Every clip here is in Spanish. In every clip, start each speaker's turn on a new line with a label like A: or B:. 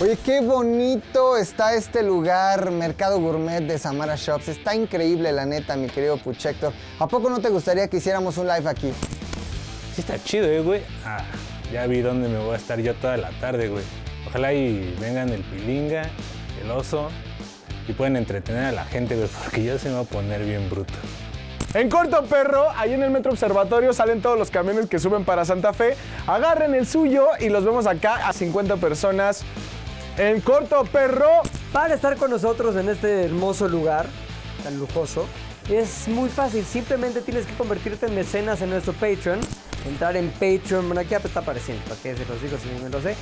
A: Oye, qué bonito está este lugar, Mercado Gourmet de Samara Shops. Está increíble, la neta, mi querido Puchector. ¿A poco no te gustaría que hiciéramos un live aquí?
B: Sí está chido, eh, güey. Ah, ya vi dónde me voy a estar yo toda la tarde, güey. Ojalá y vengan el pilinga, el oso, y pueden entretener a la gente, güey, porque yo se me voy a poner bien bruto.
C: En corto, perro, ahí en el Metro Observatorio salen todos los camiones que suben para Santa Fe. Agarren el suyo y los vemos acá a 50 personas. En corto, perro.
D: Para estar con nosotros en este hermoso lugar, tan lujoso, es muy fácil. Simplemente tienes que convertirte en mecenas en nuestro Patreon. Entrar en Patreon. Bueno, aquí está apareciendo, para que se los digo si no me lo sé.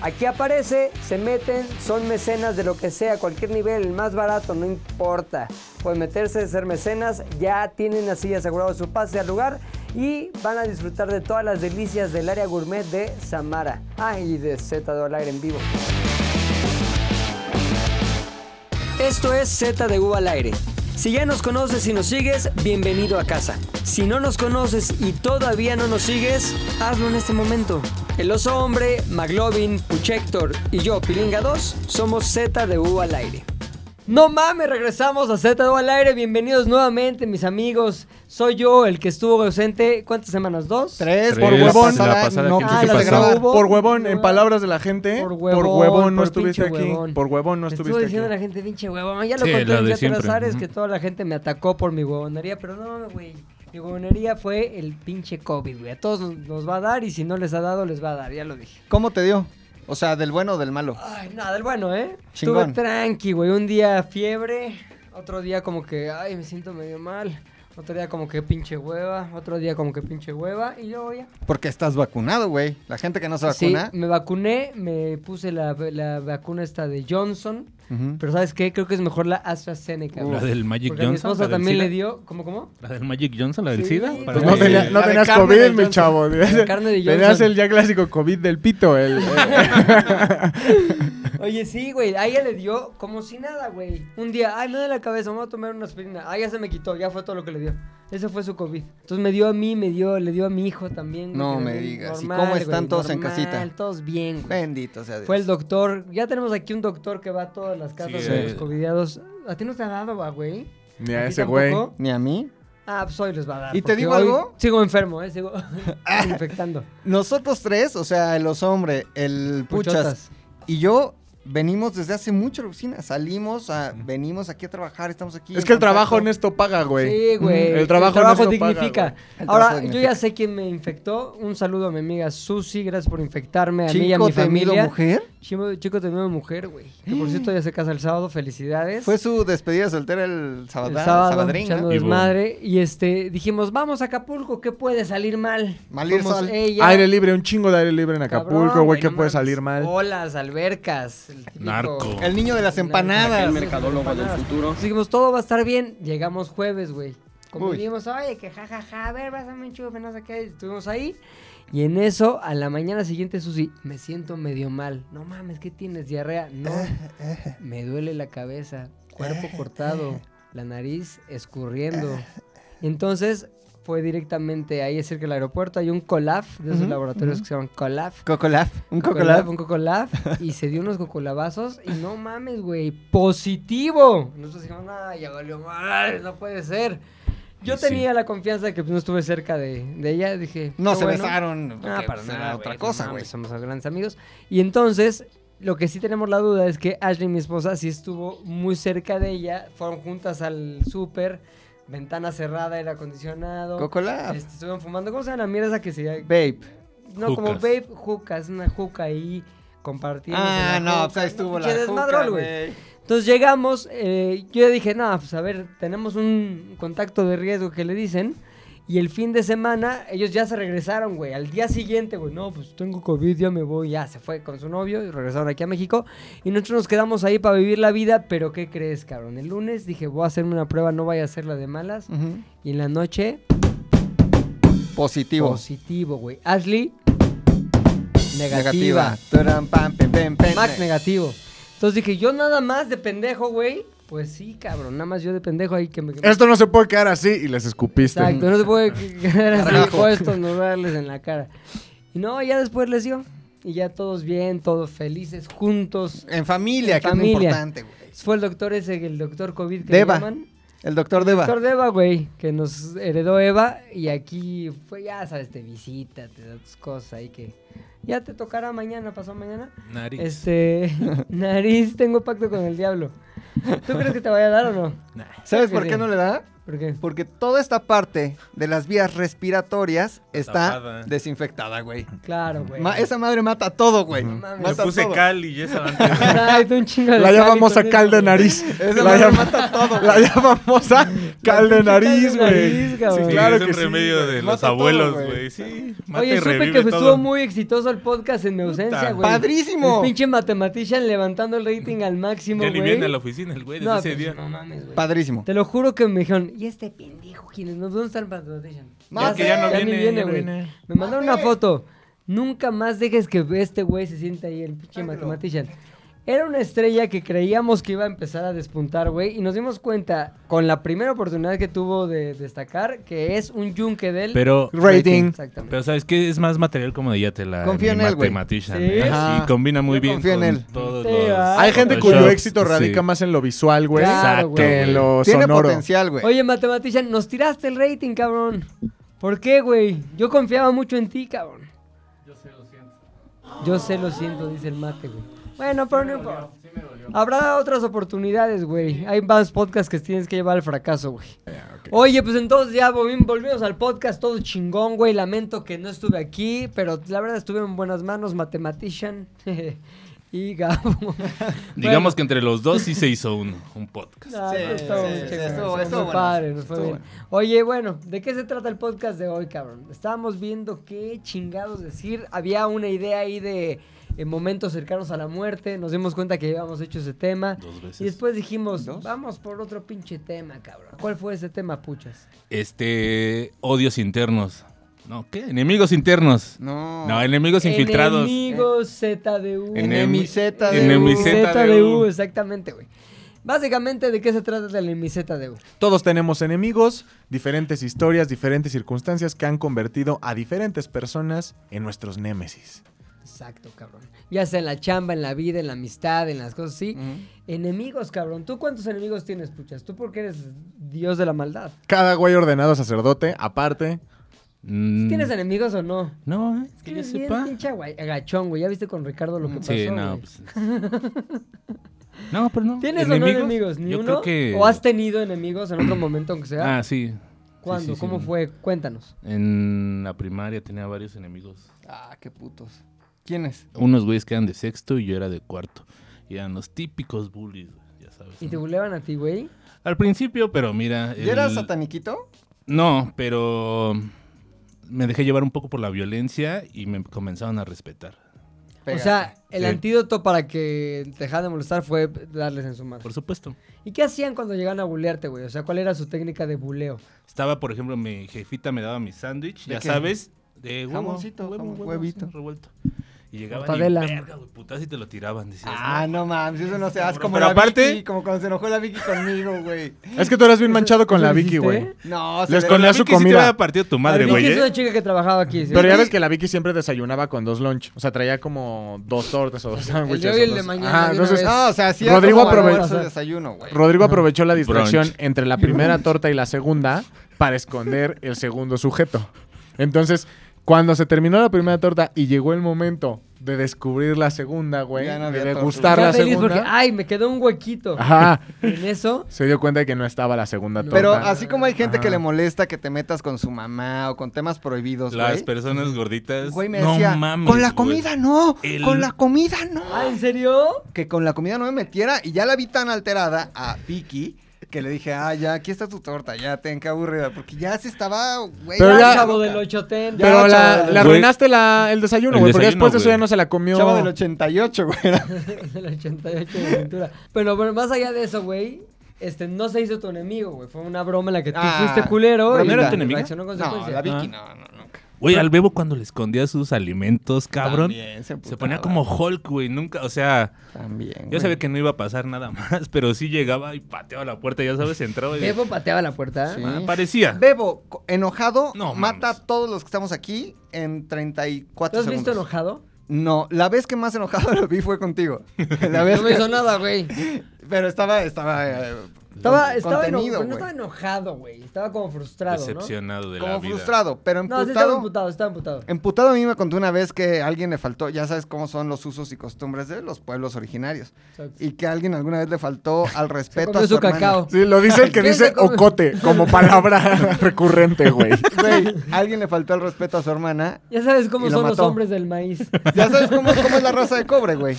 D: Aquí aparece, se meten, son mecenas de lo que sea, cualquier nivel, el más barato, no importa. Pueden meterse, ser mecenas, ya tienen así asegurado su pase al lugar y van a disfrutar de todas las delicias del área gourmet de Samara. Ah, y de Z al aire en vivo. Esto es Z de U al aire. Si ya nos conoces y nos sigues, bienvenido a casa. Si no nos conoces y todavía no nos sigues, hazlo en este momento. El oso hombre, Maglovin, Puchector y yo, Pilinga 2, somos Z de U al aire. No mames, regresamos a Z de U al aire. Bienvenidos nuevamente, mis amigos. Soy yo el que estuvo ausente, ¿cuántas semanas? ¿Dos?
A: Tres,
B: Tres, la pasada,
A: no
B: ¿qué
A: quisiste
D: la
C: Por
D: de
A: grabar.
D: hubo?
C: huevón, por huevón,
D: No.
C: en palabras de la gente,
D: Por
C: ¿Eh? por
D: huevón,
C: huevón, no
D: por
C: estuviste
D: pinche
C: aquí.
D: huevón.
C: Por huevón no
D: Me
C: estuviste
D: Estuvo diciendo a
C: aquí.
D: la gente, pinche huevón. Ya lo
E: Sí,
D: conté
E: lo
D: en
E: de
D: Teatro
E: siempre,
D: Azares,
E: ujú.
D: que toda la gente me atacó por mi huevonería, pero no, güey. Mi huevonería fue el pinche COVID, güey. A todos nos, nos va a dar y si no les ha dado, les va a dar, ya lo dije.
A: ¿Cómo te dio? O sea, ¿del bueno o del malo?
D: Ay, nada, el bueno, ¿eh?
A: Chingón.
D: Estuve tranqui, güey. Un día fiebre, otro día como que, ay, me siento medio mal. Otro día como que pinche hueva, otro día como que pinche hueva y luego ya.
A: Porque estás vacunado, güey. La gente que no se vacuna.
D: Sí, me vacuné, me puse la, la vacuna esta de Johnson,
A: Ujú.
D: pero ¿sabes qué? Creo que es mejor la AstraZeneca. güey.
E: La del Magic
D: Porque a mi
E: Johnson.
D: esposa
E: la del
D: también
E: SIDA.
D: le dio, ¿cómo, cómo?
E: La del Magic Johnson, la del
D: Sí,
E: SIDA.
D: pues
E: Para
C: Pues
E: que-
C: no, tenía- no
A: La de
C: tenías
A: carne
C: COVID,
A: del
C: mi
A: Johnson.
C: chavo.
D: de carne de
C: Tenías
D: Johnson.
C: el ya clásico COVID del pito. el-
D: Oye, sí, güey, a ella le dio como si nada, güey. Un día, ay, me duele la cabeza, vamos a tomar una aspirina. Ah, ya se me quitó, ya fue todo lo que le dio. Ese fue su COVID. Entonces me dio a mí, me dio, le dio a mi hijo también. güey,
A: No
D: que
A: me
D: también
A: digas, ¿y cómo están todos en casita?
D: Todos bien, güey.
A: Bendito sea Dios.
D: Fue el doctor. Ya tenemos aquí un doctor que va a todas las casas
E: Sí,
D: de
E: eh.
D: los covidiados. ¿A ti no te ha dado, va, güey?
C: Ni
D: ¿A
C: a
D: ti
C: ese güey.
D: tampoco?
A: ¿Ni a mí?
D: Ah, pues hoy les va a dar.
A: ¿Y te
D: porque
A: digo
D: hoy
A: algo?
D: Sigo enfermo, ¿eh? Sigo infectando.
A: Nosotros tres, o sea, los hombres, el Puchas
D: Puchotas.
A: y yo, venimos desde hace mucho a la oficina. Salimos, a, venimos aquí a trabajar, estamos aquí.
C: Es
A: en
C: que el trabajo
A: contacto.
C: honesto paga, güey.
D: Sí, güey.
C: El trabajo, honesto paga,
D: dignifica.
C: güey.
A: El
D: Ahora,
A: trabajo
D: yo ya sé quién me infectó. Un saludo a mi amiga Susi. Gracias por infectarme a mí y a
A: Chico
D: mi
A: temido
D: familia.
A: mujer. Eh.
D: Chico, chico temido mujer, güey. Que por cierto ya se casa el sábado. Felicidades.
A: Fue su despedida soltera el,
D: el
A: sabadá,
D: sábado
A: sabadrín, ¿no?
D: echando
E: Y boom.
D: desmadre. Y este, dijimos, vamos a Acapulco. ¿Qué puede salir mal?
A: Mal ir
D: Fuimos
A: sol.
D: ella,
C: Aire libre, un chingo de aire libre en
D: cabrón,
C: Acapulco, güey, que
D: no
C: puede
D: mames,
C: salir mal.
D: Olas, albercas. el típico-
E: Narco.
A: El niño de las empanadas.
D: El mercadólogo del futuro. Dijimos, todo va a estar bien. Llegamos jueves, güey. Convivimos, oye, que jajaja, a ver, pásame un chupe, no sé qué. Estuvimos ahí. Y en eso, a la mañana siguiente, Susi, me siento medio mal. No mames, ¿qué tienes? ¿Diarrea? No. Me duele la cabeza, cuerpo cortado, la nariz escurriendo. Y entonces fue directamente ahí cerca del aeropuerto. Hay un colaf de esos
A: Ujú,
D: laboratorios que se llaman colaf.
A: Cocolaf. Un
D: Cocolab,
A: cocolaf.
D: un cocolab y se dio unos cocolabazos y no mames, güey, positivo. Nosotros dijimos, "Ah, ya valió mal, no puede ser." Yo
E: Y sí.
D: tenía la confianza de que pues, no estuve cerca de, de ella, dije,
A: No
D: "Qué
A: se
D: bueno".
A: besaron.
D: Ah,
A: porque,
D: para
A: pues, era
D: nada,
A: otra
D: pues,
A: cosa,
D: no
A: güey.
D: mames, somos grandes amigos. Y entonces, lo que sí tenemos la duda es que Ashley, mi esposa, sí estuvo muy cerca de ella, fueron juntas al súper, ventana cerrada, aire acondicionado.
A: Cocolaf.
D: este, estuvieron fumando, ¿cómo se llama la mierda esa que se
A: Babe.
D: no,
E: Jucas.
D: como vape, jucas, una juca ahí compartiendo.
A: Ah, no, pues ahí estuvo la juca, güey.
D: Entonces llegamos, eh, yo ya dije, no, pues a ver, tenemos un contacto de riesgo que le dicen. Y el fin de semana, ellos ya se regresaron, güey. Al día siguiente, güey, no, pues tengo COVID, ya me voy. Ya se fue con su novio y regresaron aquí a México. Y nosotros nos quedamos ahí para vivir la vida. Pero, ¿qué crees, cabrón? El lunes dije, voy a hacerme una prueba, no vaya a hacer la de malas.
A: Ujú.
D: Y en la noche,
A: Positivo.
D: positivo, güey. Ashley, negativa.
A: Negativa. Turan, pam, pem, pem, pem.
D: Max negativo. Entonces dije, yo nada más de pendejo, güey, Pues sí, cabrón. Nada más yo de pendejo ahí que me.
E: Esto no se puede quedar así y les escupiste.
D: Exacto, no se puede quedar así puestos, no darles en la cara. Y no, ya después les dio. Y ya todos bien, todos felices, juntos.
A: En familia,
D: En
A: que es muy
D: familia.
A: importante, güey.
D: Fue el doctor ese, el doctor COVID que le
A: Deva.
D: llaman.
A: El doctor Deva.
D: Doctor Deva, güey, que nos heredó Eva y aquí fue, ya sabes, te visita, te da tus cosas ahí que ya te tocará mañana, pasó mañana.
B: Nariz.
D: Este, nariz, tengo pacto con el diablo. ¿Tú crees que te vaya a dar o no?
A: ¿Sabes
D: que
A: por
D: sí.
A: qué no le da?
D: ¿Por qué?
A: Porque toda esta parte de las vías respiratorias está
B: Tapada.
A: desinfectada, güey.
D: Claro, güey.
A: Ma- esa madre mata todo, güey.
D: mames.
B: Le
A: Mata
B: puse
A: todo.
B: cal y eso antes.
D: Exacto, un chingo de
E: La
D: cal y
E: llamamos
D: con
E: a cal
D: eso,
E: de
D: güey.
E: nariz.
A: Esa
E: La,
A: madre
E: llam-
A: mata todo,
E: la
A: güey.
E: llamamos a cal de nariz, güey.
D: Nariz, cabrón.
B: Sí,
E: claro
B: es un
E: que sí,
B: remedio de los
A: Mata todo,
B: abuelos,
A: güey.
B: güey. Sí, mata y
D: Oye, supe
B: revive
D: que
B: todo.
D: estuvo muy exitoso el podcast en mi
B: Puta.
D: ausencia, güey.
A: ¡Padrísimo!
D: El pinche matematician levantando el rating al máximo,
B: Ya
D: güey.
B: ni viene a la oficina el güey desde
D: No,
B: ese
D: pues,
B: día.
D: no mames, güey.
A: Padrísimo.
D: Te lo juro que me dijeron, ¿y este pendejo quién es? No, ¿Dónde está el Patronation?
A: No,
B: Ya
A: Ya
B: que ya no
A: sé,
B: viene,
D: ni
B: ya no
D: güey.
B: viene.
D: Me mandaron una foto. Nunca más dejes que este güey se sienta ahí, el pinche Mathematician. Era una estrella que creíamos que iba a empezar a despuntar, güey, y nos dimos cuenta con la primera oportunidad que tuvo de destacar que es un yunque del
B: Pero,
A: Rating.
D: Exactamente.
B: pero ¿sabes qué? Es más material como de Yate, la
A: Confío en él, güey.
B: matematician.
D: Sí.
B: ¿eh?
A: Ajá.
B: Y combina muy
A: Yo
B: bien
A: confío en
B: con
A: él.
B: todos
D: Sí,
B: los...
D: va.
E: Hay gente cuyo
B: Photoshop,
E: éxito radica
B: sí.
E: más en lo visual, güey,
D: Claro,
E: que
D: güey.
E: en lo
A: Tiene
E: sonoro.
A: potencial, güey.
D: Oye, Mathematician, nos tiraste el rating, cabrón. ¿Por qué, güey? Yo confiaba mucho en ti, cabrón. Yo sé lo siento. Yo sé lo siento, dice el mate, güey. Bueno, pero no importa. Habrá otras oportunidades, güey. Hay más podcasts que tienes que llevar al fracaso, güey. Oye, pues entonces ya volvim- volvimos al podcast todo chingón, güey. Lamento que no estuve aquí, pero la verdad estuve en buenas manos, Mathematician y Gabo.
B: Digamos
D: Bueno.
B: que entre los dos sí se hizo un, un podcast.
D: Ah,
A: Sí,
D: pero estuvo
A: sí,
D: muy
A: sí,
D: chingón,
A: estuvo-
D: estuvo
A: estuvo
D: muy
A: bueno,
D: padre, nos fue
A: estuvo
D: bien. Oye, bueno, ¿de qué se trata el podcast de hoy, cabrón? Estábamos viendo qué chingados decir. Había una idea ahí de eh, momentos cercanos a la muerte. Nos dimos cuenta que habíamos hecho ese tema.
B: Dos veces.
D: Y después dijimos, vamos por otro pinche tema, cabrón. ¿Cuál fue ese tema, puchas?
B: Este, odios internos. No, ¿qué? Enemigos internos.
A: No.
B: No, enemigos infiltrados.
D: Enemigos ZDU.
B: Enemi-
A: Enemiseta de-
B: Enemiseta de
D: ZDU,
B: U.
D: exactamente, güey. Básicamente, ¿de qué se trata la enemiseta de U?
E: Todos tenemos enemigos, diferentes historias, diferentes circunstancias que han convertido a diferentes personas en nuestros némesis.
D: Exacto, cabrón. Ya sea en la chamba, en la vida, en la amistad, en las cosas así.
A: Ujú.
D: Enemigos, cabrón. ¿Tú cuántos enemigos tienes, puchas? Tú porque eres dios de la maldad.
E: Cada güey ordenado sacerdote, aparte.
B: Mm,
D: ¿Tienes enemigos o no?
B: No, eh, que yo
D: Eres bien
B: sepa.
D: pinche agua- agachón, güey. Ya viste con Ricardo lo que pasó.
B: Sí, no,
D: güey.
B: pues. No, pero no.
D: ¿Tienes o no enemigos? ¿Ni
B: Yo
D: uno?
B: creo que.
D: ¿O has tenido enemigos en otro momento, aunque sea?
B: Ah, sí. sí,
D: ¿Cuándo?
B: sí,
D: ¿Cómo
B: sí.
D: fue? Cuéntanos.
B: En la primaria tenía varios enemigos.
A: Ah, qué putos. ¿Quién es?
B: Unos güeyes que eran de sexto y yo era de cuarto. Y eran los típicos bullies, güey, ya sabes.
D: ¿Y
B: ¿no?
D: te buleaban a ti, güey?
B: Al principio, pero mira.
A: ¿Ya era
B: el-
A: sataniquito?
B: No, pero me dejé llevar un poco por la violencia y me comenzaron a respetar.
D: O
A: Pegaste.
D: sea, el
B: Sí.
D: antídoto para que te dejaran de molestar fue darles en su madre.
B: Por supuesto.
D: ¿Y qué hacían cuando llegaban a bulearte, güey? O sea, ¿cuál era su técnica de buleo?
B: Estaba, por ejemplo, mi jefita me daba mi sándwich,
A: ¿De
B: ya
A: qué?
B: sabes, de huevo,
A: Jamoncito, jamón,
B: así,
A: huevito.
B: revuelto. Y llegaban
D: Mortadela.
B: y verga, güey, putazo, y te lo tiraban, decías.
A: Ah, no mames, eso no se hace
B: Cabrón,
A: como
B: pero
A: la
B: aparte-
A: Vicky, como cuando se enojó la Vicky conmigo, güey.
E: Es que tú eras bien
D: ¿Eso-
E: manchado con
D: eso
E: la
D: lo
E: Vicky,
D: hiciste?
E: güey.
A: No, se
E: Les
A: ve-
B: Con
E: Ponía
B: la
E: su
B: Vicky sí te
E: comida.
B: hubiera partido tu madre,
D: Vicky
B: güey,
D: es una
B: ¿eh?
D: chica que trabajaba aquí. ¿sí?
E: Pero ya
A: Vicky-
E: ves que la Vicky siempre desayunaba con dos lunch. O sea, traía como dos tortas o dos sándwiches.
D: de hoy y
E: o
D: el de
E: dos-
D: mañana
E: Ajá,
D: de una
E: entonces,
D: vez. Ah,
A: No, o sea, sí
E: Rodrigo
A: como
E: aprove-
A: almuerzo y desayuno, güey.
E: Rodrigo aprovechó la distracción
B: Brunch.
E: entre la primera torta y la segunda para esconder el segundo sujeto. Entonces, cuando se terminó la primera torta y llegó el momento de descubrir la segunda, güey,
A: Ya no había
E: de
A: torta.
D: Ya
E: degustar la
D: feliz porque, ah.
E: segunda,
D: ay, me quedó un huequito.
E: ajá,
D: En eso,
E: se dio cuenta de que no estaba la segunda torta.
A: Pero así como hay gente que
E: Ajá.
A: le molesta que te metas con su mamá o con temas prohibidos,
B: Las
A: güey.
B: personas gorditas.
A: Güey me
B: no
A: decía,
B: mames,
A: con la
B: güey".
A: comida no,
B: El-
A: con la comida no.
D: ah, ¿en serio?
A: Que con la comida no me metiera y ya la vi tan alterada a Vicky que le dije, ah, ya, aquí está tu torta, ya, ten que aburrida, porque ya se estaba, güey.
E: Pero
D: Ya,
E: ya-
D: chavo del 810.
A: Ya,
E: Pero la,
A: chaval.
E: le
B: Güey.
E: arruinaste la- el desayuno,
B: El
E: güey, porque
B: desayuno,
E: después de eso
B: güey.
E: ya no se la comió.
A: Chava del 88, güey. era.
D: del 88 de aventura. Pero bueno, más allá de eso, güey, este, no se hizo tu enemigo, güey. Fue una broma en la que tú
A: Ah,
D: fuiste culero.
A: ¿broma
D: y
A: era tu
B: enemiga?
D: reaccionó Ah. en
A: No,
D: consecuencia.
A: la Vicky, no, no, nunca.
B: Güey, al bebo cuando le escondía sus alimentos, cabrón.
A: También
B: se
A: se
B: ponía
A: emputaba.
B: como Hulk, güey. Nunca, o sea,
A: También.
B: yo
A: güey.
B: sabía que no iba a pasar nada más, pero sí llegaba y pateaba la puerta, ya sabes, entraba y.
D: Bebo pateaba la puerta.
A: Sí.
B: Ah, parecía.
A: Bebo, co- enojado,
B: No,
A: mata
B: mames.
A: a todos los que estamos aquí en 34
D: ¿Lo has
A: segundos.
D: visto enojado?
A: No, la vez que más enojado lo vi fue contigo. La vez
D: No me
A: que-
D: hizo nada, güey.
A: Pero estaba, estaba, eh,
D: Estaba,
A: con-
D: estaba, eno-
A: contenido,
D: no
A: güey.
D: estaba enojado, güey. Estaba como frustrado, ¿no?
B: Decepcionado de la
A: como
B: vida.
A: frustrado, pero
D: No, sí estaba
A: emputado. Em-
D: emputado, estaba emputado.
A: Emputado a mí me contó una vez que alguien le faltó, ya sabes cómo son los usos y costumbres de los pueblos originarios,
D: Exacto.
A: y que alguien alguna vez le faltó al
D: Se
A: respeto a
D: comió
A: su,
D: su
A: hermano.
D: cacao.
E: Sí, lo dice el que
D: ¿Quién se
E: dice
D: come?
E: ocote como palabra recurrente, güey.
A: Güey, alguien le faltó el respeto a su hermana.
D: Ya sabes cómo
A: Y lo
D: son los
A: mató.
D: hombres del maíz.
A: Ya sabes cómo, cómo es la raza de cobre, güey.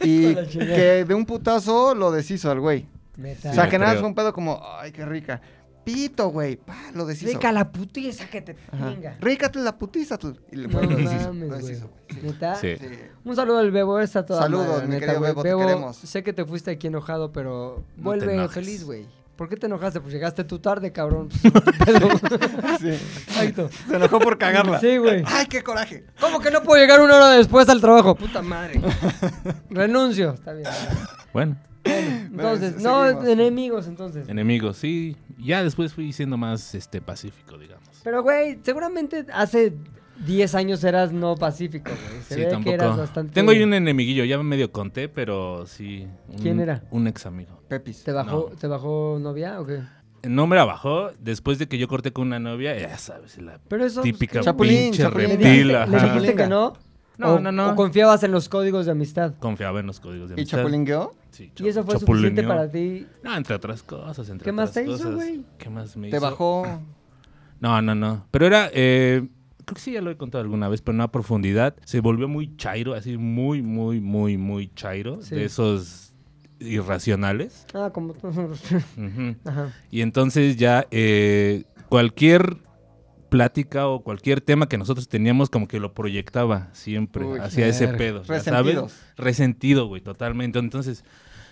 A: Y
D: Hijo de la chingada.
A: que de un putazo lo deshizo al güey.
D: Neta.
A: o sea, que nada,
B: creo.
A: fue un pedo como, ay, qué rica. Pito, güey, pa, lo deshizo.
D: Rica la putiza que te pinga.
A: Rica tú la putiza tú. Y le
D: No
A: güey, lo deshizo,
D: mames,
A: lo
D: güey.
A: deshizo, güey.
D: Neta.
B: Sí.
A: Sí.
D: Un saludo al Bebo, está toda
A: Saludos,
D: madre, la
A: mi
D: neta,
A: querido
D: güey.
A: Bebo, te queremos.
D: Sé que te fuiste aquí enojado, pero
B: No te
D: vuelve
B: enojes.
D: feliz, güey. ¿Por qué te enojaste? Pues llegaste tú tarde, cabrón. Pues, pedo. Exacto.
A: Se enojó por cagarla.
D: Sí, güey.
A: Ay, qué coraje.
D: ¿Cómo que no puedo llegar una hora después al trabajo? Puta madre. Renuncio. Está bien.
B: Bueno,
D: Entonces,
A: Bueno,
D: no
A: seguimos.
D: enemigos, entonces.
B: enemigos, sí. Ya después fui siendo más este pacífico, digamos.
D: Pero, güey, seguramente hace 10 años eras no pacífico, güey. Se
B: sí,
D: ve que eras
B: tampoco.
D: bastante...
B: Tengo ahí un e- enemiguillo, ya medio conté, pero sí. un-
D: ¿Quién era?
B: Un ex amigo.
A: Pepis.
D: ¿Te bajó,
B: No.
D: ¿Te bajó novia o qué?
B: No me la bajó después de que yo corté con una novia, ya sabes, la
D: Pero eso...
B: típica
A: Chapulín,
B: pinche
A: chapulín.
D: ¿Le
B: reptil,
D: dijiste, le
B: ajá.
D: dijiste que no?
B: No,
D: o,
B: no, no.
D: o confiabas en los códigos de amistad.
B: Confiaba en los códigos de
A: ¿Y
B: amistad.
A: chapulingueó?
B: Sí, cha-
D: Y eso fue suficiente
B: chapulineó.
D: para ti.
B: No, entre otras cosas, entre
D: ¿Qué más
B: otras
D: te hizo,
B: cosas.
D: güey?
B: ¿Qué más me
A: Te
B: hizo?
A: bajó.
B: No, no, no. Pero era, eh, creo que sí ya lo he contado alguna vez, pero no a profundidad. Se volvió muy chairo, así muy, muy, muy, muy chairo.
D: Sí.
B: De esos irracionales.
D: Ah, como tú.
B: Ujú.
D: Ajá.
B: Y entonces ya eh, cualquier plática o cualquier tema que nosotros teníamos como que lo proyectaba siempre
A: Uy,
B: hacia ese
A: verga.
B: pedo. ya
A: Resentidos.
B: ¿sabes? Resentido, güey, totalmente. Entonces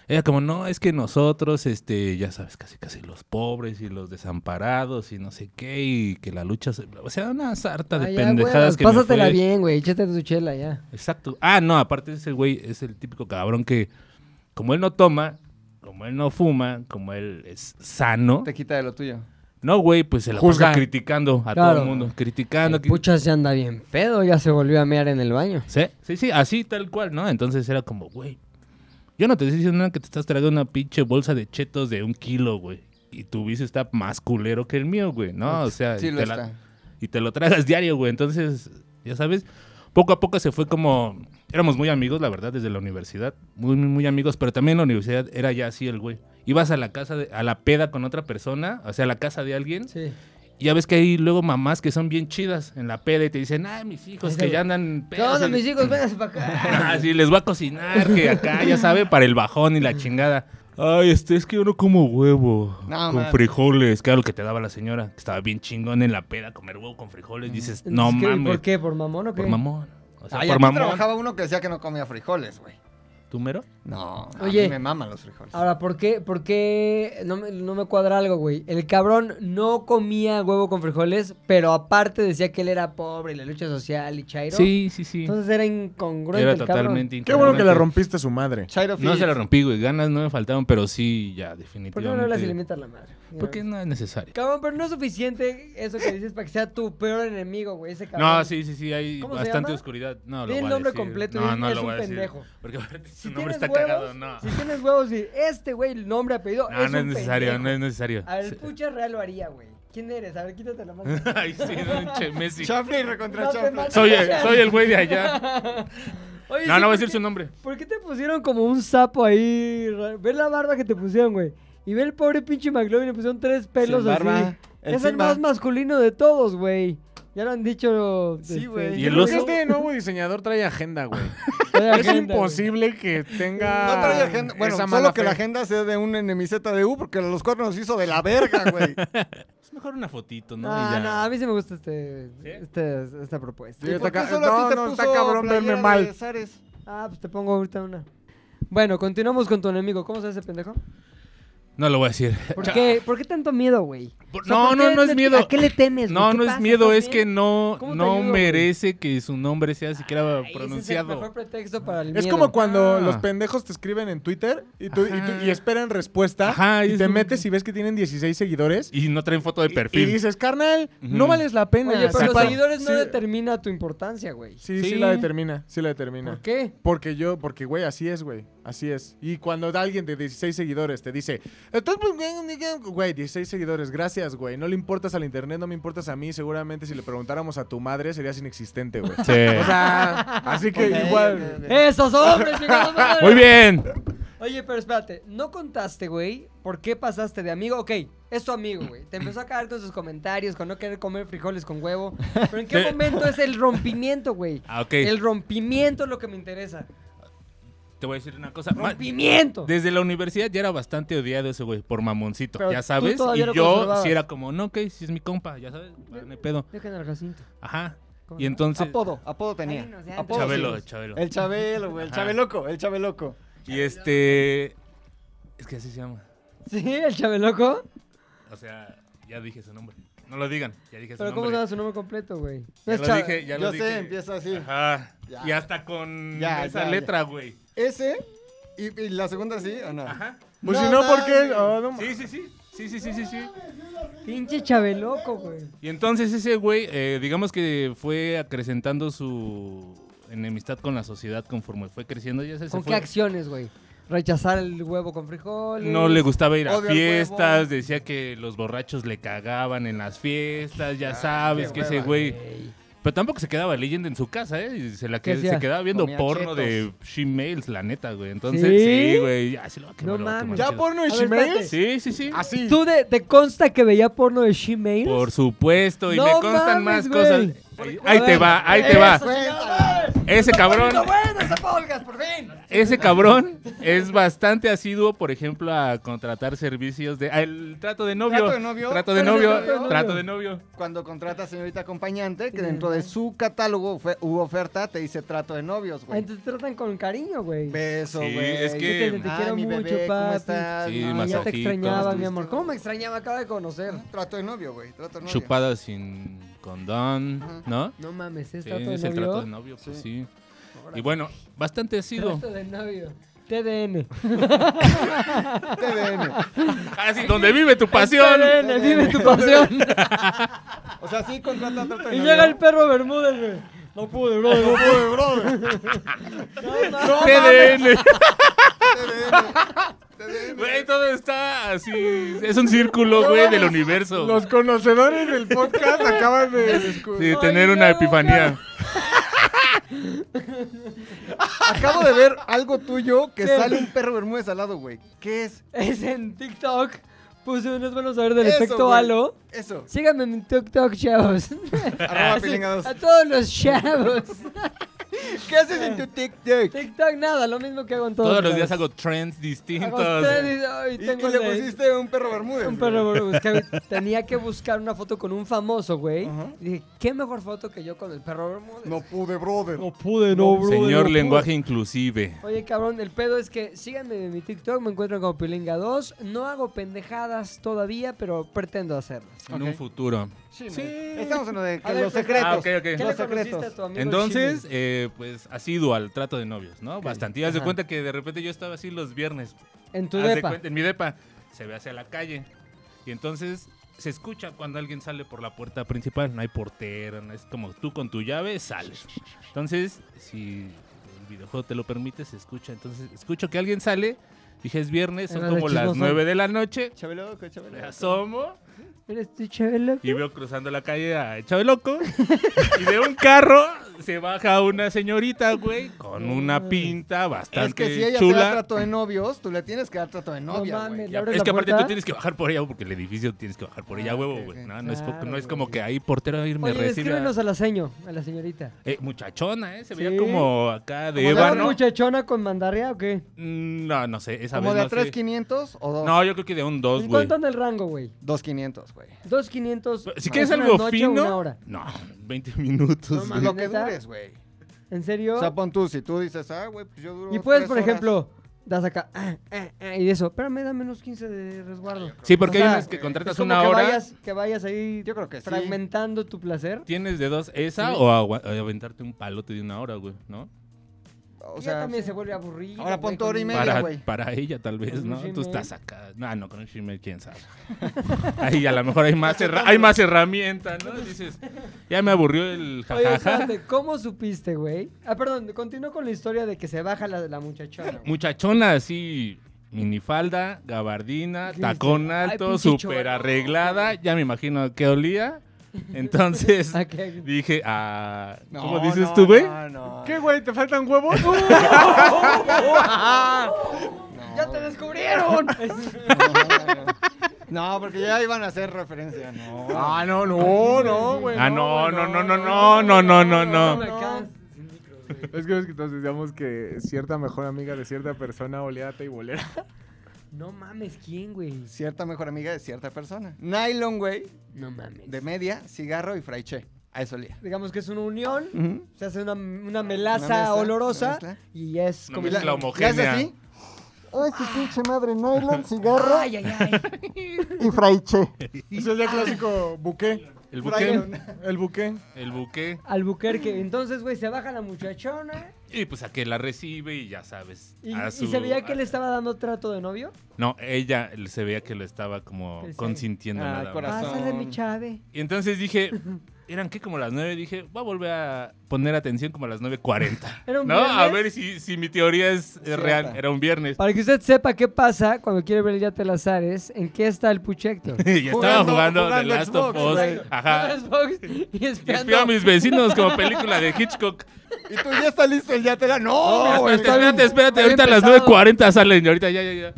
B: era como, no, es que nosotros, este, ya sabes, casi casi los pobres y los desamparados y no sé qué, y que la lucha, se- o sea, una sarta de
D: Ah, ya,
B: pendejadas
D: güey,
B: que me
D: Pásatela
B: fue-
D: bien, güey. Échate tu chela ya.
B: Exacto. Ah, no, aparte ese güey es el típico cabrón que, como él no toma, como él no fuma, como él es sano.
A: Te quita de lo tuyo.
B: No, güey, pues se la
E: Juzga.
B: pasa criticando a
D: Claro. Eh,
B: todo el mundo. Criticando.
D: El
B: cri-
D: Puchas ya anda bien pedo, ya se volvió a mear en el baño.
B: ¿Sí? sí, sí, así tal cual, ¿no? Entonces era como, güey, yo no te estoy diciendo nada que te estás tragando una pinche bolsa de chetos de un kilo, güey. Y tu vicio está más culero que el mío, güey, ¿no? O sea,
A: Sí,
B: y,
A: lo
B: te la-
A: está.
B: y te lo tragas diario, güey. Entonces, ya sabes, poco a poco se fue como... Éramos muy amigos, la verdad, desde la universidad. Muy, muy, muy amigos, pero también en la universidad era ya así el güey. Ibas a la casa, de- a la peda con otra persona, o sea, a la casa de alguien.
D: Sí.
B: Y ya ves que hay luego mamás que son bien chidas en la peda y te dicen, ay, mis hijos que ya andan...
D: ¿Qué
B: pedos".
D: onda, mis hijos? Vénganse para acá.
B: Ah, sí, les va a cocinar, que acá, ya sabe, para el bajón y la chingada. Ay, este, es que yo no como huevo
A: No,
B: con
A: man.
B: frijoles. Claro, que te daba la señora, que estaba bien chingón en la peda comer huevo con frijoles. Dices, no
D: Entonces, ¿qué-
B: mames.
D: Mm. ¿Por qué? ¿Por mamón o qué?
B: Por mamón. O sea,
A: Ay,
B: por
A: aquí
B: mamón.
A: trabajaba uno que decía que no comía frijoles, güey.
B: ¿Tú mero?
A: No,
D: Oye.
A: a mí me maman los frijoles.
D: Ahora, ¿por qué? ¿Por qué? No me, no me cuadra algo, güey. El cabrón no comía huevo con frijoles, pero aparte decía que él era pobre y la lucha social y chairo.
B: Sí, sí, sí.
D: Entonces era incongruente
B: Era
D: el cabrón.
B: totalmente
E: Qué bueno que le
B: intolerante.
E: rompiste a su madre.
A: Chairo
B: No
A: Fitz.
B: se la rompí, güey. Ganas no me faltaron, pero sí, ya,
D: ¿Por
B: definitivamente.
D: qué no le hablas y le mientas la madre?
B: Porque no es necesario.
D: Cabrón, pero no es suficiente eso que dices para que sea tu peor enemigo, güey, ese cabrón.
B: No, sí, sí, sí, hay
D: ¿Cómo se
B: bastante
D: llama?
B: oscuridad. No, lo
D: Di el
B: voy a
D: nombre
B: decir.
D: completo,
B: No,
D: es-
B: no
D: es
B: lo
D: un
B: voy a decir.
D: pendejo.
B: Porque aparte su
D: Si
B: nombre
D: tienes
B: está
D: huevos,
B: cagado, no.
D: Si tienes huevos y este güey, el nombre, apellido,
B: No,
D: es
B: no es
D: un
B: necesario,
D: pendejo.
B: no es necesario.
D: A ver, el
B: Sí.
D: pucha real lo haría, güey. ¿Quién eres? A ver, quítate la mano.
B: Ay, sí, no, che, Messi.
A: Chanfle y recontra
D: No te
A: chanfle.
D: mames.
B: Soy, el- soy el güey de allá. No,
D: Oye, sí,
B: no voy a
D: ¿por
B: decir
D: qué-
B: su nombre.
D: ¿Por qué te pusieron como un sapo ahí? ra- Ve la barba que te pusieron, güey. Y ve el pobre pinche McLovin, le pusieron tres pelos así.
A: barba. El
D: Es el
A: Simba.
D: más masculino de todos, güey. Ya lo han dicho.
A: Sí, güey.
B: ¿Y el oso?
E: Este nuevo diseñador trae agenda, güey.
D: trae
E: Es
D: agenda,
E: imposible que tenga.
A: No trae agenda. Bueno,
E: esa
A: solo
E: mala
A: que
E: fe.
A: la agenda sea de un enemiseta de U, porque los cuatro nos hizo de la verga, güey.
B: Es mejor una fotito,
D: No,
B: ¿no? Y
D: Ah, no,
B: ya.
D: a mí sí me gusta este, este- esta propuesta.
E: Sí,
A: ¿Y
E: está
A: por qué
E: ca-
A: solo a ti
E: no,
A: te
E: no,
A: puso
E: está cabrón
A: playera
E: verme
A: de
E: mal.
A: Zares?
D: Ah, pues te pongo ahorita una. Bueno, continuamos con tu enemigo. ¿Cómo se hace, pendejo?
F: No lo voy a decir.
D: ¿Por qué, ¿Por qué tanto miedo, güey?
F: Por-
D: O sea,
F: no,
D: ¿por
F: no,
D: qué
F: no es
D: le-
F: miedo.
D: ¿A qué le temes?
F: No,
D: güey? ¿Qué
F: no es
D: pasa?
F: miedo,
D: ¿Estás
F: es que
D: bien?
F: no,
D: ¿Cómo te
F: no
D: ayudo, güey?
F: merece que su nombre sea siquiera
D: Ay, ese es el mejor
F: pronunciado.
D: pretexto para el
E: Es
D: miedo.
E: como cuando
F: Ah.
E: los pendejos te escriben en Twitter y, tú, y, tú-
F: Ajá.
E: y esperan respuesta
F: Ajá,
E: y
F: es
E: te
F: un-
E: metes y ves que tienen 16 seguidores
F: Y no traen foto de
E: y
F: perfil.
E: dices, carnal, no
F: Ujú.
E: vales la pena.
D: Oye, pero
E: Sí,
D: los
E: pa-
D: seguidores no
E: sí,
D: determina tu importancia, güey.
E: Sí, sí,
F: Sí.
E: la determina, sí la determina.
D: ¿Por qué?
E: Porque yo, porque güey, así es, güey, así es. Y cuando alguien de 16 seguidores te dice, "Estás muy bien, muy bien", güey, 16 seguidores, gracias, güey, no le importas al internet, no me importas a mí, seguramente si le preguntáramos a tu madre serías inexistente, güey.
F: Sí.
E: O sea, así que
A: Ok,
E: igual...
A: ok, ok.
D: ¡Esos hombres, chingada madre!
F: Muy bien.
D: Oye, pero espérate, no contaste, güey, por qué pasaste de amigo. Ok, es tu amigo, güey. Te empezó a caer todos sus comentarios con no querer comer frijoles con huevo. Pero ¿en qué
F: Sí.
D: momento es el rompimiento, güey?
F: Ah, ok.
D: El rompimiento es lo que me interesa.
F: Te voy a decir una cosa. Ma-
D: ¡Rompimiento!
F: Desde la universidad ya era bastante odiado ese güey por mamoncito,
D: Pero
F: ya
D: tú
F: sabes.
D: todavía
F: Y
D: lo
F: yo
D: conservabas.
F: sí era como, no, ok, si es mi compa, ya sabes, no hay pedo.
D: Dejen al Jacinto.
F: Ajá.
D: ¿Cómo se
F: Y
D: llama?
F: entonces.
A: Apodo, apodo tenía.
D: Ay, no sean
A: apodo
F: Chabelo,
A: sí.
F: Chabelo.
A: El Chabelo, güey. El
F: Ajá.
A: Chabeloco, el Chabeloco.
F: Y este. Es que así se llama.
D: Sí, el chabeloco.
F: O sea, ya dije su nombre. No lo digan, ya dije su
D: Pero ¿cómo
F: nombre.
D: se llama su nombre completo, güey? No
F: Ya
D: es
F: lo
D: Cha-
F: dije, ya
A: Yo
F: lo
A: sé,
F: dije.
A: empieza así.
F: Ajá.
A: Ya.
F: Y hasta con
A: Ya,
F: esa
A: ya, ya.
F: letra, güey.
A: Ese y, y la segunda sí o no.
F: Ajá.
E: Pues si
A: No
E: no, ¿por qué?
A: mames.
E: Oh, no ma-
F: Sí, sí, sí. Sí, sí, sí, sí, sí.
D: Pinche chabeloco, güey.
F: Y entonces ese güey, eh, digamos que fue acrecentando su enemistad con la sociedad conforme fue creciendo. Ya se, se
D: ¿Con qué
F: fue.
D: acciones, güey? Rechazar el huevo con frijoles.
F: No le gustaba ir a
A: Odio al
F: fiestas, decía que los borrachos le cagaban en las fiestas, ya sabes que ese güey. Pero tampoco se quedaba leyendo en su casa, ¿eh? Y Se, la
D: ¿Qué
F: que,
D: hacía?
F: se quedaba viendo
A: Comía
F: porno
A: chetos.
F: de shemales, la neta, güey. Entonces,
D: ¿Sí?
F: sí, güey. ya, sí lo va a quemar,
D: No
F: lo va a
D: mames.
F: quemar
E: ¿Ya
F: chido.
E: porno y
D: A ver, espérate.
E: Shemales?
F: Sí, sí, sí.
E: Así.
D: ¿Tú de- te consta que veía porno de Ah, She-Mails?
F: Por supuesto, y
D: No
F: me constan
D: mames,
F: más
D: güey.
F: cosas. Ahí, ahí
D: A
F: te
D: ver,
F: va, ahí te va. Ese cabrón,
D: ¡Está bueno ese podcast, por fin!
F: ese cabrón es bastante asiduo, por ejemplo, a contratar servicios de... ah, El trato de novio.
A: Trato de novio.
F: Trato de
A: Trato de
F: novio.
A: novio.
F: Trato de novio.
A: Cuando contrata señorita acompañante, que dentro de su catálogo fue- u oferta te dice trato de novios,
D: Ay,
A: güey.
D: te tratan con cariño, güey.
A: Beso,
F: Sí,
A: güey.
F: es que-
D: Yo te, te
A: Ay,
D: quiero
A: mi
D: mucho,
A: bebé, ¿cómo
D: papi.
A: estás? Ah,
F: Sí,
A: Ay,
D: Ay,
F: más
D: Ah, ya te
F: masajito.
D: extrañaba, mi amor. ¿Cómo me extrañaba? Acaba de conocer.
A: Trato de novio, güey. Trato de novio.
F: Chupada sin condón, ¿no?
D: No mames, es
F: Sí,
D: trato de
F: es el
D: novio.
F: trato de novio, pues sí. Y bueno, bastante asiduo.
D: Trato de novio. TDN.
A: TVN.
F: Así, Ah, donde vive tu pasión.
D: TDN, vive tu pasión.
A: O sea, sí contrata trato de
D: y
A: novio.
D: llega el perro Bermúdez, güey. No pude, bro. No pude, bro. No, no.
F: TDN. Güey, todo está así. Es un círculo, güey, del universo.
E: Los conocedores del podcast acaban de
F: Sí,
E: descubrir.
F: de tener
D: Ay,
F: una
D: no,
F: epifanía.
A: Acabo de ver algo tuyo que
D: ¿Qué?
A: sale un perro bermúdez al lado, güey. ¿Qué es?
D: Es en TikTok. Puse unos buenos saber del
A: Eso,
D: efecto
A: güey.
D: halo.
A: Eso.
D: Síganme en mi TikTok, chavos.
A: Arroba
D: Así,
A: pilingados.
D: a todos los chavos.
A: ¿Qué haces en tu TikTok?
D: TikTok, nada, lo mismo que hago en todos,
F: Todos los
D: lados.
F: días hago trends
D: Hago
F: distintos.
D: tres y- ay,
A: Y,
D: tengo
A: y le
D: el de-
A: pusiste un perro bermúdez.
D: un
A: güey.
D: perro, bro, es que tenía que buscar una foto con un famoso, güey. Y dije, ¿qué mejor foto que yo con el perro Bermúdez?
A: No pude, brother.
D: pude, no,
F: Señor lenguaje inclusive.
D: Oye, cabrón, el pedo es que síganme en mi TikTok, me encuentran como Pilinga2. No hago pendejadas todavía, pero pretendo hacerlas.
F: En un futuro.
A: Sí. pues, Estamos en lo de que
D: ver,
A: los
D: pero-
A: secretos.
F: Ah, ok,
D: ¿Qué
F: ok.
D: le
A: Los
D: conociste
A: secretos.
D: a tu amigo
F: Entonces,
D: Chimi?
F: eh, pues asiduo al trato de novios, ¿no? Bastante. Y haz de cuenta que de repente yo estaba así los viernes.
D: En tu
F: Haz de
D: depa.
F: cuenta, en mi depa. Se ve hacia la calle. Y entonces se escucha cuando alguien sale por la puerta principal. No hay portero, no es como tú con tu llave sales. Entonces, si el videojuego te lo permite, se escucha. Entonces, escucho que alguien sale. Dije, es viernes, son
D: Era de
F: como las
D: chismoso.
F: 9 de la noche.
A: Chabeloco,
F: Me
A: chabeloco.
F: asomo
D: Eres tu chabelo.
F: y veo cruzando la calle a Chabeloco. y de un carro se baja una señorita, güey, con una pinta
A: Es
F: bastante
A: que si ella te da
F: chula.
A: trato de novios, tú le tienes que dar trato de novia,
D: mames,
A: güey.
D: ¿Le abres
F: es
D: la
F: que aparte
D: puerta?
F: tú tienes que bajar por ella, porque el edificio tienes que bajar por ella,
A: Ah,
F: huevo,
A: ok,
F: güey.
A: ok.
F: No, no es, po-
D: Claro,
F: no es
D: güey.
F: como que ahí portero irme
D: Oye,
F: recibe. a-
D: escríbenos a la seño, a la señorita.
F: Eh, muchachona, ¿eh? Se
D: Sí.
F: veía como acá
A: Como
F: de
A: de
D: ¿Era
F: ébano.
A: ¿no?
D: muchachona con mandarria o qué?
F: Mm, No, no sé, esa
A: ¿Como
F: vez
A: de
F: no
A: a
F: sé.
A: 3,500 o 2?
F: No, yo creo que de un 2,
D: ¿En
F: güey.
D: cuánto anda el rango, güey?
A: 2,500, güey.
D: 2500.
F: Si
D: ¿Es
F: quieres
D: una
F: algo
D: noche o una
F: fino.
D: hora?
F: No, 20 minutos.
D: No
F: güey.
D: mames.
A: Lo que
D: ¿Neta?
A: dures, güey.
D: ¿En serio?
A: O sea, pon tú, si tú dices, ah, güey, pues yo duro
D: y puedes,
A: tres
D: por
A: horas.
D: ejemplo, das acá, ah, ah, ah, y eso, espérame, dame unos 15 de resguardo.
F: Sí, porque
D: O
F: hay
D: sea,
F: unas que contratas
D: es como
F: una
D: que
F: hora.
D: Vayas, que vayas ahí
A: Yo creo que sí.
D: fragmentando tu placer.
F: Tienes de dos esa o agua- aventarte un palote de una hora, güey, ¿no?
A: O
D: ya
A: sea,
D: también se vuelve aburrido.
A: Ahora
D: güey,
A: pon tu hora y
D: con-
A: media.
F: Para,
A: güey.
F: para ella tal vez,
D: Con un
F: ¿no? Tú
D: Gmail.
F: estás acá. Ah, No, no, con un Gmail, quién sabe. Ahí a lo mejor hay más, herra- hay más herramientas, ¿no? Dices, ya me aburrió
D: Oye,
F: el jajaja.
D: espérate, ¿cómo supiste, güey? Ah, perdón, continúo con la historia de que se baja la, la muchachona. güey.
F: Muchachona así, minifalda, gabardina,
D: Dijiste,
F: tacón
D: "Ay,
F: alto,
D: pinche
F: súper
D: cholo".
F: arreglada. Ya me imagino que olía. Entonces
D: Ah, que-
F: dije, ah,
A: No,
F: ¿cómo dices
A: no,
F: tú, güey?
A: No, no.
E: ¿Qué, güey? ¿Te faltan huevos?
D: ¡Ya te descubrieron!
A: No, porque ya iban a hacer referencia. No.
E: ah, no, no, no, güey.
F: Ah, no,
E: güey,
F: no, no, no, no, no, no,
D: No
F: no, no.
D: me alcanzas sin micro, güey.
E: Es que ves que todos decíamos que cierta mejor amiga de cierta persona oleada y bolera.
D: No mames, ¿quién, güey?
A: Cierta mejor amiga de cierta persona. Nylon, güey.
D: No mames.
A: De media, cigarro y fraiche. A eso olía.
D: Digamos que es una unión,
A: Ujú.
D: se hace una, una melaza
A: Una mezcla,
D: olorosa
A: una mezcla.
D: y es
F: Una
D: como...
F: mezcla
D: la-
A: ¿Qué haces
F: homogénea.
A: así?
G: Ay, su pinche madre, nylon, cigarro
D: ¡Ay, ay, ay!
G: y fraiche.
E: Es el ya clásico buque.
F: El buque,
E: El buque.
F: el buque.
D: Albuquerque. Entonces, güey, se baja la muchachona
F: Y pues a que la recibe y ya sabes.
D: y,
F: a
D: y
F: su-
D: se veía que le estaba dando trato de novio.
F: No, ella se veía que lo estaba como
D: Que sí.
F: consintiendo.
A: Ah,
F: nada
A: el
F: más.
A: corazón.
D: Pásale, mi chave.
F: Y entonces dije, eran que como las 9, dije, voy a volver a poner atención como a las 9.40.
D: Era un
F: ¿No? A
D: viernes.
F: ver si, si mi teoría es, es real. Era un viernes.
D: Para que usted sepa qué pasa cuando quiere ver el Yate Lazares, en qué está el Puchector.
F: y estaba
A: Jugando-
F: jugando, The
A: jugando
F: Last of
A: Xbox,
F: Us.
A: güey.
F: Pues, Ajá.
D: y
F: Y espío a
D: espiando.
F: mis vecinos como película de Hitchcock.
A: Y tú ya está listo el ya te da. No, este, güey.
F: espérate, espérate,
D: está bien
F: espérate. Ahorita a las
D: pesado.
F: 9.40 salen. y Ahorita ya, ya, ya.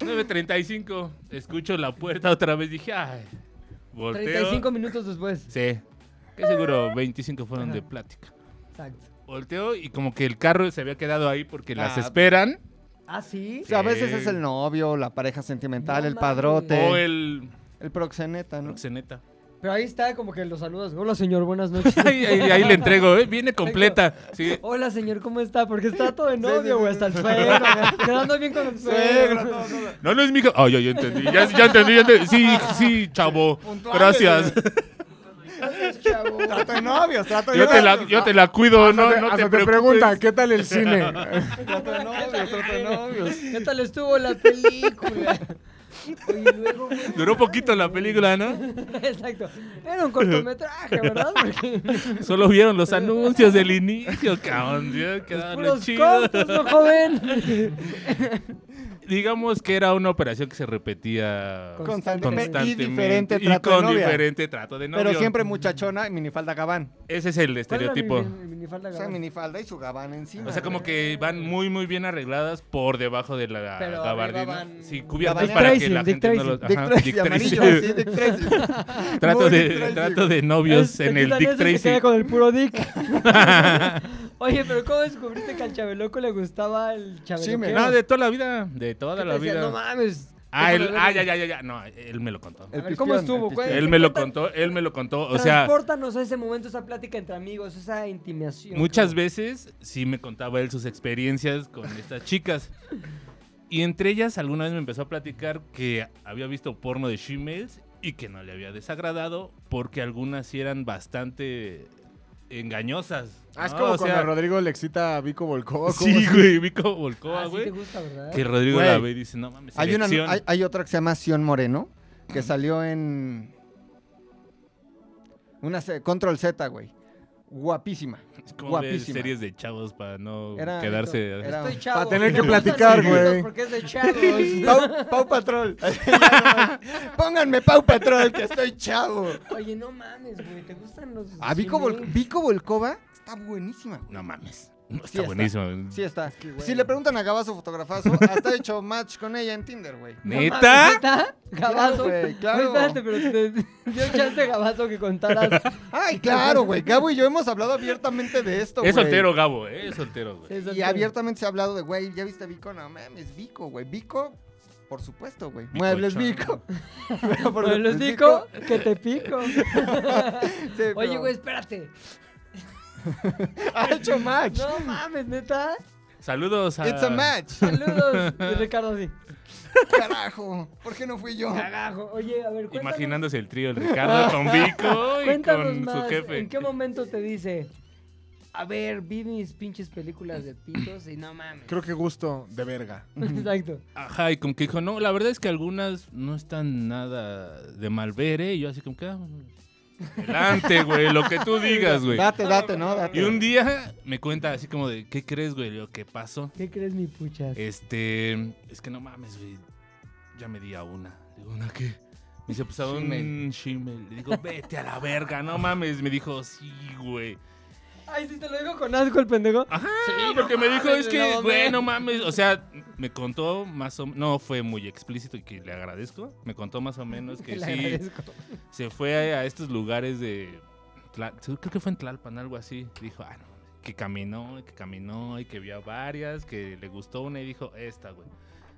F: 9.35. Escucho la puerta otra vez. Dije, ay. Volteo.
D: 35 minutos después.
F: Sí. Que seguro 25 fueron de plática.
D: Exacto.
F: Volteo y como que el carro se había quedado ahí porque las
A: Ah.
F: esperan.
D: ¿Ah, sí?
A: O sea, a veces es el novio, la pareja sentimental,
D: No
A: el
D: mames.
A: padrote,
F: O
A: el...
F: el
A: proxeneta, ¿no?
F: proxeneta.
D: Pero ahí está como que los saludos. Hola, señor, buenas noches.
F: Ahí, ahí- ahí le entrego, ¿eh? Viene completa. Sí.
D: Hola, señor, ¿cómo está? Porque está todo de
A: sí,
D: novio, güey,
A: sí.
D: hasta el suegro. güey. Quedando bien con el suegro.
F: No, no es mi hija. Ay, ya, ya entendí. Ya, ya entendí, ya entendí. Sí, sí, chavo. Gracias.
A: Trato de novios, trato de
F: Yo te la,
A: novios. Ah,
F: yo te la cuido, no, no te,
E: Hasta te Ah,
F: preocupes.
E: pregunta, ¿qué tal el cine?
A: Trato de novios, trato de novios.
D: ¿Qué tal estuvo la película? Oye, y luego, güey,
F: Duró poquito la película, ¿no?
D: Exacto. Era un cortometraje, ¿verdad? Porque
F: Solo vieron los anuncios del inicio, cabrón. Dios, quedaron los
D: puros
F: chidos.
D: cortos, ¿no, joven?
F: Digamos que era una operación que se repetía
A: Constantemente.
F: constantemente.
A: Y diferente
F: y
A: trato de
F: con
A: novia.
F: diferente trato de novio.
A: Pero siempre muchachona y minifalda gabán.
F: Ese es el
D: ¿Cuál era mi-
F: estereotipo.
D: mi- mi minifalda
A: O sea,
D: gabán?
A: minifalda y su gabán encima.
F: O sea, como
A: güey.
F: que van muy, muy bien arregladas por debajo de la
D: Pero
F: gabardina.
D: arriba van-
F: Sí, cubiertas
A: Dick
F: para que
D: Tracy,
F: la
D: Dick
F: gente no los...
A: Dick
F: Ajá,
A: Tracy,
F: Dick
A: amarillo,
F: Tracy.
A: sí, Dick Tracy.
F: trato,
A: Muy
F: de,
A: Dick Tracy,
F: trato
A: güey.
F: de novios
D: Es-
F: en
D: te quitan
F: el Dick
D: ese que se queda
F: Tracy.
D: con el puro Dick. Oye, pero ¿cómo descubriste que al Chabeloco le gustaba el Chabeloco?
F: No, de toda la vida. De toda la
D: No
F: vida.
D: mames.
F: Ah, él,
D: déjame
F: ah,
D: ver".
F: ya, ya, ya, ya. No, él me lo contó.
D: A ver, ¿Cómo
A: pispión,
D: estuvo,
A: el
D: güey?
F: Él me lo
D: cuenta-
F: contó, él me lo contó. O sea,
D: Transpórtanos a ese momento, esa plática entre amigos, esa intimación.
F: muchas veces sí me contaba él sus experiencias con estas chicas. Y entre ellas alguna vez me empezó a platicar que había visto porno de shemales y que no le había desagradado porque algunas sí eran bastante engañosas.
E: Ah, es
F: ¿no?
E: como
F: O
E: cuando
F: sea,
E: a Rodrigo le excita a Vico Volcó.
F: Sí, güey, vi como Volcó,
D: Ah, sí
F: güey.
D: te gusta, ¿verdad?
F: que Rodrigo
A: Güey.
F: la ve y dice, no mames,
A: Hay, una,
F: selección".
A: hay, hay otra que se llama Sion Moreno, que salió en. Una se- Control Z, güey. Guapísima.
F: Es como ver
A: Guapísima.
F: series de chavos para no
A: Era-
F: quedarse...
A: era-
D: Estoy chavo.
E: Pa' tener
D: me
E: que
D: gustan
E: platicar,
D: los viejitos
E: güey.
D: Porque es de chavos.
A: Pau, Pau Patrol. Pónganme Pau Patrol, que estoy chavo.
D: Oye, no mames, güey, te gustan los
A: A Vico, Vol-
D: Gmail?
A: Vico Volcova está buenísima. güey.
F: No mames. No,
A: Sí
F: está
A: está.
F: buenísimo.
A: Sí está. Si le preguntan a Gabazo Fotografazo, hasta he hecho match con ella en Tinder, güey.
F: ¿Neta?
D: ¿Neta? Gabazo.
A: güey,
D: Oye,
A: claro.
D: espérate, pero te te dio chance Gabazo que contaras.
A: Ay, claro, güey. Gabo y yo hemos hablado abiertamente de esto, güey.
F: Es soltero, Gabo, ¿eh? Es soltero, güey.
D: eso,
A: Y
D: pero-
A: abiertamente se ha hablado de, güey, ¿ya viste a Vico? No mames, Vico, güey. Vico, por supuesto, güey.
F: Vico
A: Muebles
F: Chano.
A: Vico. Pero por
D: Pues los
A: supuesto,
D: digo que te pico.
A: Sí,
D: Oye,
A: pero-
D: güey, espérate.
A: Ha hecho match.
D: No mames, neta.
F: Saludos a.
A: It's a match.
D: Saludos. Y Ricardo así.
A: Carajo, ¿por qué no fui yo?
D: Cagajo. Oye, a ver, cuéntanos,
F: Imaginándose el trío, el Ricardo con Vico y
D: cuéntanos
F: con
D: más.
F: su jefe.
D: ¿En qué momento te dice? A ver, vi mis pinches películas de pitos y no mames.
E: Creo que gusto de verga.
D: Exacto.
F: Ajá, y como que dijo, no, la verdad es que algunas no están nada de mal ver, ¿eh? Y yo así como que, ah, adelante, güey, lo que tú digas, güey.
A: Date, date, ¿no?
F: Y
A: Date.
F: un día me cuenta así como de, ¿qué crees, güey? Lo que pasó.
D: ¿Qué crees, mi puchas?
F: Este, es que no mames, güey, ya me di a una. Digo, ¿una qué? Me dice, pues a un shimmel. Le digo, vete a la verga, no mames. Me dijo, sí, güey.
D: Ay, sí, te lo digo con asco el pendejo.
F: Ajá,
D: Sí, no
F: porque me dijo,
D: mames,
F: es que,
D: no
F: güey,
D: mames.
F: no mames. O sea, me contó más o menos, no fue muy explícito y que le agradezco. Me contó más o menos que
D: Le
F: sí,
D: agradezco.
F: se fue a, a estos lugares de, Tla- creo que fue en Tlalpan, algo así. Dijo, ah, no, que caminó, y que caminó y que vio a varias, que le gustó una y dijo, esta, güey.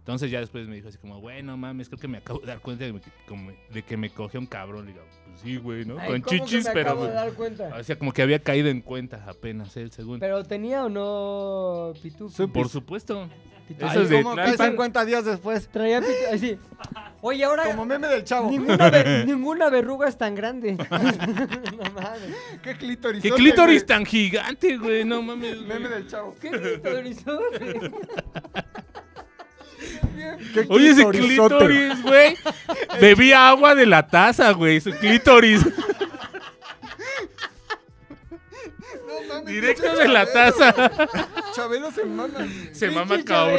F: Entonces ya después me dijo así como, bueno, mames, creo que me acabo de dar cuenta de, que- como- de que me cogió un cabrón. Le digo, pues sí, güey, ¿no?
D: Ay,
F: Con
D: ¿cómo que me
F: chichis, pero... pues,
D: acabo de
F: güey.
D: dar cuenta?
F: O sea, como que había caído en cuenta apenas, ¿eh? el segundo.
D: Pero tenía o no pitufo.
F: Por supuesto.
D: Pitufo.
F: Eso es de
A: como que
F: Tlalpan.
A: 50 días después.
D: Traía pitufo. Así. Oye, ahora.
A: Como meme del chavo.
D: Ninguna, ver- ninguna verruga es tan grande. no mames.
A: ¿Qué clítoris?
F: ¡Qué
A: oye,
F: clítoris tan gigante, güey! No mames,
A: güey?
F: güey.
A: Meme del chavo.
D: ¿Qué clitorizote?
E: ¿Qué
F: Oye, ese
E: clitorizote.
F: clítoris, güey. Bebía agua de la taza, güey. Su clítoris.
A: No mames.
F: Directo
A: pinche
F: de la
A: Chabelo.
F: taza.
A: Chabelo se mama. güey.
F: Se mama
D: Pinche
F: cabrón,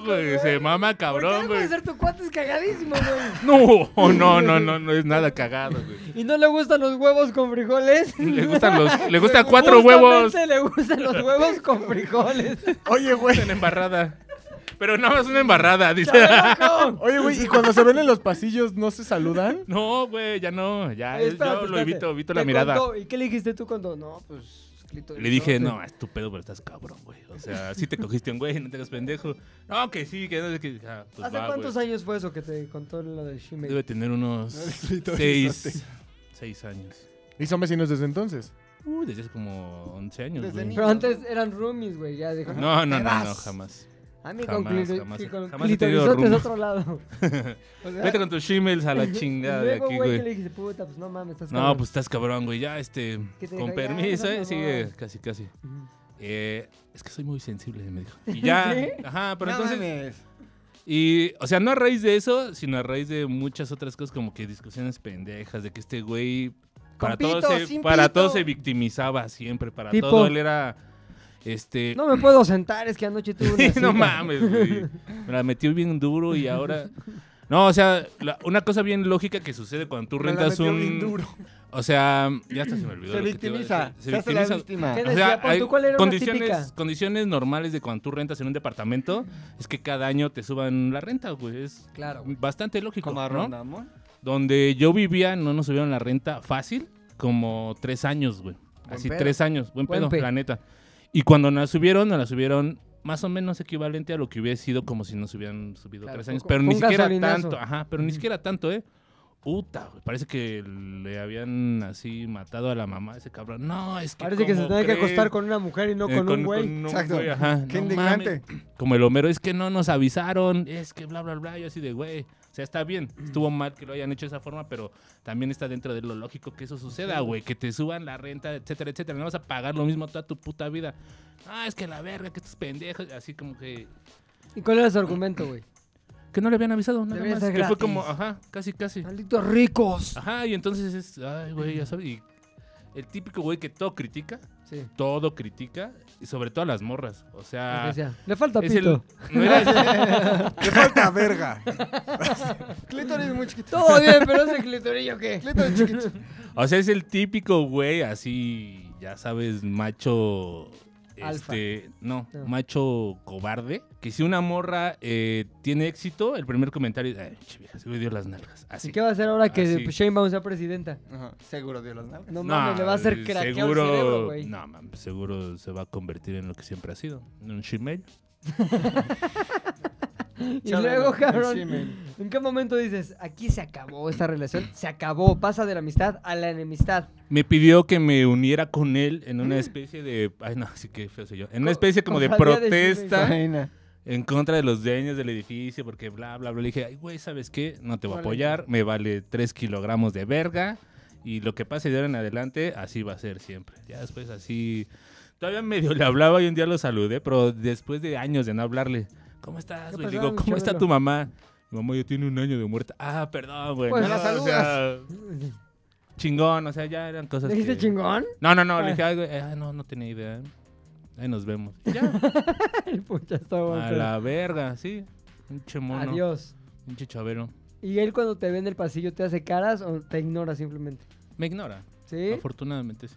D: chabelón,
F: güey. Se mama cabrón,
D: Porque
F: güey.
D: ser tu cuate es cagadísimo, güey.
F: No, oh, no, no, no, no es nada cagado, güey.
D: ¿Y no le gustan los huevos con frijoles?
F: Le gustan los, le gustan cuatro
D: Justamente
F: huevos
D: le gustan los huevos con frijoles.
E: Oye, güey.
F: en embarrada. Pero nada más una embarrada, dice.
D: ¡Chabelaco!
E: Oye, güey, y cuando se ven en los pasillos, ¿no se saludan?
F: No, güey, ya no, ya
D: Ay, espérate,
F: yo lo
D: espérate.
F: evito, evito la
D: Te
F: mirada.
D: contó, ¿Y qué le dijiste tú cuando? No, pues. clitorizote.
F: Le dije, no, es tu pedo, pero estás cabrón, güey. O sea, sí te cogiste un güey, no te hagas pendejo. No, que sí, que no sé qué. Ah, pues
D: ¿Hace
F: va,
D: cuántos
F: güey.
D: años fue eso que te contó lo del Shimei?
F: Debe tener unos seis, seis años.
E: Y son vecinos desde entonces.
F: Uy, desde hace como 11 años,
A: Desde
F: güey.
A: niño.
D: Pero antes eran roomies, güey. Ya dijo. "Ah,
F: No, no,
A: Te
F: no, no,
A: vas.
F: jamás.
D: A mí con,
F: Jamás,
D: clito-
F: jamás,
D: que con
F: jamás he tenido
D: clitorizote es
F: roomie.
D: otro lado. O sea,
F: Vete con tus shimels a la chingada de
D: luego,
F: aquí,
D: ¿qué le
F: güey.
D: dijiste? Puta, pues no mames, estás
F: No,
D: cabrón.
F: pues estás cabrón, güey. Ya, este,
D: Que te
F: con
D: diga, ya,
F: permiso,
D: no,
F: eh.
D: no,
F: Sigue,
D: no.
F: casi, casi.
D: Ujú.
F: Eh, es que soy muy sensible, me dijo. Y ya,
D: ¿Sí?
F: ajá, pero
A: No
F: entonces...
A: mames.
F: Y, o sea, no a raíz de eso, sino a raíz de muchas otras cosas, como que discusiones pendejas, de que este güey para,
A: pito,
F: todo, se,
A: sin
F: para
A: pito.
F: todo se victimizaba siempre, para
D: Tipo.
F: todo él era, este...
D: No me puedo sentar, es que anoche tuve una
F: Sí,
D: cita.
F: no mames, güey. Me la metió bien duro y ahora... No, o sea, la- una cosa bien lógica que sucede cuando tú
A: Me la
F: rentas
A: metió
F: un...
A: bien duro.
F: O sea, ya hasta se me olvidó.
A: Se
F: lo que te iba a
A: victimiza.
F: decir.
A: Se hace la víctima.
D: ¿Qué
F: O
D: decía?
F: sea,
D: Pon
F: hay
D: tú, ¿cuál era una
F: condiciones,
D: típica?
F: condiciones normales de cuando tú rentas en un departamento es que cada año te suban la renta, güey. Es
D: Claro, güey.
F: bastante lógico,
A: Como a
F: ¿no?
A: Rondamón.
F: Donde yo vivía no nos subieron la renta fácil, como tres años, güey.
D: Buen
F: Así
D: pedo.
F: tres años, buen,
D: Buen
F: pedo,
D: pe.
F: la neta. Y cuando nos subieron, nos la subieron más o menos equivalente a lo que hubiese sido como si nos hubieran subido
D: Claro,
F: tres
D: fue
F: años.
D: como-
F: Pero
D: fue
F: ni
D: un
F: siquiera
D: gasolinazo.
F: tanto, ajá, pero ni siquiera tanto, ¿eh? Puta, güey, parece que le habían así matado a la mamá a ese cabrón. No, es que
D: Parece que se
F: ¿cómo
D: tenía que
F: crees?
D: acostar con una mujer y no
F: Eh,
D: con, un güey.
F: con
A: Exacto.
F: güey, ajá,
A: Qué
F: no
A: indignante.
F: mames. Como el Homero, es que no nos avisaron, es que bla, bla, bla. Yo así de, güey, o sea, está bien. Estuvo mal que lo hayan hecho de esa forma, pero también está dentro de lo lógico que eso suceda, güey. Que te suban la renta, etcétera, etcétera. No vas a pagar lo mismo toda tu puta vida. Ah, es que la verga, que estos pendejos. Así como que...
D: ¿Y cuál era su argumento, güey?
F: Que no le habían avisado nada
D: Debería
F: más.
D: ser
F: Que fue
D: gratis.
F: como, ajá, casi, casi.
D: Malditos ricos.
F: Ajá, y entonces es, ay, güey, ya sabes. Y el típico güey que todo critica,
D: Sí.
F: todo critica, y sobre todo a las morras. O sea...
D: Decía, Le falta
F: Ah, Es
D: pito.
F: el- no era-
A: Le falta verga. clítoris muy chiquito.
D: Todo bien, pero ese clitorillo qué.
A: Clítoris chiquito.
F: o sea, es el típico güey así, ya sabes, macho.
D: Alfa.
F: Este, no,
D: No.
F: macho cobarde. Que si una morra eh, tiene éxito, el primer comentario es: Ay, che, vieja, se me dio las nalgas.
D: ¿Y
F: Así.
D: qué va a hacer ahora que pues,
F: Así.
D: Sheinbaum sea presidenta?
A: Ajá, Seguro dio las nalgas.
D: No mames, le va a hacer craquear el cerebro, güey.
F: No, mames, seguro se va a convertir en lo que siempre ha sido: en un shimel.
D: Y
A: Chale,
D: luego,
A: no,
D: cabrón,
A: sí, men.
D: ¿en qué momento dices, aquí se acabó esta relación? Se acabó, pasa de la amistad a la enemistad.
F: Me pidió que me uniera con él en una especie de. Ay, no, sí que feo soy yo. En una
D: Co-
F: especie como de
D: cofradía de
F: protesta
A: Vaina.
F: en contra de los dueños del edificio, porque bla, bla, bla. Le dije, ay, güey, ¿sabes qué? No te voy a apoyar, me vale 3 kilogramos de verga. Y lo que pase de ahora en adelante, así va a ser siempre. Ya después así. Todavía medio le hablaba y un día lo saludé, pero después de años de no hablarle, ¿cómo estás?
D: ¿Qué
F: güey? Le
D: pasó,
F: digo,
D: mi
F: ¿cómo está
D: chabelo?
F: tu mamá? Mi mamá ya tiene un año de muerta. Ah, perdón, güey.
D: Pues,
F: No,
D: la
F: o sea, chingón, o sea, ya eran cosas.
D: ¿Le dijiste
F: que-
D: chingón?
F: No, no, no,
D: Ah.
F: le dije, ay, güey, ah, no, no tenía idea. Ahí nos vemos. Ya.
D: El pucha está bueno.
F: A la verga, sí. Un chemono.
D: Adiós.
F: Un chichabelo.
D: ¿Y él cuando te ve en el pasillo te hace caras o te ignora simplemente?
F: Me ignora.
D: ¿Sí?
F: Afortunadamente, sí.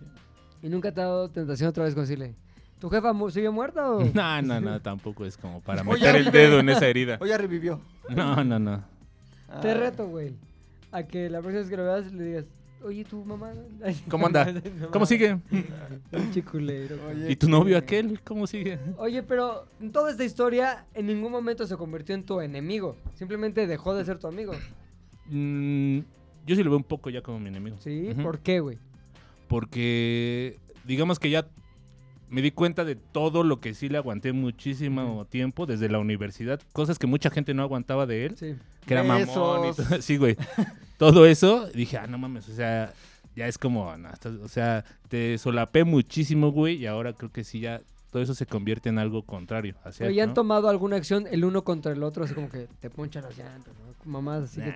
D: ¿Y nunca te ha dado tentación otra vez con decirle, ¿tu jefa mu- sigue muerta o...?
F: No, no, no, tampoco es como para
A: Oye,
F: meter el
A: vive.
F: dedo en esa herida.
A: O ya revivió.
F: No, no, no.
D: Te reto, güey. A que la próxima vez que lo veas le digas, oye, tu mamá.
F: ¿Cómo anda?
D: No
F: ¿Cómo
D: mames,
F: sigue?
D: pinche culero, güey.
A: Oye,
F: ¿Y tu novio aquel? ¿Cómo sigue?
D: Oye, pero en toda esta historia en ningún momento se convirtió en tu enemigo. Simplemente dejó de ser tu amigo.
F: Mm, yo sí lo veo un poco ya como mi enemigo.
D: ¿Sí?
F: Ujú.
D: ¿Por qué, güey?
F: Porque digamos que ya me di cuenta de todo lo que sí le aguanté muchísimo tiempo desde la universidad. Cosas que mucha gente no aguantaba de él.
D: Sí.
F: que era mamón y
A: Besos.
F: todo. Sí, güey. Todo eso, dije, ah, no mames, o sea, ya es como, no, estás- o sea, te solapé muchísimo, güey, y ahora creo que sí ya todo eso se convierte en algo contrario. Hacia,
D: Oye, ¿han
F: ¿no?
D: tomado alguna acción el uno contra el otro? Así como que te ponchan las llantas, ¿no? Mamás así que...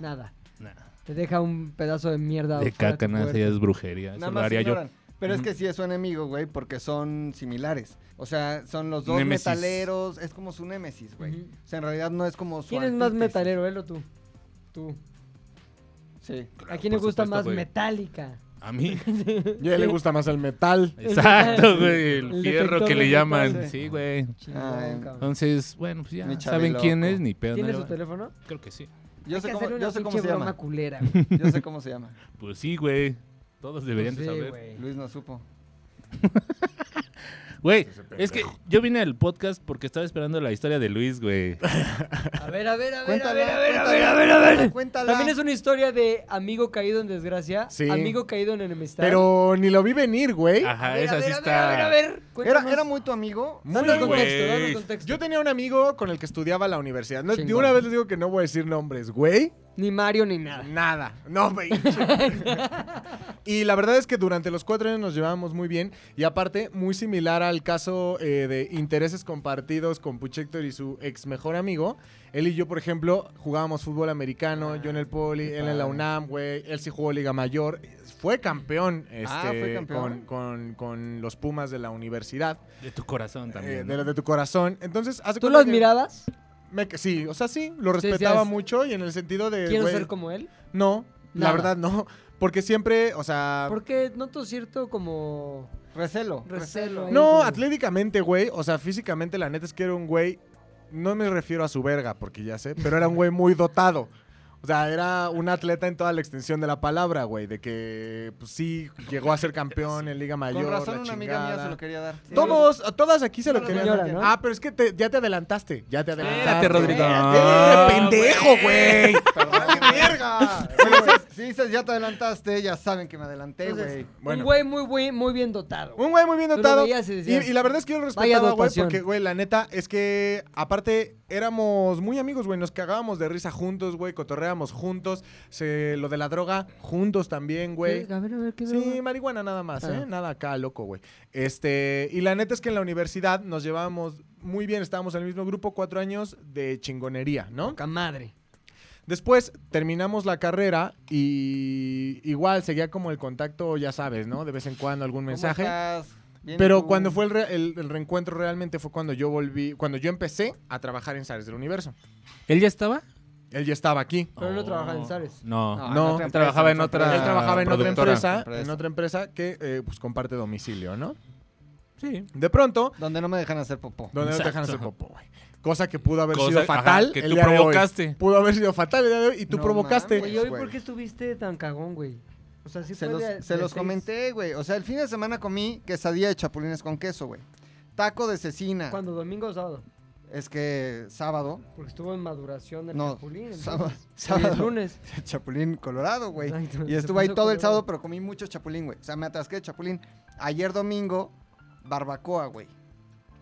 D: Nada.
F: Nah.
D: Te deja un pedazo de mierda.
F: De
D: fuera tu
F: caca, nada, eso
D: puerta.
F: ya es brujería. Eso
A: Nada
F: lo
A: más
F: haría yo.
A: ignoran. Pero es que sí es su enemigo, güey, porque son similares. O sea, son los dos
F: Némesis.
A: metaleros. Es como su némesis, güey.
D: Ujú.
A: O sea, en realidad no es como su.
D: ¿Quién es más
A: antítesis.
D: metalero, él o tú? Tú.
A: Sí.
D: ¿A quién le
F: por
D: gusta
F: supuesto,
D: más
F: güey.
D: metálica?
F: A mí.
E: Ya le gusta más el metal.
F: Exacto, güey.
D: El
F: El fierro que
D: detector de
F: le llaman.
D: metal.
F: Sí, güey.
D: Chingón,
A: Ay,
D: cabrón.
F: Entonces, bueno, pues
A: Mi
F: ya saben quién
A: chaviloco.
F: es, ni pedo. no
D: ¿Tienes
F: le
D: su
F: va-
D: teléfono?
F: Creo que sí.
A: Yo
D: Hay
A: sé
D: que
A: cómo,
D: hacerle
A: yo
D: una
A: sé cómo
D: pinche
A: se
D: broma
A: llama.
D: culera. güey.
A: Yo sé cómo se llama.
F: Pues sí, güey. Todos deberían de
D: Sí,
F: saber.
D: güey.
A: Luis no supo.
F: Güey, es que yo vine al podcast porque estaba esperando la historia de Luis, güey.
D: A ver, a ver, a ver, a
A: Cuéntala,
D: ver, a ver, a
A: cuéntala,
D: ver, a ver, a ver.
A: Cuéntala.
D: También es una historia de amigo caído en desgracia,
E: Sí.
D: amigo caído en enemistad.
E: Pero ni lo vi venir, güey.
D: a
F: Ajá,
D: ver,
F: Ah, esa
D: a
F: sí
D: ver, a ver,
F: está.
D: a ver, a ver.
A: Era,
D: Cuéntanos.
A: era muy tu amigo.
E: Muy
D: Danos
E: güey.
D: contexto, danos
F: güey.
D: contexto.
E: Yo tenía un amigo con el que estudiaba la universidad. No, de
D: Chingón.
E: una vez les digo que no voy a decir nombres, güey.
D: Ni Mario ni nada.
E: Nada. No, güey. y la verdad es que durante los cuatro años nos llevábamos muy bien. Y aparte, muy similar al caso eh, de intereses compartidos con Puchector y su ex mejor amigo. Él y yo, por ejemplo, jugábamos fútbol americano. yo en el Poli, él en la UNAM, güey. Él sí jugó Liga Mayor. Fue campeón, este,
A: Ah, ¿fue campeón?
E: Con, con- con los Pumas de la universidad,
F: De tu corazón
E: eh,
F: también.
E: de,
F: ¿no?
E: de tu corazón. Entonces, hace
D: ¿Tú lo
E: admirabas?
D: admirabas?
E: Me- sí, o sea, sí, lo
D: Sí,
E: respetaba
D: decías,
E: mucho y en el sentido de.
D: Quiero
E: güey,
D: ser como él.
E: No,
D: Nada.
E: la verdad no. Porque siempre, o sea.
D: Porque noto cierto como
A: Recelo.
D: recelo. ahí,
E: No,
D: como-
E: atléticamente, güey. O sea, físicamente, la neta es que era un güey. No me refiero a su verga, porque ya sé, pero era un güey muy dotado. O sea, era un atleta en toda la extensión de la palabra, güey. De que, pues sí, llegó a ser campeón en Liga Mayor.
A: Con razón,
E: la
A: una amiga mía se
E: chingada.
A: lo quería dar.
E: Todos, a todas aquí se lo
A: Una
E: querían.
D: señora,
E: dar.
D: ¿no?
E: Ah, pero es que te- ya te adelantaste. Ya te adelantaste.
D: Ah,
F: Espérate, Rodrigo.
A: Ah,
E: Espérate, pendejo, güey.
A: ¡Verga! Si dices, ya te adelantaste, ya saben que me adelanté, güey.
E: Bueno.
D: Un güey muy, muy, muy bien dotado.
E: Un güey muy bien
D: Tú lo
E: dotado. Y,
D: veías y decías,
E: y la verdad es que yo lo
D: "Vaya
E: respetaba, güey,
D: dotación".
E: porque, güey, la neta es que, aparte, éramos muy amigos, güey. Nos cagábamos de risa juntos, güey. Cotorreábamos juntos. Se, lo de la droga, juntos también, güey.
D: A ver, a ver, qué
E: Sí, marihuana nada más,
D: Ah.
E: ¿eh? Nada acá, loco, güey. Este, y la neta es que en la universidad nos llevábamos muy bien. Estábamos en el mismo grupo, cuatro años de chingonería, ¿no?
D: Poca madre.
E: Después terminamos la carrera y igual seguía como el contacto, ya sabes, ¿no? De vez en cuando algún
A: ¿Cómo
E: mensaje.
A: estás? Bien,
E: Pero
A: tú.
E: cuando fue el, re- el- el reencuentro realmente fue cuando yo volví, cuando yo empecé a trabajar en Sales del Universo.
F: ¿Él ya estaba?
E: Él ya estaba aquí.
D: Pero él no trabajaba en Zares.
A: No,
F: No. no.
A: en otra
E: No,
F: Ah, él
A: empresa,
F: trabajaba en otra-
E: Él trabajaba en otra
F: productora.
E: empresa,
A: Empresa.
E: en otra empresa que eh, pues comparte domicilio, ¿no?
F: Sí.
E: De pronto,
A: Donde no me dejan hacer popó.
E: donde no te
F: Exacto.
E: dejan hacer popó, güey. Cosa que pudo haber
F: Cosa-
E: sido
F: ajá,
E: fatal.
F: que
E: el
F: tú
E: día de hoy.
F: provocaste.
E: Pudo haber sido fatal el día de hoy y tú
A: No
E: provocaste.
A: mames,
D: Oye, hoy
A: güey.
D: ¿por qué estuviste tan cagón, güey? O sea, sí
A: Se
D: fue
A: los,
D: de-
A: se
D: de
A: los
D: seis.
A: comenté, güey. O sea, el fin de semana comí quesadilla de chapulines con queso, güey. Taco de cecina.
D: ¿Cuándo? ¿Domingo o sábado?
A: es que sábado,
D: Porque estuvo en maduración el
A: No,
D: chapulín.
A: sábado-
D: entonces.
A: sábado.
D: Hoy es lunes.
A: Chapulín Colorado, güey.
D: Exacto,
A: Y
D: se
A: estuve ahí
D: puso
A: todo el
D: colorado.
A: sábado, pero comí mucho chapulín, güey. O sea, me atasqué de chapulín. Ayer domingo, barbacoa, güey.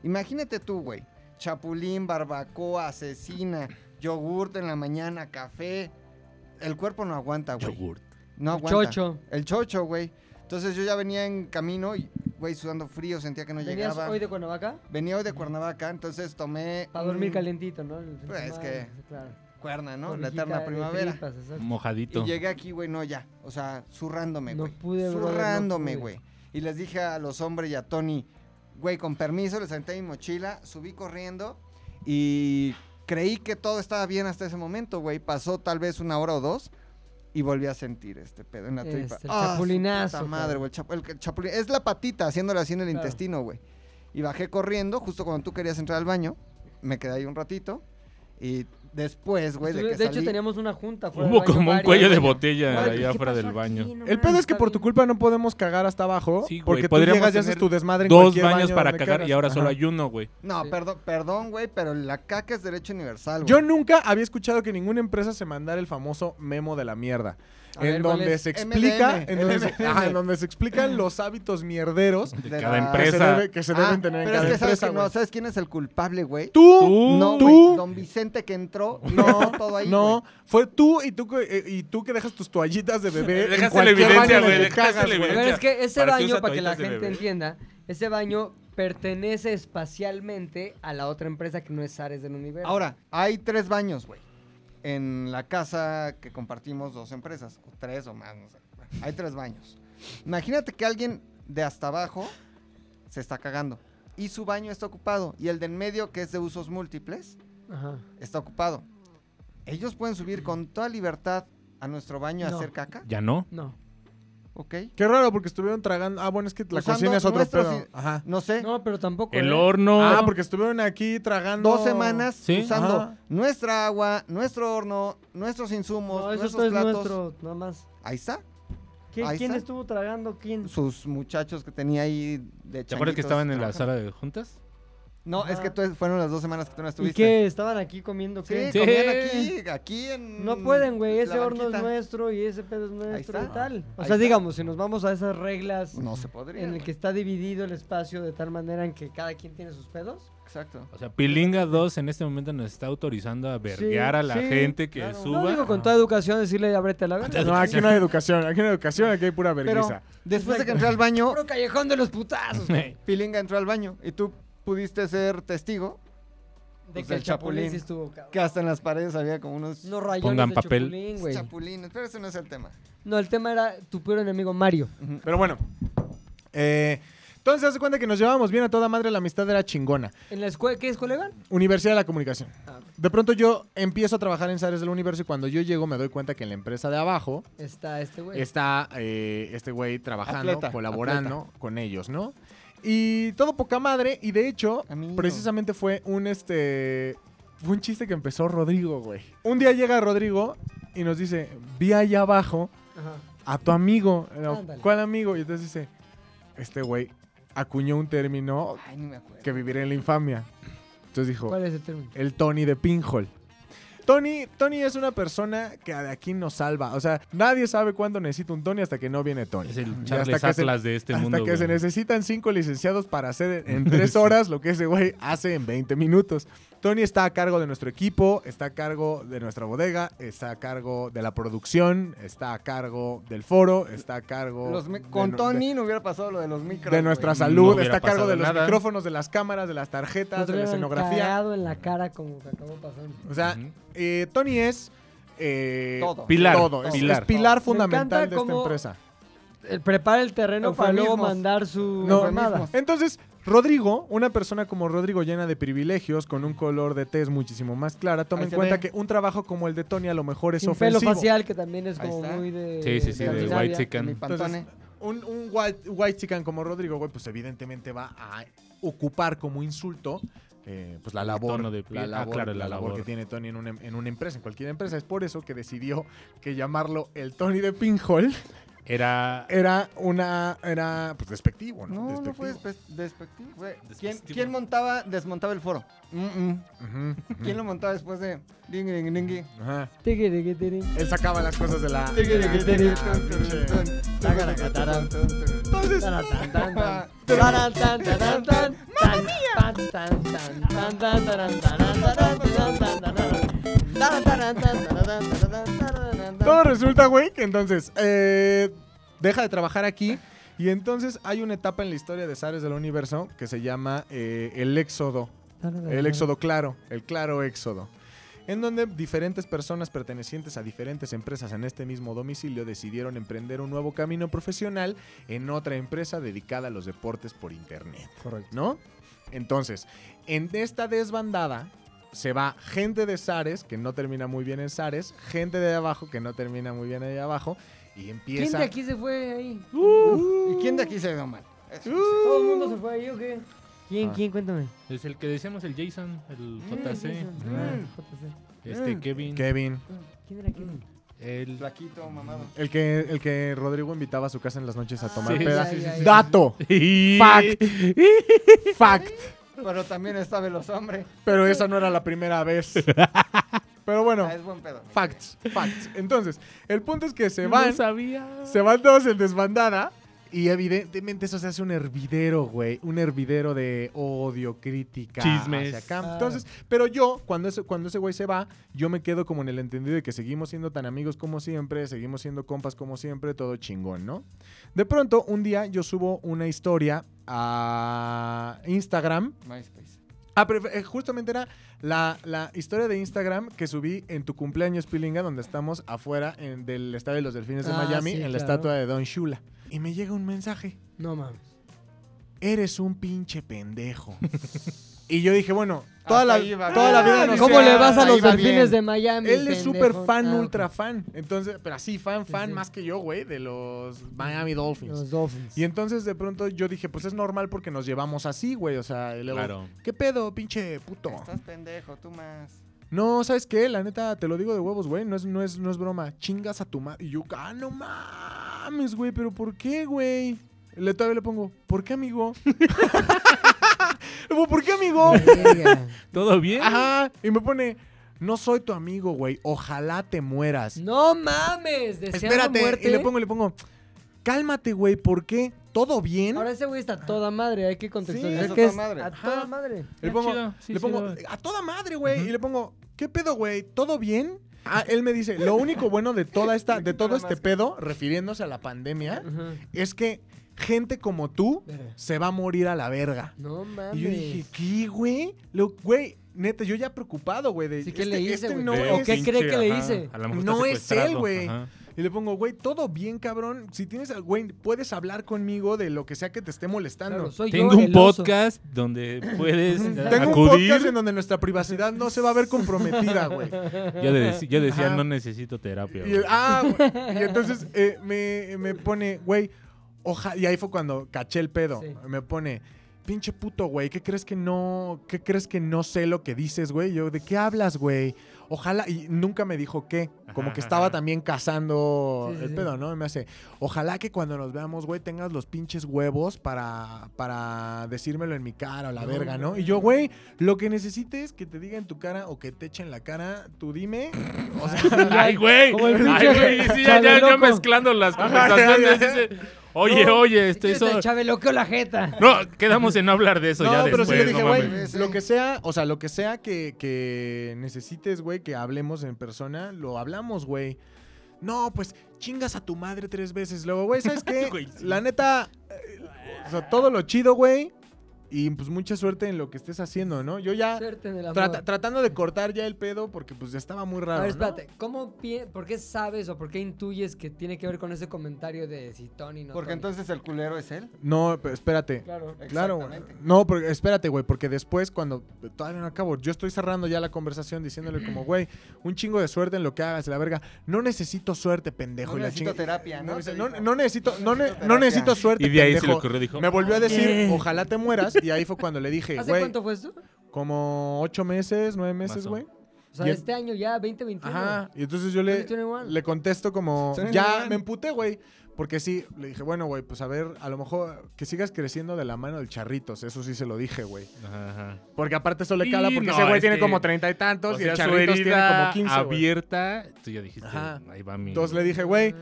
A: Imagínate tú, güey. Chapulín, barbacoa, asesina, yogurt en la mañana, café. El cuerpo no aguanta, güey.
F: Yogurt.
A: No aguanta.
D: chocho.
A: El chocho, güey. Entonces yo ya venía en camino y, güey, sudando frío, sentía que no
D: ¿Venías
A: llegaba.
D: hoy de Cuernavaca?
A: Venía hoy de Cuernavaca, entonces tomé...
D: Para dormir
A: un
D: calientito, ¿no? El fin de
A: Mm. Pues, es
D: semana,
A: que-
D: Claro.
A: Cuerna, ¿no?
D: Con
A: La
D: hojita
A: eterna
D: de
A: primavera.
D: tripas, exacto.
F: Mojadito.
A: Y llegué aquí, güey, no, ya. O sea, zurrándome,
D: No
A: güey.
D: pude, brother, no
A: Zurrándome,
D: pude.
A: güey. Y les dije a los hombres y a Tony, güey, con permiso, les senté mi mochila, subí corriendo y creí que todo estaba bien hasta ese momento, güey. Pasó tal vez una hora o dos y volví a sentir este pedo en la
D: Este,
A: tripa.
D: el
A: ¡Ah, su
D: chapulinazo,
A: puta madre,
D: cabrón.
A: güey. el chapu- el- el chapulín- Es la patita haciéndole así en el
D: Claro.
A: intestino, güey. Y bajé corriendo, justo cuando tú querías entrar al baño. Me quedé ahí un ratito. Y después, güey, Pues, de
D: Estuve-
A: que
D: de hecho,
A: salí-
D: teníamos una junta. fuera
F: Hubo
D: del baño,
F: como un
D: varias.
F: cuello de botella
D: Oye,
F: allá
D: ¿qué
F: afuera del
D: pasó
F: baño.
D: aquí? No
E: El
D: mames,
E: pedo es
D: está
E: que por tu
D: bien.
E: culpa no podemos cagar hasta abajo.
F: Sí, güey,
E: porque tú
F: podríamos
E: llegas y haces
F: tener
E: tu desmadre en
F: Dos
E: cualquier
F: baños
E: baño
F: para
E: donde
F: cagar
E: quieras.
F: y ahora solo
E: Ajá.
F: hay uno, güey.
A: No,
D: Sí.
A: perdón, perdón, güey, pero la caca es derecho universal, güey.
E: Yo nunca había escuchado que ninguna empresa se mandara el famoso memo de la mierda.
D: A
E: En
D: ver, ¿cuál
E: donde
D: es?
E: se explica,
A: MDM.
E: en donde, se, ajá, en donde se explican los hábitos mierderos
A: De la-
F: De cada
E: que se,
F: empresa.
E: debe- que se
A: Ah,
E: deben tener en
A: pero
E: cada
A: es que sabes,
E: empresa,
A: que no,
E: güey.
A: ¿sabes quién es el culpable, güey?
E: Tú,
F: Tú,
A: no,
E: tú.
A: güey, Don Vicente que entró, no, todo ahí.
E: no,
A: güey.
E: fue tú y tú, que- eh, y tú que dejas tus toallitas de bebé. en
F: Dejaste la
E: cualquier
F: evidencia,
E: baño en el
F: güey.
E: que
F: Dejaste
E: cagas,
F: la
E: güey.
F: evidencia.
D: Pero es que ese
F: Para que
D: baño,
F: usa
D: para que la
F: toallitas de
D: gente
F: bebé.
D: entienda, ese baño pertenece espacialmente a la otra empresa que no es Ares del Universo.
A: Ahora, hay tres baños, güey. En la casa que compartimos dos empresas, o tres o más, no sé. Hay tres baños. Imagínate que alguien de hasta abajo se está cagando y su baño está ocupado y el de en medio, que es de usos múltiples,
D: Ajá.
A: está ocupado. ¿Ellos pueden subir con toda libertad a nuestro baño
D: No.
A: a hacer caca?
F: Ya no.
D: No.
A: ¿Ok?
E: Qué raro, porque estuvieron tragando. Ah, bueno, es que la
A: Usando
E: cocina es otro
A: nuestros
E: pedo.
A: in-
E: Ajá.
A: No sé.
D: No, pero tampoco.
F: El
D: ¿eh?
F: horno.
E: Ah, porque estuvieron aquí tragando.
A: Dos semanas
F: Sí,
A: usando
E: ajá.
A: nuestra agua, nuestro horno, nuestros insumos,
D: No, eso
A: nuestros
D: todo es
A: platos.
D: nuestro, nada más.
A: Ahí está.
D: ¿Qui-
A: Ahí
D: ¿Quién
A: está.
D: estuvo tragando? ¿Quién?
A: Sus muchachos que tenía ahí de
F: ¿Te acuerdas que
A: changuitos
F: estaban en la
A: trabajando.
F: sala de juntas?
A: No,
D: Ajá.
A: es que tú- fueron las dos semanas que tú no
D: ¿Y
A: estuviste.
D: qué? ¿Estaban aquí comiendo qué?
A: Sí,
F: Sí.
A: comían aquí, aquí en.
D: No pueden, güey.
A: la
D: Ese horno es
A: banquita.
D: nuestro y ese pedo es nuestro y
A: está.
D: tal. O
A: Ahí
D: sea,
A: está.
D: digamos, si nos vamos a esas reglas
A: No se podría.
D: en el
A: güey.
D: que está dividido el espacio de tal manera en que cada quien tiene sus pedos.
A: Exacto.
F: O sea, Pilinga 2 en este momento nos está autorizando a verguear a la
D: sí,
F: gente que
A: claro.
F: suba.
D: No digo con toda educación decirle abrete a la verga.
E: No, aquí no hay educación, aquí no hay educación, aquí hay pura
A: Pero
E: vergüenza.
A: después de que
D: Exacto.
A: entré al baño,
D: Puro callejón de los putazos. güey.
A: Pilinga entró al baño y tú pudiste ser testigo
D: De
A: Pues
D: que el
A: el
D: chapulín
A: chapulín.
D: sí estuvo, cabrón.
A: que hasta en las paredes había como unos
D: No rayones
F: Pongan
D: de
F: papel.
D: chapulín, güey.
A: chapulines, pero ese no es el tema.
D: No, el tema era tu peor enemigo Mario.
E: Pero bueno. eh, entonces, hace cuenta que nos llevábamos bien a toda madre, la amistad era chingona.
D: ¿En la escuela qué escuela iban?
E: Universidad de la Comunicación.
D: Ah, ok.
E: De pronto yo empiezo a trabajar en Zares del Universo y cuando yo llego me doy cuenta que en la empresa de abajo
D: Está este güey.
E: está eh, este güey trabajando,
A: Atleta,
E: colaborando con ellos, ¿no? Y todo poca madre. Y de hecho,
A: Amigo.
E: precisamente fue un este. Fue un chiste que empezó Rodrigo, güey. Un día llega Rodrigo y nos dice: Vi allá abajo
D: Ajá.
E: a tu amigo. Yo,
D: Ándale.
E: ¿Cuál amigo? Y entonces dice: Este güey acuñó un término
A: Ay, ni me acuerdo.
E: que vivirá en la infamia. Entonces dijo:
D: ¿Cuál es el término?
E: el Tony de Pinhole. Tony, Tony es una persona que de aquí nos salva. O sea, nadie sabe cuándo necesita un Tony hasta que no viene Tony.
F: Es el
E: Y
F: Charles
E: hasta que se-
F: Atlas de este
E: hasta
F: mundo.
E: que
F: güey.
E: se necesitan cinco licenciados para hacer en tres horas lo que ese güey hace en 20 minutos. Tony está a cargo de nuestro equipo, está a cargo de nuestra bodega, está a cargo de la producción, está a cargo del foro, está a cargo.
A: Los mi-
E: de
A: con
E: nu-
A: Tony no hubiera pasado lo de los
E: De,
A: micros.
E: de
A: güey.
E: nuestra
F: No
E: salud,
F: hubiera
E: está a cargo
F: pasado
E: de los
F: nada.
E: micrófonos, de las cámaras, de las tarjetas,
D: Nos
E: de la
D: hubieran
E: escenografía.
D: cagado en la cara como que acabó pasando.
E: O sea,
F: Ujú.
E: eh, Tony es eh,
A: Todo.
F: Pilar,
E: todo, Es es pilar,
F: pilar.
D: Me
E: fundamental
D: encanta
E: de esta
D: cómo-
E: empresa.
D: El Eh, prepara el terreno para luego
A: Eufemismos.
D: mandar su
E: No,
D: mamada.
E: Entonces, Rodrigo, una persona como Rodrigo llena de privilegios, con un color de tez muchísimo más clara, toma
A: Ahí
E: en
A: se
E: cuenta
A: ve.
E: que un trabajo como el de Tony a lo mejor es
D: Sin pelo
E: ofensivo.
D: facial, que también es
A: Ahí
D: como
A: está.
D: muy de.
F: Sí, sí, sí, de
D: Escandinavia.
F: White
A: En Mi
F: Chicken.
A: pantone.
E: Entonces, un, un white, white chican como Rodrigo, güey, pues evidentemente va a ocupar como insulto eh, pues la labor,
F: tono de
E: la
F: piel. Ah,
E: labor,
F: claro,
E: la
F: la
E: labor
F: labor.
E: que tiene Tony en una, em- en una empresa, en cualquier empresa. Es por eso que decidió que llamarlo el Tony de Pinhole
F: Era.
E: Era una. Era pues despectivo, ¿no?
A: No, no fue
E: Despectivo.
A: despe- despectivo. fue- ¿Quién,
F: Despectivo.
A: quién montaba, desmontaba el foro? Mm, mm.
E: Ujú, ujú.
A: ¿Quién lo montaba después de ding, ding, ding, ding?
E: Ajá.
B: Tiquiriquitirín.
E: Él sacaba las cosas de la. de la- de la pinche-
A: Entonces,
B: Tan, tan,
E: ah,
B: tan. Taran, tan, taran, tan. Tan, tan, tan, tan, tan, taran, taran, taran, taran, taran, taran, taran, taran, taran, taran, taran,
E: Todo
B: taran.
E: resulta, güey, que entonces eh, deja de trabajar aquí. Y entonces hay una etapa en la historia de Zares del Universo que se llama eh, el Éxodo. El Éxodo Claro, el Claro Éxodo. En donde diferentes personas pertenecientes a diferentes empresas en este mismo domicilio decidieron emprender un nuevo camino profesional en otra empresa dedicada a los deportes por internet. Correcto. ¿No? Entonces, en esta desbandada se va gente de Zares, que no termina muy bien en Zares, gente de abajo, que no termina muy bien ahí abajo, y
B: ¿Quién
E: empieza... Uh.
B: de aquí se fue ahí?
A: ¿Y quién de aquí se dio mal? Eso,
B: ¿Todo el mundo se fue ahí o qué? ¿Quién?
E: Ah.
B: ¿Quién? Cuéntame.
F: Es el que decíamos, el Jason, el JC, Ah.
B: Mm, JC.
E: Eh,
F: este Kevin.
E: Kevin,
B: ¿Quién era quién?
F: El,
A: Flaquito, mamado.
E: el que, el que Rodrigo invitaba a su casa en las noches a tomar
F: Sí,
E: peda.
F: sí, sí, sí.
E: ¡Dato! Fact. Fact.
A: Pero también está veloz, hombre.
E: Pero esa no era la primera vez. Pero bueno,
A: Ah, es buen pedo.
E: facts, facts. Entonces, el punto es que se
F: No
E: van,
F: sabía.
E: se van todos en desbandada. Y evidentemente eso se hace un hervidero, güey. Un hervidero de odio, crítica.
F: Chismes.
E: hacia acá. Entonces, pero yo, cuando ese, cuando ese güey se va, yo me quedo como en el entendido de que seguimos siendo tan amigos como siempre, seguimos siendo compas como siempre, todo chingón, ¿no? De pronto, un día yo subo una historia a Instagram
A: MySpace.
E: Ah, pero eh, justamente era la, la historia de Instagram que subí en tu cumpleaños, Pilinga, donde estamos afuera en- del Estadio de los Delfines de
B: Ah,
E: Miami,
B: sí,
E: en la
B: claro.
E: estatua de Don Shula. Y me llega un mensaje.
B: No mames.
E: Eres un pinche pendejo. y yo dije, bueno, toda,
A: Hasta
E: la,
A: ahí va
E: toda la
A: bien.
E: vida... nos-
B: ¿Cómo le vas a
A: ahí
B: los
A: va
B: delfines
A: bien.
B: de Miami?
E: Él es
B: pendejo?
E: súper fan,
B: Ah, ok.
E: ultra fan. Entonces, pero así, fan, fan,
B: sí.
E: más que yo, güey, de los Miami Dolphins.
B: Los Dolphins.
E: Y entonces de pronto yo dije, pues es normal porque nos llevamos así, güey. O sea, y luego,
F: Claro.
E: ¿qué pedo, pinche puto?
A: Estás pendejo, tú más.
E: No, ¿sabes qué? La neta, te lo digo de huevos, güey. No es, no es, no es broma. Chingas a tu madre. Y yo, ah, no mames, güey. ¿Pero por qué, güey? Le, todavía le pongo, ¿por qué, amigo? Le pongo, ¿Por qué, amigo?
B: Verga.
F: ¿Todo bien?
E: Ajá. Y me pone, no soy tu amigo, güey. Ojalá te mueras.
B: No mames, deseando
E: Espérate.
B: muerte.
E: Y le pongo, le pongo, cálmate, güey. ¿Por qué? ¿Todo bien?
B: Ahora ese güey está toda madre, hay que contextualizar.
A: está
B: que
A: toda
B: es
A: madre.
B: A toda madre.
E: Le
F: Ah,
E: pongo,
F: chido. Sí,
E: le
F: sí,
E: pongo,
F: lo veo.
E: a toda madre, güey. Y le pongo, ¿qué pedo, güey? ¿Todo bien? Ah, él me dice, lo único bueno de toda esta, de todo este pedo, refiriéndose a la pandemia, es que gente como tú
B: Verga.
E: se va a morir a la verga.
B: No mames.
E: Y yo dije, ¿qué, güey? Lo- Güey, neta, yo ya preocupado, güey. de,
B: Sí, ¿qué le hice, güey?
E: este no
B: Veo
E: es-
B: ¿O qué cree que le hice?
F: A lo mejor
E: No
F: está
E: es él,
F: secuestrado.
E: güey.
F: Ajá.
E: Y le pongo, güey, todo bien, cabrón. Si tienes, al- güey, puedes hablar conmigo de lo que sea que te esté molestando.
B: Claro, Ah, soy
F: Tengo
B: yo,
F: un
B: el oso.
F: podcast donde puedes
E: Tengo un
F: acudir.
E: podcast en donde nuestra privacidad no se va a ver comprometida, güey.
F: Yo, le decí- yo decía,
E: Ajá.
F: no necesito terapia.
E: Y,
F: güey.
E: el- ah, güey. Y entonces eh, me, me pone, güey, oja, y ahí fue cuando caché el pedo.
B: Sí.
E: Me pone, pinche puto, güey, ¿qué crees que no, qué crees que no sé lo que dices, güey? Yo, ¿de qué hablas, güey? Ojalá, y nunca me dijo qué, como que
F: Ajá,
E: estaba
F: ajá.
E: también cazando
B: Sí, sí,
E: el
B: sí.
E: pedo, ¿no? Y me hace, ojalá que cuando nos veamos, güey, tengas los pinches huevos para, para decírmelo en mi cara o la verga, ¿no? Y yo, güey, lo que necesites que te diga en tu cara o que te eche en la cara, tú dime. O sea,
F: Ay, güey.
B: Como el
F: Ay,
B: pinche
F: güey. Sí, ya, ya,
B: chaleloco.
F: ya mezclando las conversaciones. dice, oye, oye, este,
B: Este
F: eso.
B: te chabeloqueó la jeta.
F: No, quedamos en no hablar de eso
E: No,
F: ya
E: pero
F: después.
E: sí le dije,
F: no
E: güey,
F: mames.
A: mames.
E: lo que sea, o sea, lo que sea que, que necesites, güey, que hablemos en persona, lo hablamos, güey. No, pues chingas a tu madre tres veces. Luego, güey, ¿sabes qué?
F: Güey, sí.
E: La neta, eh, o sea, todo lo chido, güey. Y pues mucha suerte en lo que estés haciendo, ¿no? Yo ya
B: Suerte en el amor.
E: trata- tratando de cortar ya el pedo porque pues ya estaba muy raro.
B: A ver,
E: ¿no?
B: espérate, ¿cómo pi- ¿por qué sabes o por qué intuyes que tiene que ver con ese comentario de si Tony no
A: Porque
B: Tony?
A: entonces el culero es él.
E: No, pero espérate.
B: Claro.
E: Claro, güey.
A: Exactamente.
E: No, pero espérate, güey, porque después cuando todavía no acabo, yo estoy cerrando ya la conversación diciéndole como, güey, un chingo de suerte en lo que hagas, la verga. No necesito suerte, pendejo.
A: No
E: y la
A: necesito
E: chinga-
A: terapia, ¿no?
E: No,
A: Te
E: no-
A: dijo.
E: no necesito, no, ne-
A: necesito
E: no
A: terapia. "Oh,
E: necesito suerte.
F: Y de ahí se le
E: pendejo.
F: ocurrió, dijo.
E: Me volvió a decir,
B: "Oye".
E: ojalá te mueras. Y ahí fue cuando le dije,
B: ¿Hace
E: güey,
B: cuánto fue esto?
E: como ocho meses, nueve meses,
F: Más o-
E: güey.
B: O
E: Y
D: O sea,
E: en-
D: este año ya, 2021.
E: Ajá, y entonces yo le,
D: 2021.
E: le contesto como,
A: 2021.
E: ya me emputé, güey. Porque sí, le dije, bueno, güey, pues a ver, a lo mejor que sigas creciendo de la mano del charritos. Eso sí se lo dije, güey.
F: Ajá, ajá.
E: Porque aparte eso le
F: Y
E: cala, porque
F: no,
E: ese güey
F: es
E: tiene
F: que-
E: como treinta y tantos
F: O
E: y el
F: sea, su
E: charritos tiene
F: herida
E: como quince. güey.
F: abierta, tú ya dijiste,
E: Ajá.
F: ahí va mi...
E: Entonces le dije, güey,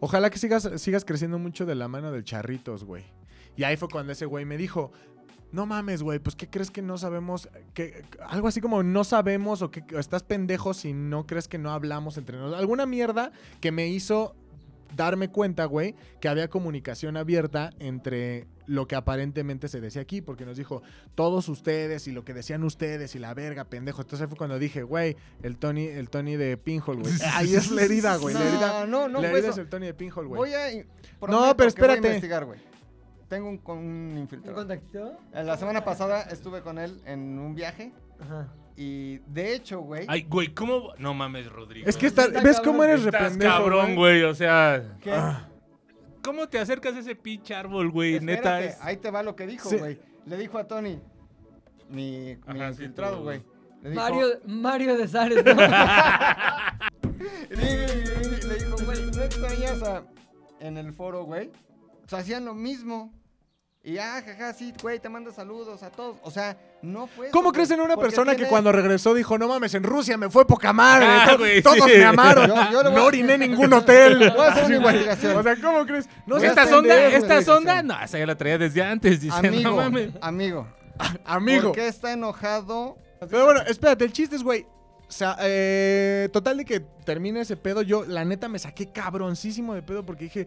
E: ojalá que sigas, sigas creciendo mucho de la mano del charritos, güey. Y ahí fue cuando ese güey me dijo, no mames, güey, pues ¿qué crees que no sabemos? Que, algo así como no sabemos o que o estás pendejo si no crees que no hablamos entre nosotros. Alguna mierda que me hizo darme cuenta, güey, que había comunicación abierta entre lo que aparentemente se decía aquí, porque nos dijo todos ustedes y lo que decían ustedes y la verga, pendejo. Entonces ahí fue cuando dije, güey, el Tony, el Tony de Pinhole, güey. Ahí es la herida, güey.
A: No,
E: la herida,
A: no, no
E: la
A: fue
E: herida es
A: eso.
E: el Tony de Pinhole, güey.
A: Voy a. i- prometo que
E: No, pero
A: voy a
E: espérate.
A: investigar, güey. Tengo un, con un
D: ¿Te
A: infiltrado.
D: contactó?
A: Eh, La semana pasada estuve con él en un viaje
D: Ajá.
A: y de hecho, güey.
F: Ay, güey, ¿cómo...? No mames, Rodrigo.
E: Es que está-
D: Está
E: ves
D: cabrón.
E: cómo eres
F: Estás
E: rependejo,
F: cabrón, güey, o sea...
A: ¿qué?
F: ¿Cómo te acercas a ese pinche árbol, güey?
A: Espérate,
F: Neta, es-
A: ahí te va lo que dijo,
E: Sí.
A: güey. Le dijo a Tony, mi, mi
F: Ajá, sí,
A: infiltrado,
F: tú.
A: güey. Le dijo,
D: Mario, Mario de Sares, ¿no?
A: le, le- le dijo, güey, no extrañas a- en el foro, güey. O sea, hacían lo mismo. Y ah, jaja, sí, güey, te manda saludos a todos. O sea, no fue. eso,
E: ¿Cómo
A: güey,
E: crees en una
A: porque
E: persona que
A: tiene-
E: cuando regresó dijo, no mames, en Rusia me fue poca madre?
F: Ah,
E: to-
F: güey,
E: todos
F: sí.
E: me amaron.
A: Yo- yo le voy
E: no
A: a-
E: oriné en ningún hotel.
A: Voy a hacer una investigación.
E: O sea, ¿cómo crees? No
A: Voy
E: seas
A: a
F: ¿Esta
A: hacer-
E: pendejo,
F: sonda?
A: pendejo,
F: ¿Esta
A: güey,
F: sonda?
A: sí.
F: No, esa ya la traía desde antes, dice,
A: Amigo,
F: no mames.
A: amigo.
E: amigo.
A: ¿Por qué está enojado?
E: Pero bueno, espérate, el chiste es, güey. O sea, eh, total de que termina ese pedo, yo la neta me saqué cabroncísimo de pedo porque dije,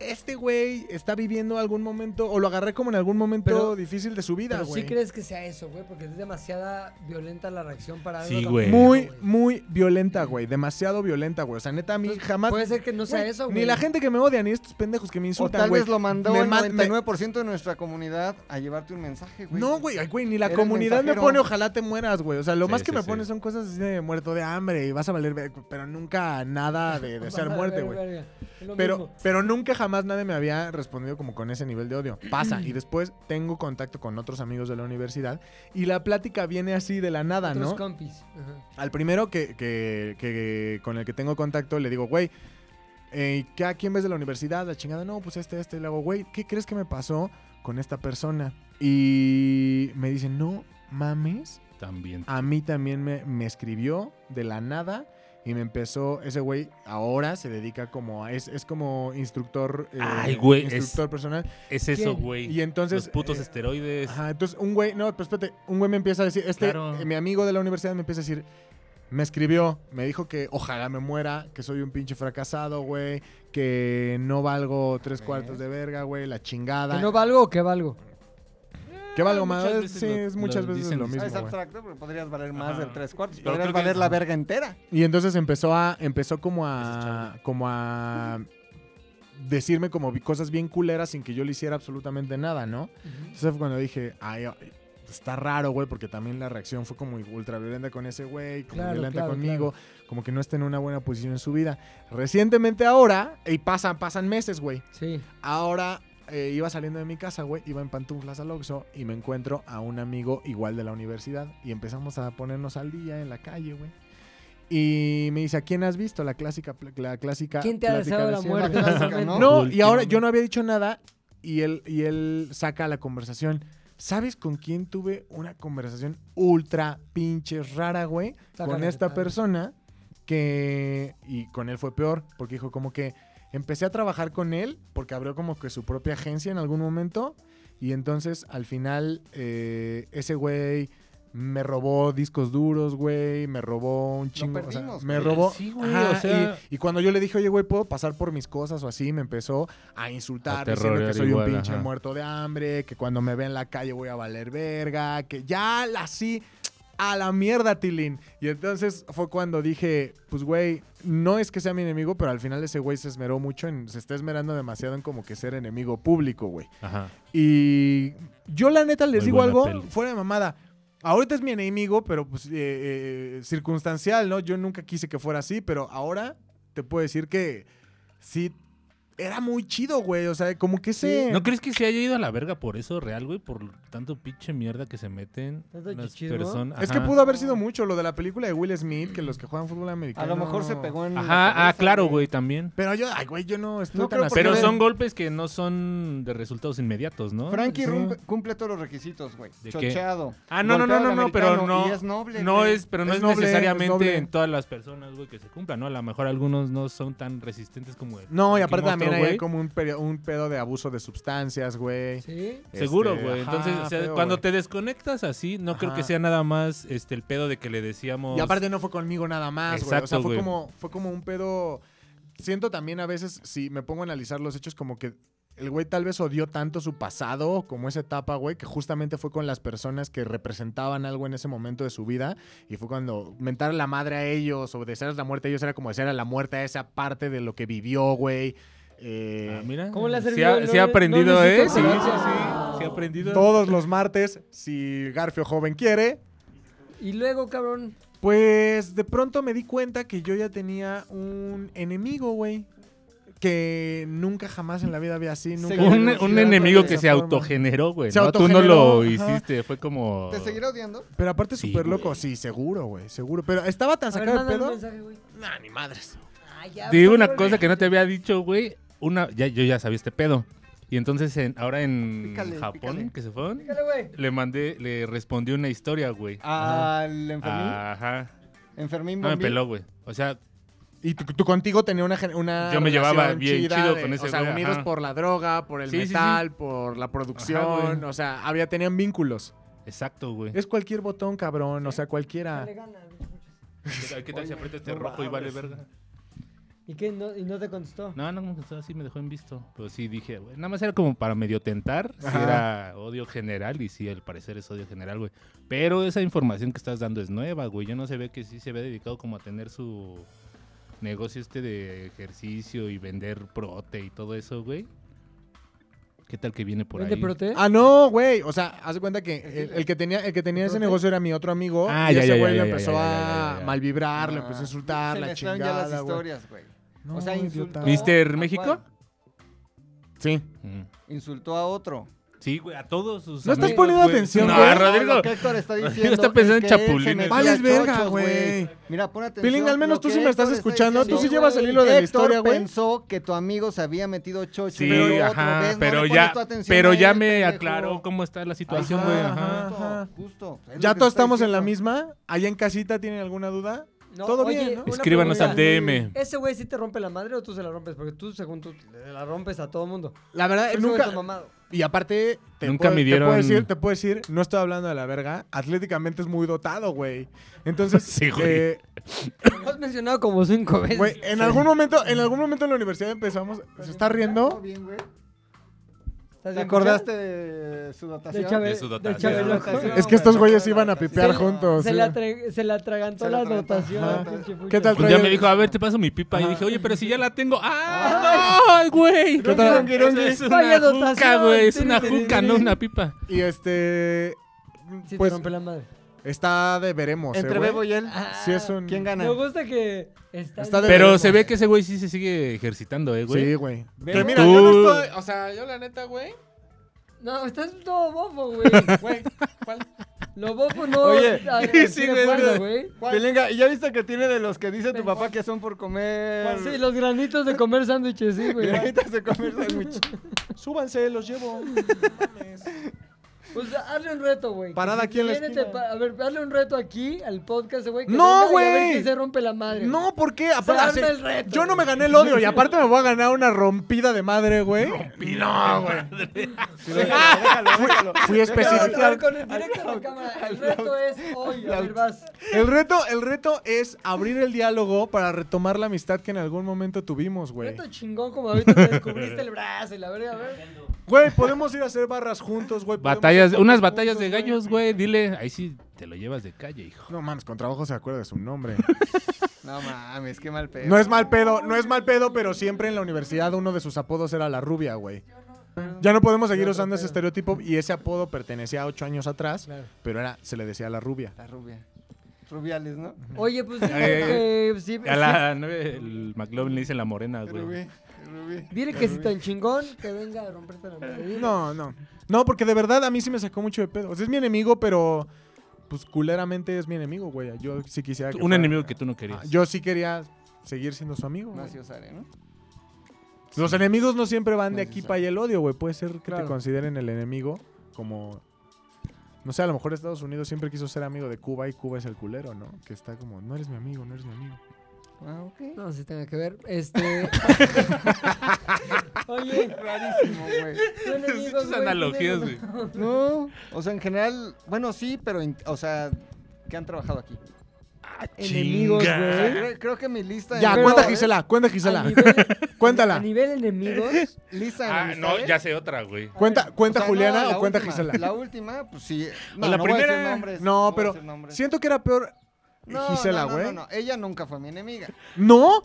E: este güey está viviendo algún momento, o lo agarré como en algún momento
D: Pero-
E: difícil de su vida,
D: Pero
E: güey.
D: sí crees que sea eso, güey, porque es demasiada violenta la reacción para algo.
F: Sí,
D: tan
F: güey.
D: pendejo,
E: muy, muy violenta, güey. Demasiado violenta, güey. O sea, neta, a mí jamás...
D: Puede ser que no sea
E: Güey,
D: eso, güey.
E: Ni la gente que me odia, ni estos pendejos que me
A: O
E: insultan,
A: tal
E: güey.
A: vez lo mandó
E: Me
A: el
E: man- me-
A: 99% de nuestra comunidad a llevarte un mensaje, güey.
E: No, güey, ay, güey, ni la
A: Era el
E: comunidad me
A: mensajero.
E: pone ojalá te mueras, güey. O sea, lo
F: Sí,
E: más que
F: sí,
E: me
F: sí.
E: pone son cosas así de muerto de hambre y vas a valer, ver- pero nunca nada de desear
D: Vale,
E: muerte, güey.
D: verga, es lo
E: Pero,
D: mismo.
E: pero nunca jamás nadie me había respondido como con ese nivel de odio. Pasa. Y después tengo contacto con otros amigos de la universidad y la plática viene así de la nada,
D: Otros
E: ¿no?
D: compis. Ajá.
E: Al primero que, que- que- con el que tengo contacto le digo, güey, eh, ¿qué, ¿a quién ves de la universidad? La chingada, no, pues este, este. Y le hago, güey, ¿qué crees que me pasó con esta persona? Y me dice, no mames,
F: También.
E: a mí también me, me escribió de la nada y me empezó, ese güey ahora se dedica como, a- es, es como instructor, eh,
F: Ay, güey, es-
E: instructor personal.
F: Es eso,
D: ¿Quién?
F: güey.
E: Y entonces...
F: Los putos
E: eh,
F: esteroides.
E: Ajá, entonces un güey, no, pues espérate, un güey me empieza a decir, este,
F: Claro.
E: eh, mi amigo de la universidad me empieza a decir, me escribió, me dijo que ojalá me muera, que soy un pinche fracasado, güey, que no valgo tres cuartos de verga, güey, la chingada.
D: ¿Que no valgo o que valgo?
E: que valgo más,
F: Muchas veces
E: sí,
F: lo-
E: es muchas
F: lo
E: veces
F: dicen
E: lo
A: Ah,
E: mismo,
F: distinto. Ahí
A: es
E: güey.
A: abstracto, pero podrías valer más
F: Ajá.
A: de tres cuartos.
F: Pero
A: Podrías
F: creo que-
A: valer la verga entera.
E: Y entonces empezó a, empezó como
F: Ese
E: a,
F: chavo.
E: como a decirme como vi- cosas bien culeras sin que yo le hiciera absolutamente nada, ¿no? Entonces fue cuando dije, ay, ay, está raro, güey, porque también la reacción fue como ultra violenta con ese güey, como
D: Claro,
E: violenta
D: claro,
E: conmigo, como que no está en una buena posición en su vida. Recientemente ahora, y pasan, pasan meses, güey.
D: Sí.
E: Ahora eh, iba saliendo de mi casa, güey, iba en pantuflas al Oxxo y me encuentro a un amigo igual de la universidad y empezamos a ponernos al día en la calle, güey. Y me dice, ¿a quién has visto? La clásica, pl- la clásica.
D: ¿Quién te ha
E: plática
D: deseado
E: de
D: la
E: siempre.
D: muerte?
A: La clásica,
D: Exactamente.
A: ¿no?
E: No, y
F: Últimamente.
E: ahora yo no había dicho nada y él, y él saca la conversación. ¿Sabes con quién tuve una conversación ultra pinche rara, güey?
D: Sácala,
E: con esta
D: a ver.
E: persona que... Y con él fue peor, porque dijo como que empecé a trabajar con él, porque abrió como que su propia agencia en algún momento, y entonces al final eh, ese güey me robó discos duros, güey, me robó un chingo... o sea,
A: perdimos,
E: me
A: güey.
E: robó...
F: Sí, güey,
E: Ajá,
F: o sea-
E: y, y cuando yo le dije, oye, güey, ¿puedo pasar por mis cosas o así? Me empezó a insultar,
F: A
E: diciendo que
F: terrorear
E: soy
F: igual,
E: un pinche
F: ajá.
E: muerto de hambre, que cuando me ve en la calle voy a valer verga, que ya la sí... A la mierda, Tilín. Y entonces fue cuando dije, pues güey, no es que sea mi enemigo, pero al final ese güey se esmeró mucho en, se está esmerando demasiado en como que ser enemigo público, güey.
F: Ajá.
E: Y yo la neta les
F: Muy
E: digo
F: buena
E: algo
F: peli.
E: fuera de mamada. Ahorita es mi enemigo, pero pues eh, eh, circunstancial, ¿no? Yo nunca quise que fuera así, pero ahora te puedo decir que sí era muy chido, güey. O sea, como que ese.
F: ¿No crees que se haya ido a la verga por eso real, güey? Por tanto pinche mierda que se meten
B: Tanto
F: las
B: chichismo.
F: personas.
E: es que
F: Ajá.
E: pudo haber sido mucho lo de la película de Will Smith, que los que juegan fútbol americano.
A: A lo mejor se pegó en. la
F: Ajá, ah,
A: cabeza,
F: claro, güey, también.
E: Pero yo, ay, güey, yo no estoy
A: No
E: tan
A: creo
E: así.
A: porque
F: Pero
A: ven-
F: son golpes que no son de resultados inmediatos, ¿no?
A: Frankie
E: Sí.
A: rumpe- cumple todos los requisitos, güey.
F: ¿De qué?
A: Chocheado.
F: Ah, no, no, no,
A: golpea
F: no,
A: al
F: no, pero
A: americano,
F: no.
A: Y es noble.
F: no
A: güey.
F: es, pero no
E: Es
F: es,
E: noble, es
F: necesariamente
E: noble.
F: en todas las personas, güey, que se cumplan, ¿no? A lo mejor algunos no son tan resistentes como el.
E: No, y
F: Frankie
E: aparte
F: Monstruo,
E: también hay
F: güey.
E: como un, perio- un pedo de abuso de sustancias, güey.
D: Sí.
F: Seguro,
E: Este,
F: güey.
E: ajá,
F: Entonces, o sea,
E: feo,
F: cuando
E: güey.
F: te desconectas así, no creo que
E: Ajá.
F: sea nada más este el pedo de que le decíamos.
E: Y aparte no fue conmigo nada más, güey. O sea,
F: Exacto,
E: fue
F: güey.
E: como, fue como un pedo. Siento también a veces, si me pongo a analizar los hechos, como que el güey tal vez odió tanto su pasado, como esa etapa, güey, que justamente fue con las personas que representaban algo en ese momento de su vida. Y fue cuando mentar la madre a ellos o desear la muerte a ellos era como desear a la muerte a esa parte de lo que vivió, güey. Eh,
F: Ah, mira.
B: ¿Cómo le ha
F: sí
B: servido?
F: ha-
B: No-
F: sí ha
B: no
F: aprendido,
B: necesito
F: ¿eh? Sí, sí,
B: terapia.
F: sí. Sí ha aprendido.
E: todos los martes, si Garfio Joven quiere,
D: Y luego, cabrón.
E: Pues de pronto me di cuenta que yo ya tenía un enemigo, güey. Que nunca jamás en la vida había así. Nunca
A: Seguirá
E: había
F: Un,
E: visto
F: un
E: de
F: enemigo
E: esa
F: que se
E: forma.
F: autogeneró, güey.
E: Se
F: ¿no? Tú no
E: autogeneró,
F: lo
E: ajá.
F: hiciste, fue como.
A: ¿Te seguirá odiando?
E: Pero aparte
F: Sí,
E: súper loco,
F: güey.
E: sí, seguro, güey, seguro. Pero estaba tan
D: A ver,
E: sacado de
D: mándale un
E: pedo.
D: mensaje, güey.
E: Nah, ni madres.
D: Ah, ya,
F: Te digo
D: por
F: una
D: favor,
F: cosa que no te había dicho, güey. Una, ya, yo ya sabía este pedo. Y entonces en- ahora en
A: Pícale,
F: Japón,
A: pícale.
F: que se fueron,
D: Dígale, güey.
F: le mandé, le respondí una historia, güey.
A: Al enfermín.
F: Ajá.
A: Enfermín
F: No me
A: Bombín.
F: peló, güey. O sea,
E: Y tú, tú contigo tenía una. gen- una
F: Yo me llevaba
E: relación
F: bien
E: chida
F: chido
E: de-
F: con ese
E: O sea,
F: güey,
E: unidos
F: ajá.
E: por la droga, por el
F: Sí, sí, sí.
E: metal, por la producción.
F: güey.
E: o sea, había, tenían vínculos.
F: exacto, güey.
E: Es cualquier botón, cabrón. O sea,
F: Ah.
E: cualquiera.
D: Le gana, güey.
F: ¿Qué tal- ¿Qué tal si aprieta este rojo y vale verga?
D: ¿Y qué? No, ¿Y no te contestó?
F: No, no me gustó, así me dejó en visto. Pero sí dije, güey, nada más era como para medio tentar. Si
E: Ajá.
F: era odio general y sí, al parecer es odio general, güey. Pero esa información que estás dando es nueva, güey. Yo no se ve que sí se había dedicado como a tener su negocio este de ejercicio y vender prote y todo eso, güey. ¿Qué tal que viene por
D: ¿Vende
F: ahí?
D: prote?
E: Ah, no, güey. O sea, haz de cuenta que el, el que tenía, el que tenía ese negocio era mi otro amigo.
F: Ah,
E: y
F: ya,
E: ese
F: ya,
E: güey
F: ya,
E: le
F: ya,
E: empezó
F: ya, ya, ya, ya,
E: a
F: ya.
E: malvibrar, le
A: Ah.
E: empezó a insultar,
A: Se
E: la
A: mezclan ya
E: chingada.
A: las
E: güey.
A: historias, güey.
E: No,
A: o sea,
E: idiota.
A: insultó.
F: ¿Mister
A: ¿A
F: México?
A: cuál?
E: Sí.
F: Mm.
A: Insultó a otro.
F: Sí, güey, a todos sus.
E: No estás
F: amigos,
E: poniendo
F: güey.
E: atención,
F: No,
E: güey.
F: Rodrigo.
A: Lo que Héctor está
F: Rodrigo
A: diciendo.
F: está pensando en
A: es que él se
F: chapulines.
A: metía
E: Vales verga,
A: chochos,
E: güey.
A: Mira, pon atención.
E: Pilinga, al menos
A: lo
E: tú
A: que
E: sí me estás
A: Héctor está
E: escuchando. Tú
A: diciendo,
E: sí
A: güey.
E: llevas el hilo de la
A: Héctor
E: historia, güey.
A: pensó que tu amigo se había metido chocho.
F: Sí,
A: pero otro
F: ajá,
A: vez no le
F: pero
A: pones
F: ya,
A: tu atención
F: pero
A: a
F: ya
A: él,
F: me
A: pendejo.
F: aclaró cómo está la
A: Ahí
F: situación,
A: está,
F: güey. ajá.
E: ajá.
A: Justo. es lo que
E: Ya todos
A: te estoy
E: estamos en la
A: diciendo.
E: misma. ¿Allá en casita tienen alguna duda?
D: No,
E: Todo
D: oye,
E: bien, ¿no?
D: una
F: Escríbanos al
D: pregunta.
F: DM.
D: ¿Ese güey sí te rompe la madre o tú se la rompes? Porque tú, según tú, le- la rompes a todo mundo.
E: La verdad,
D: Eso
E: nunca.
D: es mamado.
E: Y aparte, te,
F: Nunca
E: puedo, te
F: midieron-
E: puedo decir, te puedo decir, no estoy hablando de la verga. Atléticamente es muy dotado, güey. Entonces,
F: Sí, güey.
E: eh,
D: Lo has mencionado como cinco veces.
E: Güey, en algún momento, en algún momento en la universidad empezamos. ¿Se está riendo?
A: ¿Todo bien, güey?
D: ¿Estás
A: ¿Te
D: bien,
A: acordaste de su
D: De
A: dotación?
F: De
D: Chávez.
F: su
D: De
F: dotación.
A: De
D: Chávez
A: su
D: Loco.
A: dotación.
E: Es que estos
A: güey,
E: güeyes
A: no,
E: iban a
A: no, no,
E: pipear
A: sí.
E: juntos.
D: Se,
E: sí.
D: la atra- se la atragantó
A: Se la
D: la
A: atragantó.
D: dotación.
E: Ajá.
D: pinche pucha.
E: ¿Qué tal
F: Un día
E: traía?
F: Pues me dijo, a ver, te paso mi pipa. Y dije, oye, pero si ya la tengo. ¡Ah! no, güey!
E: ¿Qué tal?
F: Es una
D: Vaya
F: juca,
D: dotación.
F: güey. Es una
D: Tiri, tiri,
F: juca,
D: tiri.
F: no una pipa.
E: Y este.
D: Sí, te
E: Pues
D: rompe la madre.
E: está de veremos. eh,
A: Entre
E: güey.
A: Bebo y él.
E: Sí, es un-
A: ¿Quién
D: Me
A: gana?
D: gusta que está,
E: Está de-
F: Pero se ve que ese güey sí se sigue ejercitando, ¿eh, güey?
E: Sí, güey.
F: Tú-
E: Que mira, yo no estoy. O sea, yo la neta, güey.
D: No, estás todo bofo, güey.
E: Güey, ¿cuál?
D: Lo bofo no.
A: Oye,
D: a-
F: sí,
D: sí,
F: güey,
D: acuerdo,
F: sí.
D: güey.
A: Pilinga, ¿y ya viste que tiene de los que dice tu papá que son por comer?
D: Sí, los granitos de comer sándwiches, sí, güey.
A: Granitas de comer sándwich.
E: Súbanse, los llevo. No mames.
D: Pues hazle un reto, güey. que
E: Parada
D: si
E: aquí en la
D: viene, te
E: esquina.
D: pa- A ver, hazle un reto aquí al podcast, güey. que
E: ¡No,
D: venga y a ver
E: güey!
D: quién se rompe la madre.
E: No, ¿por qué?
D: Se
E: Aparte,
D: arma el reto,
E: yo no me
D: güey.
E: gané el odio y aparte me voy a ganar una rompida de madre, güey. No, güey.
A: Déjalo, déjalo.
E: Fui
D: Pero,
E: específico.
D: a ver, con el directo a la cámara. El reto es hoy. A ver, vas.
E: El reto, el reto es abrir el diálogo para retomar la amistad que en algún momento tuvimos, güey.
D: Reto chingón, como ahorita te descubriste el brazo y la verga, a ver.
E: Güey, podemos ir a hacer barras juntos, güey. podemos
F: Batallas,
E: ir
F: unas
E: juntos,
F: batallas de gallos, güey. Dile, ahí sí te lo llevas de calle, hijo.
E: No mames, con trabajo se acuerda de su nombre.
A: No mames, qué mal pedo.
E: No es mal pedo, no es mal pedo, pero siempre en la universidad uno de sus apodos era la rubia, güey. Ya no podemos seguir usando ese estereotipo y ese apodo pertenecía a ocho años atrás, pero era, se le decía la rubia.
A: La rubia. Rubiales, ¿no?
D: Oye, pues sí,
F: Ay, ay,
D: porque, sí,
F: A la novia del McLovin le dicen la morena, güey.
A: Rubia.
D: Dile que si tan chingón que venga a romperte la madre. Dile.
E: No, no. No, porque de verdad a mí sí me sacó mucho de pedo. O sea, es mi enemigo, pero pues culeramente es mi enemigo, güey. Yo sí quisiera que
F: Un
E: fuera-
F: enemigo que tú no
E: Ah,
F: querías.
E: Yo sí quería seguir siendo su amigo. güey.
A: Nació Sare, ¿no?
E: Los enemigos no siempre van de aquí
A: Necesario.
E: para allá el odio, güey. Puede ser que
D: Claro.
E: te consideren el enemigo como... No sé, a lo mejor Estados Unidos siempre quiso ser amigo de Cuba y Cuba es el culero, ¿no? Que está como, no eres mi amigo, no eres mi amigo.
A: Ah, ok.
D: No, si tenga que ver. Este. Oye,
A: Rarísimo, güey.
D: tú enemigos,
F: Esas
D: güey,
F: analogías,
D: tienes-
F: güey.
A: No, o sea, en general, bueno, sí, pero, in- o sea, que han trabajado aquí.
D: Enemigos,
A: O sea,
D: güey.
A: cre- creo que mi lista de
E: ¿Eh? Ya,
D: Pero-
E: cuenta Gisela, cuenta
D: A
E: Gisela.
D: nivel, a
E: Cuéntala.
D: nivel enemigos.
A: Lista de
F: Ah, no,
A: amistades.
F: ya sé otra, güey.
E: Cuenta, cuenta
A: O sea, no,
E: Juliana
A: la
E: o cuenta
A: última,
E: Gisela.
A: La última, pues sí.
F: la
A: voy a decir
F: primera.
A: nombres,
E: No,
A: voy a
E: pero
A: decir nombres.
E: siento que era peor
A: No,
E: Gisela,
A: no, no,
E: güey.
A: No, no, ella nunca fue mi enemiga.
E: ¿No?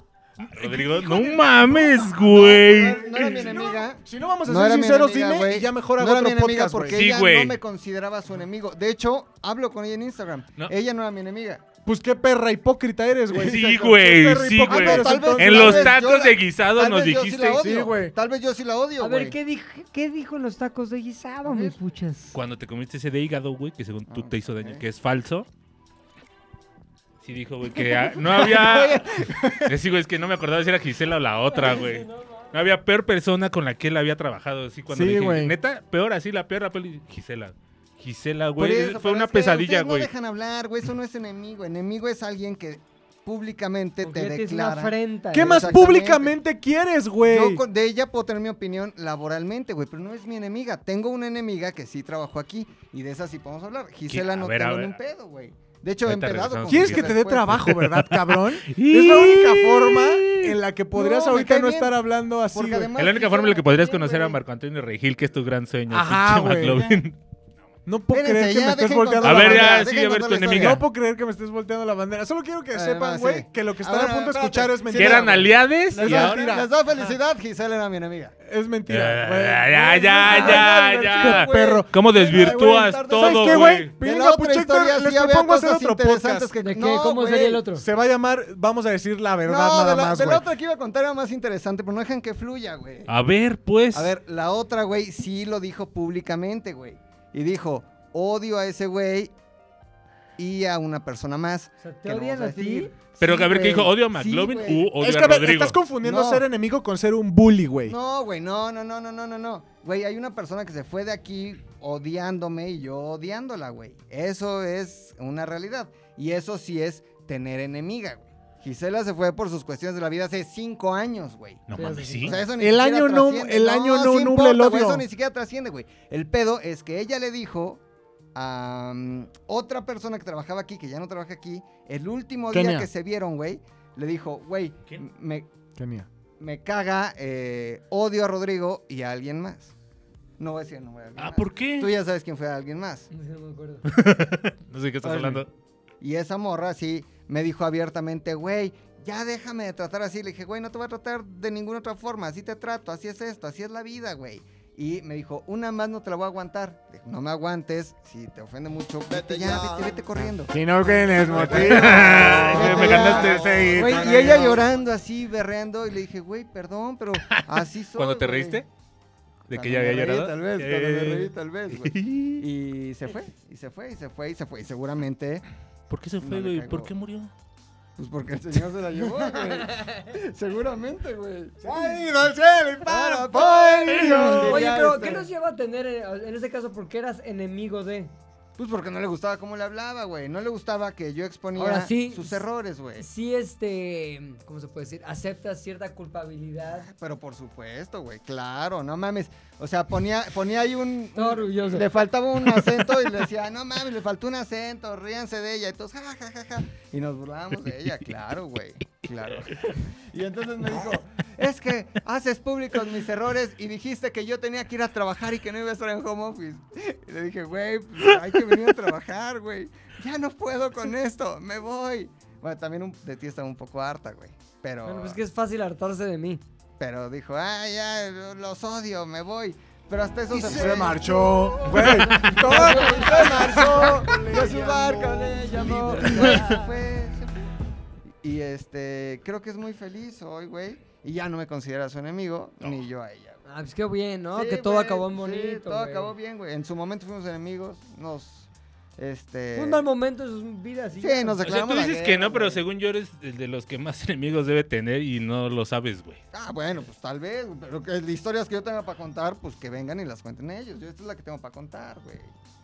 F: Rodrigo, no mames, güey.
A: No, no era mi enemiga.
E: Si no vamos a
A: No
E: ser
A: era mi
E: sinceros,
A: enemiga,
E: dime
A: güey.
E: y ya mejor hago
A: no era mi
E: otro
A: enemiga
E: podcast,
A: porque
E: güey.
F: Sí,
A: ella
F: güey.
A: no me consideraba su enemigo. De hecho, hablo con ella en Instagram.
F: No.
A: Ella no era mi enemiga.
E: Pues qué perra hipócrita eres, güey.
F: Sí, güey,
E: perro
F: sí,
E: hipócrita
F: güey.
E: eres,
A: Ah, no, tal vez-
E: entonces.
F: En los
A: vez yo
F: tacos
A: la-
F: de guisado
A: Tal
F: nos
A: vez yo
F: dijiste.
A: Sí
E: Sí,
A: la odio.
E: güey.
A: Tal vez yo sí la odio,
D: A
A: güey.
D: ver, ¿qué, dij- ¿qué dijo en los tacos de guisado, mis puchas?
F: Cuando te comiste ese de hígado, güey, que según tú
A: Ah,
F: te hizo daño,
A: ok.
F: que es falso. Sí dijo, güey, que ah, no había... Sí, güey, es que no me acordaba si era Gisela o la otra, güey. No había peor persona con la que él había trabajado. Así cuando
E: Sí,
F: le dije,
E: güey.
F: neta, peor así, la peor, la peor. Gisela. Gisela,
A: Por
F: güey.
A: eso,
F: fue
A: pero
F: una
A: es que
F: pesadilla,
A: ustedes
F: güey.
A: No dejan hablar, güey. Eso no es enemigo. Enemigo es alguien que públicamente te
D: Ojete, es una
A: declara.
D: afrenta. ¿eh?
E: ¿Qué
D: güey.
E: más
A: Exactamente.
E: públicamente quieres, güey?
A: Yo con- de ella puedo tener mi opinión laboralmente, güey, pero no es mi enemiga. Tengo una enemiga que sí trabajó aquí y de esa sí podemos hablar. Gisela
F: A
A: no
F: ver, a
A: tengo
F: ver.
A: ni un pedo, güey. De hecho, he
F: Ahorita
A: empedado
F: regresamos
A: con
E: ¿Quieres que
A: Gisela
E: te dé
A: después.
E: trabajo, verdad, cabrón? es la única forma en la que podrías
A: No, me
E: ahorita
A: cae
E: no
A: bien.
E: estar hablando así,
A: Porque
E: güey.
A: además
F: Es la única
A: Gisela
F: forma en la que podrías
A: también,
F: conocer a
A: güey.
F: Marco Antonio Regil, que es tu gran sueño.
E: Ajá,
F: pinche
E: güey.
F: McLovin.
E: No puedo
A: Espérense,
E: creer que
A: ya,
E: me estés
A: dejen
E: volteando
F: contar
E: la
F: A ver, ya,
E: bandera.
A: dejen
F: sí, a ver,
A: contar
F: tu
A: la
F: enemiga.
E: No
A: historia.
E: puedo creer que me estés volteando la bandera. Solo quiero que
A: Ah,
E: sepan,
A: no,
E: güey,
A: sí.
E: que lo que
A: A
E: están a,
A: ver, a
E: punto
A: ver,
E: de escuchar
A: espérate.
E: es
A: Sí,
F: Que
E: mentira.
F: eran
E: güey.
F: aliades
E: Les
F: y
E: da
F: ahora...
E: pues, mentira.
A: Les da felicidad, Gisela era mi enemiga.
E: Es mentira,
F: Ya,
E: güey.
F: Eh, ya,
E: Güey,
F: ya,
E: no,
F: ya,
E: no,
F: ya.
E: este perro.
F: ¿Cómo
E: Ay,
F: desvirtúas
E: güey,
F: todo,
E: ¿Sabes qué,
F: güey?
E: güey?
A: De
E: Pilinga
A: la otra
E: Puchector,
A: historia
E: les
A: sí había
E: propongo hacer
A: cosas
E: otro podcast.
A: interesantes que...
D: ¿De qué?
A: No,
D: ¿Cómo
A: güey.
D: sería el otro?
E: Se va a llamar, vamos a decir la
A: No,
E: verdad nada
A: de la,
E: más,
A: de la
E: güey.
A: otra que iba a contar era más interesante, pero no dejan que fluya, güey.
F: A ver, pues.
A: A ver, la otra, güey, sí lo dijo públicamente, güey. Y dijo, odio a ese güey y a una persona más.
D: O sea, ¿te
A: que no
D: odian
A: vamos
D: a
A: decir.
D: ti?
F: Pero
A: Sí,
F: a ver, ¿qué
A: güey.
F: dijo? ¿Odio a
A: Sí,
F: McLovin
A: güey.
F: u odio
E: Es que,
F: a
E: a ver,
F: Rodrigo?
E: estás confundiendo
A: No.
E: ser enemigo con ser un bully, güey.
A: No, güey, no, no, no, no, no, no, no. Güey, hay una persona que se fue de aquí odiándome y yo odiándola, güey. Eso es una realidad. Y eso sí es tener enemiga, güey. Gisela se fue por sus cuestiones de la vida hace cinco años, güey.
F: No
D: Sí,
F: mames,
D: sí,
F: sí.
A: O sea, eso
E: El
A: siquiera
E: año no-
A: trasciende.
E: el año no
A: sí
E: nubla el
A: importa, güey,
E: odio.
A: Eso ni siquiera trasciende, güey. El pedo es que ella le dijo a mm, otra persona que trabajaba aquí, que ya no trabaja aquí, el último día
E: Kenia.
A: que se vieron, güey, le dijo, güey,
F: ¿Quién?
A: me,
E: Kenia.
A: me caga, eh, odio a Rodrigo y a alguien más. No voy a decir el nombre de alguien
F: Ah,
A: más.
F: ¿por
A: Tú
F: qué?
A: ya sabes quién fue alguien más.
D: No sé, no me acuerdo.
F: No sé de qué estás
A: Ay,
F: hablando.
A: Y esa morra sí me dijo abiertamente, güey, ya déjame de tratar así. Le dije, güey, no te voy a tratar de ninguna otra forma. Así te trato, así es esto, así es la vida, güey. Y me dijo, una más no te la voy a aguantar. Le dije, no me aguantes, si te ofende mucho, vete ya, vete, vete corriendo.
E: Si no tienes motivo.
A: Vete ya.
F: me ganaste ese
A: Güey, y ella llorando así, berreando, y le dije, güey, perdón, pero así soy.
F: ¿Cuándo te
A: güey".
F: reíste? ¿De
A: Cuando
F: que ya
A: me
F: había
A: reí,
F: llorado?
A: Tal vez,
F: Eh,
A: cuando me reí, tal vez, güey. Y se fue, y se fue, y se fue, y se fue. Y seguramente,
F: ¿Por qué se
A: No
F: fue,
A: le
F: güey?
A: caigo.
F: ¿Por qué murió?
A: pues porque el señor se la llevó, güey. Seguramente, güey.
E: Ay, dulce, mi para, pollo.
D: Oye,
A: Ya
D: pero
A: está.
D: ¿qué nos lleva a tener, eh, en este caso, porque eras enemigo de?
A: Pues porque no le gustaba cómo le hablaba, güey. No le gustaba que yo exponía
D: Ahora sí.
A: sus errores, güey.
D: Sí, este, ¿cómo se puede decir? Aceptas cierta culpabilidad.
A: Pero por supuesto, güey, claro, no mames. O sea, ponía, ponía ahí un.
D: Todo orgulloso.
A: Le faltaba un acento y le decía, no mames, le faltó un acento, ríanse de ella. Y todos, ja, ja, ja, ja. Y nos burlábamos de ella, claro, güey. Claro. Y entonces me dijo, es que haces públicos mis errores y dijiste que yo tenía que ir a trabajar y que no iba a estar en home office. Y le dije, güey, pues, hay que venir a trabajar, güey. Ya no puedo con esto, me voy. Bueno, también un- de ti estaba un poco harta, güey. Pero...
D: Bueno, pues es que es fácil hartarse de mí.
A: Pero dijo, ah, ya, los odio, me voy. Pero hasta eso
E: Y
A: se,
E: se
A: fue.
E: marchó. Güey,
A: Todo se marchó. De su barco le llamó. Ya, Se fue, se fue. Y este, creo que es muy feliz hoy, güey. Y ya no me considera su enemigo, ni yo a ella. güey.
D: Ah, pues qué bien, ¿no?
A: Sí,
D: que todo
A: güey,
D: acabó en
A: sí,
D: bonito.
A: todo
D: güey.
A: acabó bien, güey. En su momento fuimos enemigos, nos. Este.
D: Fue Un mal momento de sus vidas.
A: Sí,
D: ya.
A: nos
F: O sea,
A: declaramos.
F: tú
A: la
F: dices que
A: guerra,
F: no, pero
A: güey.
F: según yo eres el de los que más enemigos debe tener y no lo sabes, güey.
A: Ah, bueno, pues tal vez, güey, pero que las historias que yo tenga para contar, pues que vengan y las cuenten ellos. Yo esta es la que tengo para contar, güey.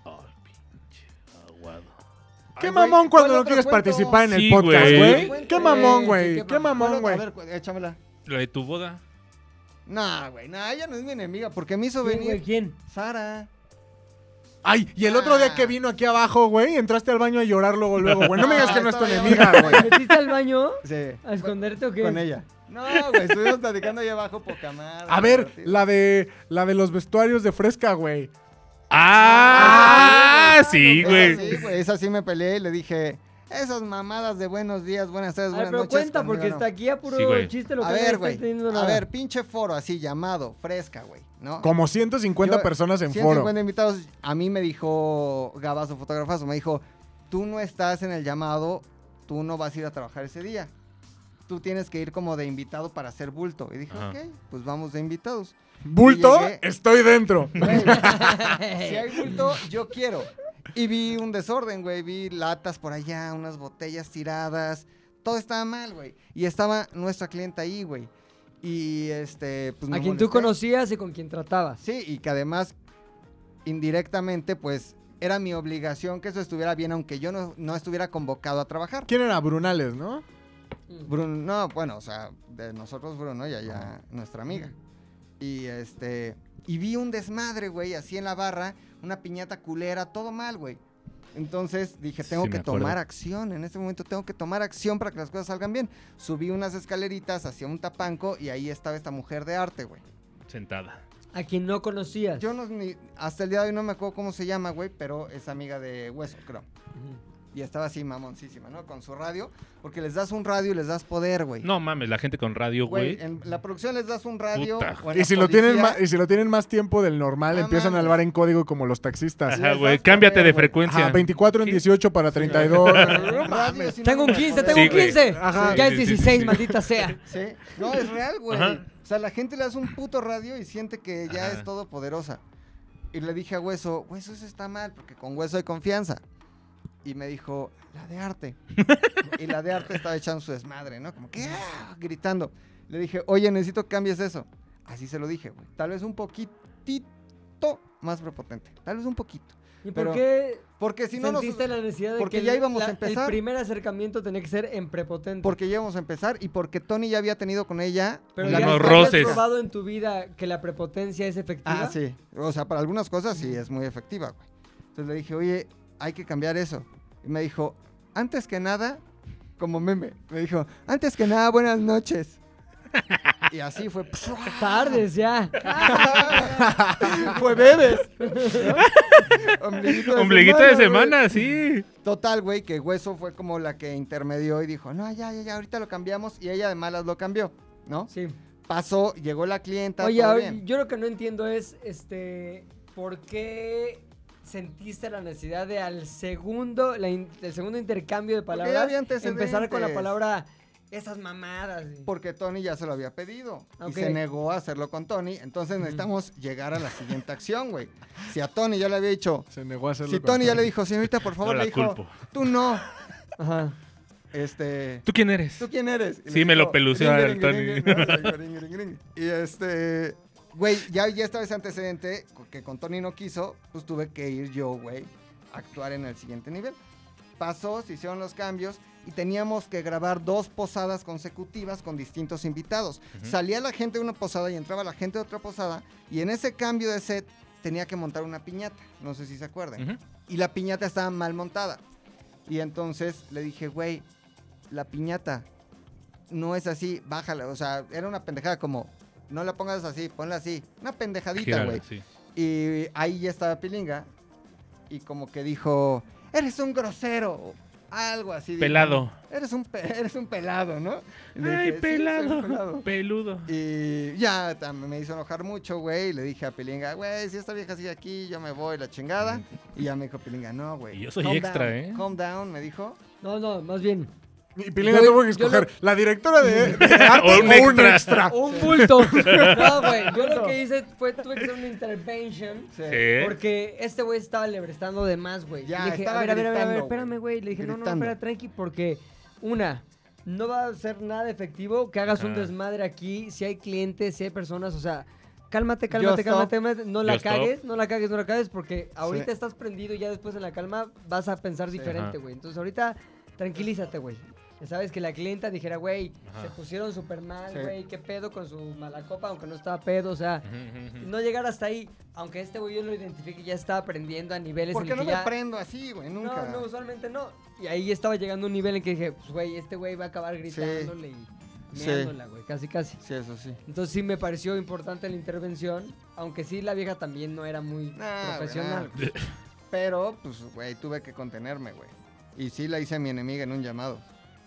F: Ay, pinche aguado.
E: Qué
A: Ay, güey,
E: mamón cuando
A: ¿cuál
E: no
A: otro
E: quieres
A: cuento?
E: participar en el
F: Sí,
E: podcast,
F: güey.
E: güey. Qué
A: Sí,
E: mamón,
A: sí,
E: güey. Qué
A: ¿Cuál
E: mamón,
A: otro?
E: güey.
A: A ver, échamela.
F: La de tu boda.
A: Nah, güey, nah, ella no es mi enemiga, porque me hizo
D: ¿Quién, güey?
A: venir
D: ¿Quién?
A: Sara.
E: Ay, y el otro día que
A: Ah.
E: vino aquí abajo, güey, entraste al baño a llorar luego, luego, güey. No me digas que no es tu
A: estaba
E: enemiga,
A: llorando,
E: güey.
D: ¿Te ¿Metiste al baño
A: Sí,
D: a esconderte o qué?
A: con ella. No, güey, estuvimos platicando ahí abajo poca madre.
E: A ver,
A: divertido.
E: la de la de los vestuarios de fresca, güey.
F: Ah, sí, güey.
A: Esa sí, güey, esa sí me peleé y le dije, esas mamadas de buenos días, buenas tardes,
D: Ay,
A: buenas
D: pero
A: noches.
D: cuenta,
A: conmigo
D: porque
A: no.
D: está aquí a puro
F: Sí, güey.
D: chiste lo que
A: A
D: no
A: ver,
D: está
A: güey,
D: entendiendo
A: a
D: nada.
A: ver, pues, pinche foro así llamado, fresca, güey, ¿no?
E: Como 150
A: Yo-
E: personas en
A: 150
E: foro.
A: invitados. A mí me dijo Gabazo Fotografazo, me dijo, tú no estás en el llamado, tú no vas a ir a trabajar ese día. Tú tienes que ir como de invitado para hacer bulto. Y dije,
F: Ajá.
A: ok, pues vamos de invitados.
E: Bulto,
A: Y llegué-
E: estoy dentro.
A: Güey, si hay bulto, yo quiero. Y vi un desorden, güey. Vi latas por allá, unas botellas tiradas. Todo estaba mal, güey. Y estaba nuestra clienta ahí, güey. Y este, pues me
D: A quien tú
A: molesté.
D: conocías y con quien tratabas.
A: Sí, y que además, indirectamente, pues era mi obligación que eso estuviera bien, aunque yo no, no estuviera convocado a trabajar.
E: ¿Quién era? Brunales, ¿no?
A: Bruno, no, bueno, o sea, de nosotros Bruno y allá nuestra amiga. Y este, y vi un desmadre, güey, así en la barra, una piñata culera, todo mal, güey. Entonces dije, tengo
F: Sí, me
A: que
F: acuerdo.
A: tomar acción, en este momento tengo que tomar acción para que las cosas salgan bien. Subí unas escaleritas hacia un tapanco y ahí estaba esta mujer de arte, güey.
F: Sentada.
D: A quien no conocías.
A: Yo no, ni- hasta el día de hoy no me acuerdo cómo se llama, güey, pero es amiga de Hueso, creo. Y estaba así mamoncísima, ¿no? Con su radio, porque les das un radio y les das poder, güey.
F: No mames, la gente con radio,
A: Güey,
F: güey.
A: en la producción les das un radio.
F: Puta.
A: o en
E: Y
A: la
E: si, lo tienen
A: policía,
E: más, y si lo tienen más tiempo del normal,
A: No
E: empiezan a
A: mames.
E: hablar en código como los taxistas.
F: Ajá,
A: les
F: Ah, güey.
A: das
F: Cámbiate
A: poder,
F: de
A: güey.
F: frecuencia.
E: Ajá, 24 en
F: Sí.
E: 18 para 32.
A: radio es sinónimo
D: Tengo un
A: de
D: 15,
A: poder.
D: tengo
F: Sí,
D: un
F: güey.
D: 15.
E: Ajá.
D: Ya es
F: Sí, sí, sí,
D: 16,
F: sí.
D: maldita sea.
A: Sí. No, es real, güey.
F: Ajá.
A: O sea, la gente le hace un puto radio y siente que ya
F: Ajá.
A: es todopoderosa. Y le dije a Hueso, Hueso, eso está mal, porque con Hueso hay confianza. Y me dijo, la de arte. y la de arte estaba echando su desmadre, ¿no? Como que "Ah", gritando. Le dije, oye, necesito que cambies eso. Así se lo dije, güey. Tal vez un poquitito más prepotente. Tal vez un poquito.
D: ¿Y por
A: Pero
D: qué
A: Porque si no nos...
D: sentiste la necesidad de
A: porque
D: que
A: ya
D: el-
A: íbamos a
D: la-
A: empezar.
D: el primer acercamiento tenía que ser en prepotente?
A: Porque ya íbamos a empezar y porque Tony ya había tenido con ella
D: pero
F: la
D: ya
F: no
D: habías
F: roces.
D: probado en tu vida que la prepotencia es efectiva.
A: Ah, sí. O sea, para algunas cosas sí es muy efectiva, güey. Entonces le dije, oye, hay que cambiar eso. Y me dijo, antes que nada, como meme, me dijo, antes que nada, buenas noches. Y así fue.
D: Tardes ya.
A: fue bebes. Ombliguito
F: Ombliguito de
A: güey.
F: semana, sí.
A: Total, güey, que Hueso fue como la que intermedió y dijo, no, ya, ya, ya, ahorita lo cambiamos. Y ella de malas lo cambió, ¿no?
D: Sí.
A: Pasó, llegó la clienta.
D: Oye,
A: todo
D: ahora,
A: bien.
D: yo lo que no entiendo es, este, ¿por qué sentiste la necesidad de al segundo, la in- el segundo intercambio de
A: Porque ya
D: palabras,
A: había
D: empezar con la
A: antecedentes.
D: palabra esas mamadas? güey"?
A: Porque Tony ya se lo había pedido
D: Ok.
A: y se negó a hacerlo con Tony. Entonces necesitamos llegar a la siguiente acción, güey. Si a Tony ya le había dicho,
E: Se negó a hacerlo.
A: si
E: con
A: Tony ya le dijo, señorita, por favor,
F: No la
A: le dijo,
F: culpo.
A: tú no,
D: Ajá.
A: este,
F: ¿Tú quién eres?
A: ¿tú quién eres? Y
F: Sí,
A: le
F: me lo
A: dijo,
F: peluceó
A: "Ring,
F: al
A: ring, ring, ring, ring, ring, ring". Y este, güey, ya, ya estaba ese antecedente que con Tony no quiso, pues tuve que ir yo, güey, a actuar en el siguiente nivel. Pasó, se hicieron los cambios y teníamos que grabar dos posadas consecutivas con distintos invitados. Salía la gente de una posada y entraba la gente de otra posada y en ese cambio de set tenía que montar una piñata, no sé si se acuerdan.
F: Ujú.
A: Y la piñata estaba mal montada. Y entonces le dije, güey, la piñata no es así, bájala. O sea, era una pendejada como, no la pongas así, ponla así. Una pendejadita,
F: Gírala,
A: güey.
F: sí.
A: Y ahí ya estaba Pilinga. Y como que dijo, eres un grosero. o Algo así. dijo.
F: Pelado.
A: Eres un, pe- eres un pelado, ¿no? Y le
F: Ay,
A: dije, "Sí, soy un
F: pelado. Peludo.
A: Y ya tam- me hizo enojar mucho, güey. y Le dije a Pilinga, güey, si esta vieja sigue aquí, yo me voy, la chingada. Y ya me dijo Pilinga, no, güey.
F: Y yo soy
A: calm
F: extra,
A: down,
F: ¿eh?
A: Calm down, me dijo.
D: No, no, más bien.
E: Y Pilinga
D: Güey,
E: tuvo que
D: yo
E: escoger la directora de, de arte
F: O
E: o
F: un
E: un
F: extra.
E: extra.
D: Un bulto. No, güey. Yo lo que hice fue tuve que hacer una intervention.
F: Sí.
D: Porque este güey estaba lebrestando de más, güey.
A: Ya,
D: Le dije,
A: estaba
D: a ver, a ver, a ver, a ver,
A: gritando,
D: espérame, güey. Le dije, no, no,
A: Gritando.
D: espera, tranqui, porque una, no va a ser nada efectivo que hagas un
F: Ah.
D: desmadre aquí, si hay clientes, si hay personas, o sea, cálmate, cálmate, cálmate, cálmate, no la
F: Yo stop.
D: cagues, no la cagues, no la cagues, porque ahorita
A: Sí.
D: estás prendido y ya después en la calma vas a pensar diferente,
F: Ajá.
D: güey. Entonces ahorita tranquilízate, güey. Ya Sabes que la clienta dijera, güey,
F: Ajá.
D: se pusieron súper mal,
A: Sí.
D: güey, qué pedo con su mala copa, aunque no estaba pedo, o sea, no llegar hasta ahí, aunque este güey yo lo identifique, ya estaba aprendiendo a niveles en
A: Porque
D: el
A: no
D: que
A: me
D: ya...
A: prendo así, güey, nunca.
D: No, no, usualmente no. Y ahí estaba llegando a un nivel en que dije, pues güey, este güey va a acabar gritándole y
A: Sí.
D: meándola, güey, casi casi.
A: Sí, eso sí.
D: Entonces sí me pareció importante la intervención, aunque sí la vieja también no era muy
A: Nah,
D: profesional.
A: Ah, güey, nah. Pero, pues, güey, tuve que contenerme, güey. Y sí la hice a mi enemiga en un llamado.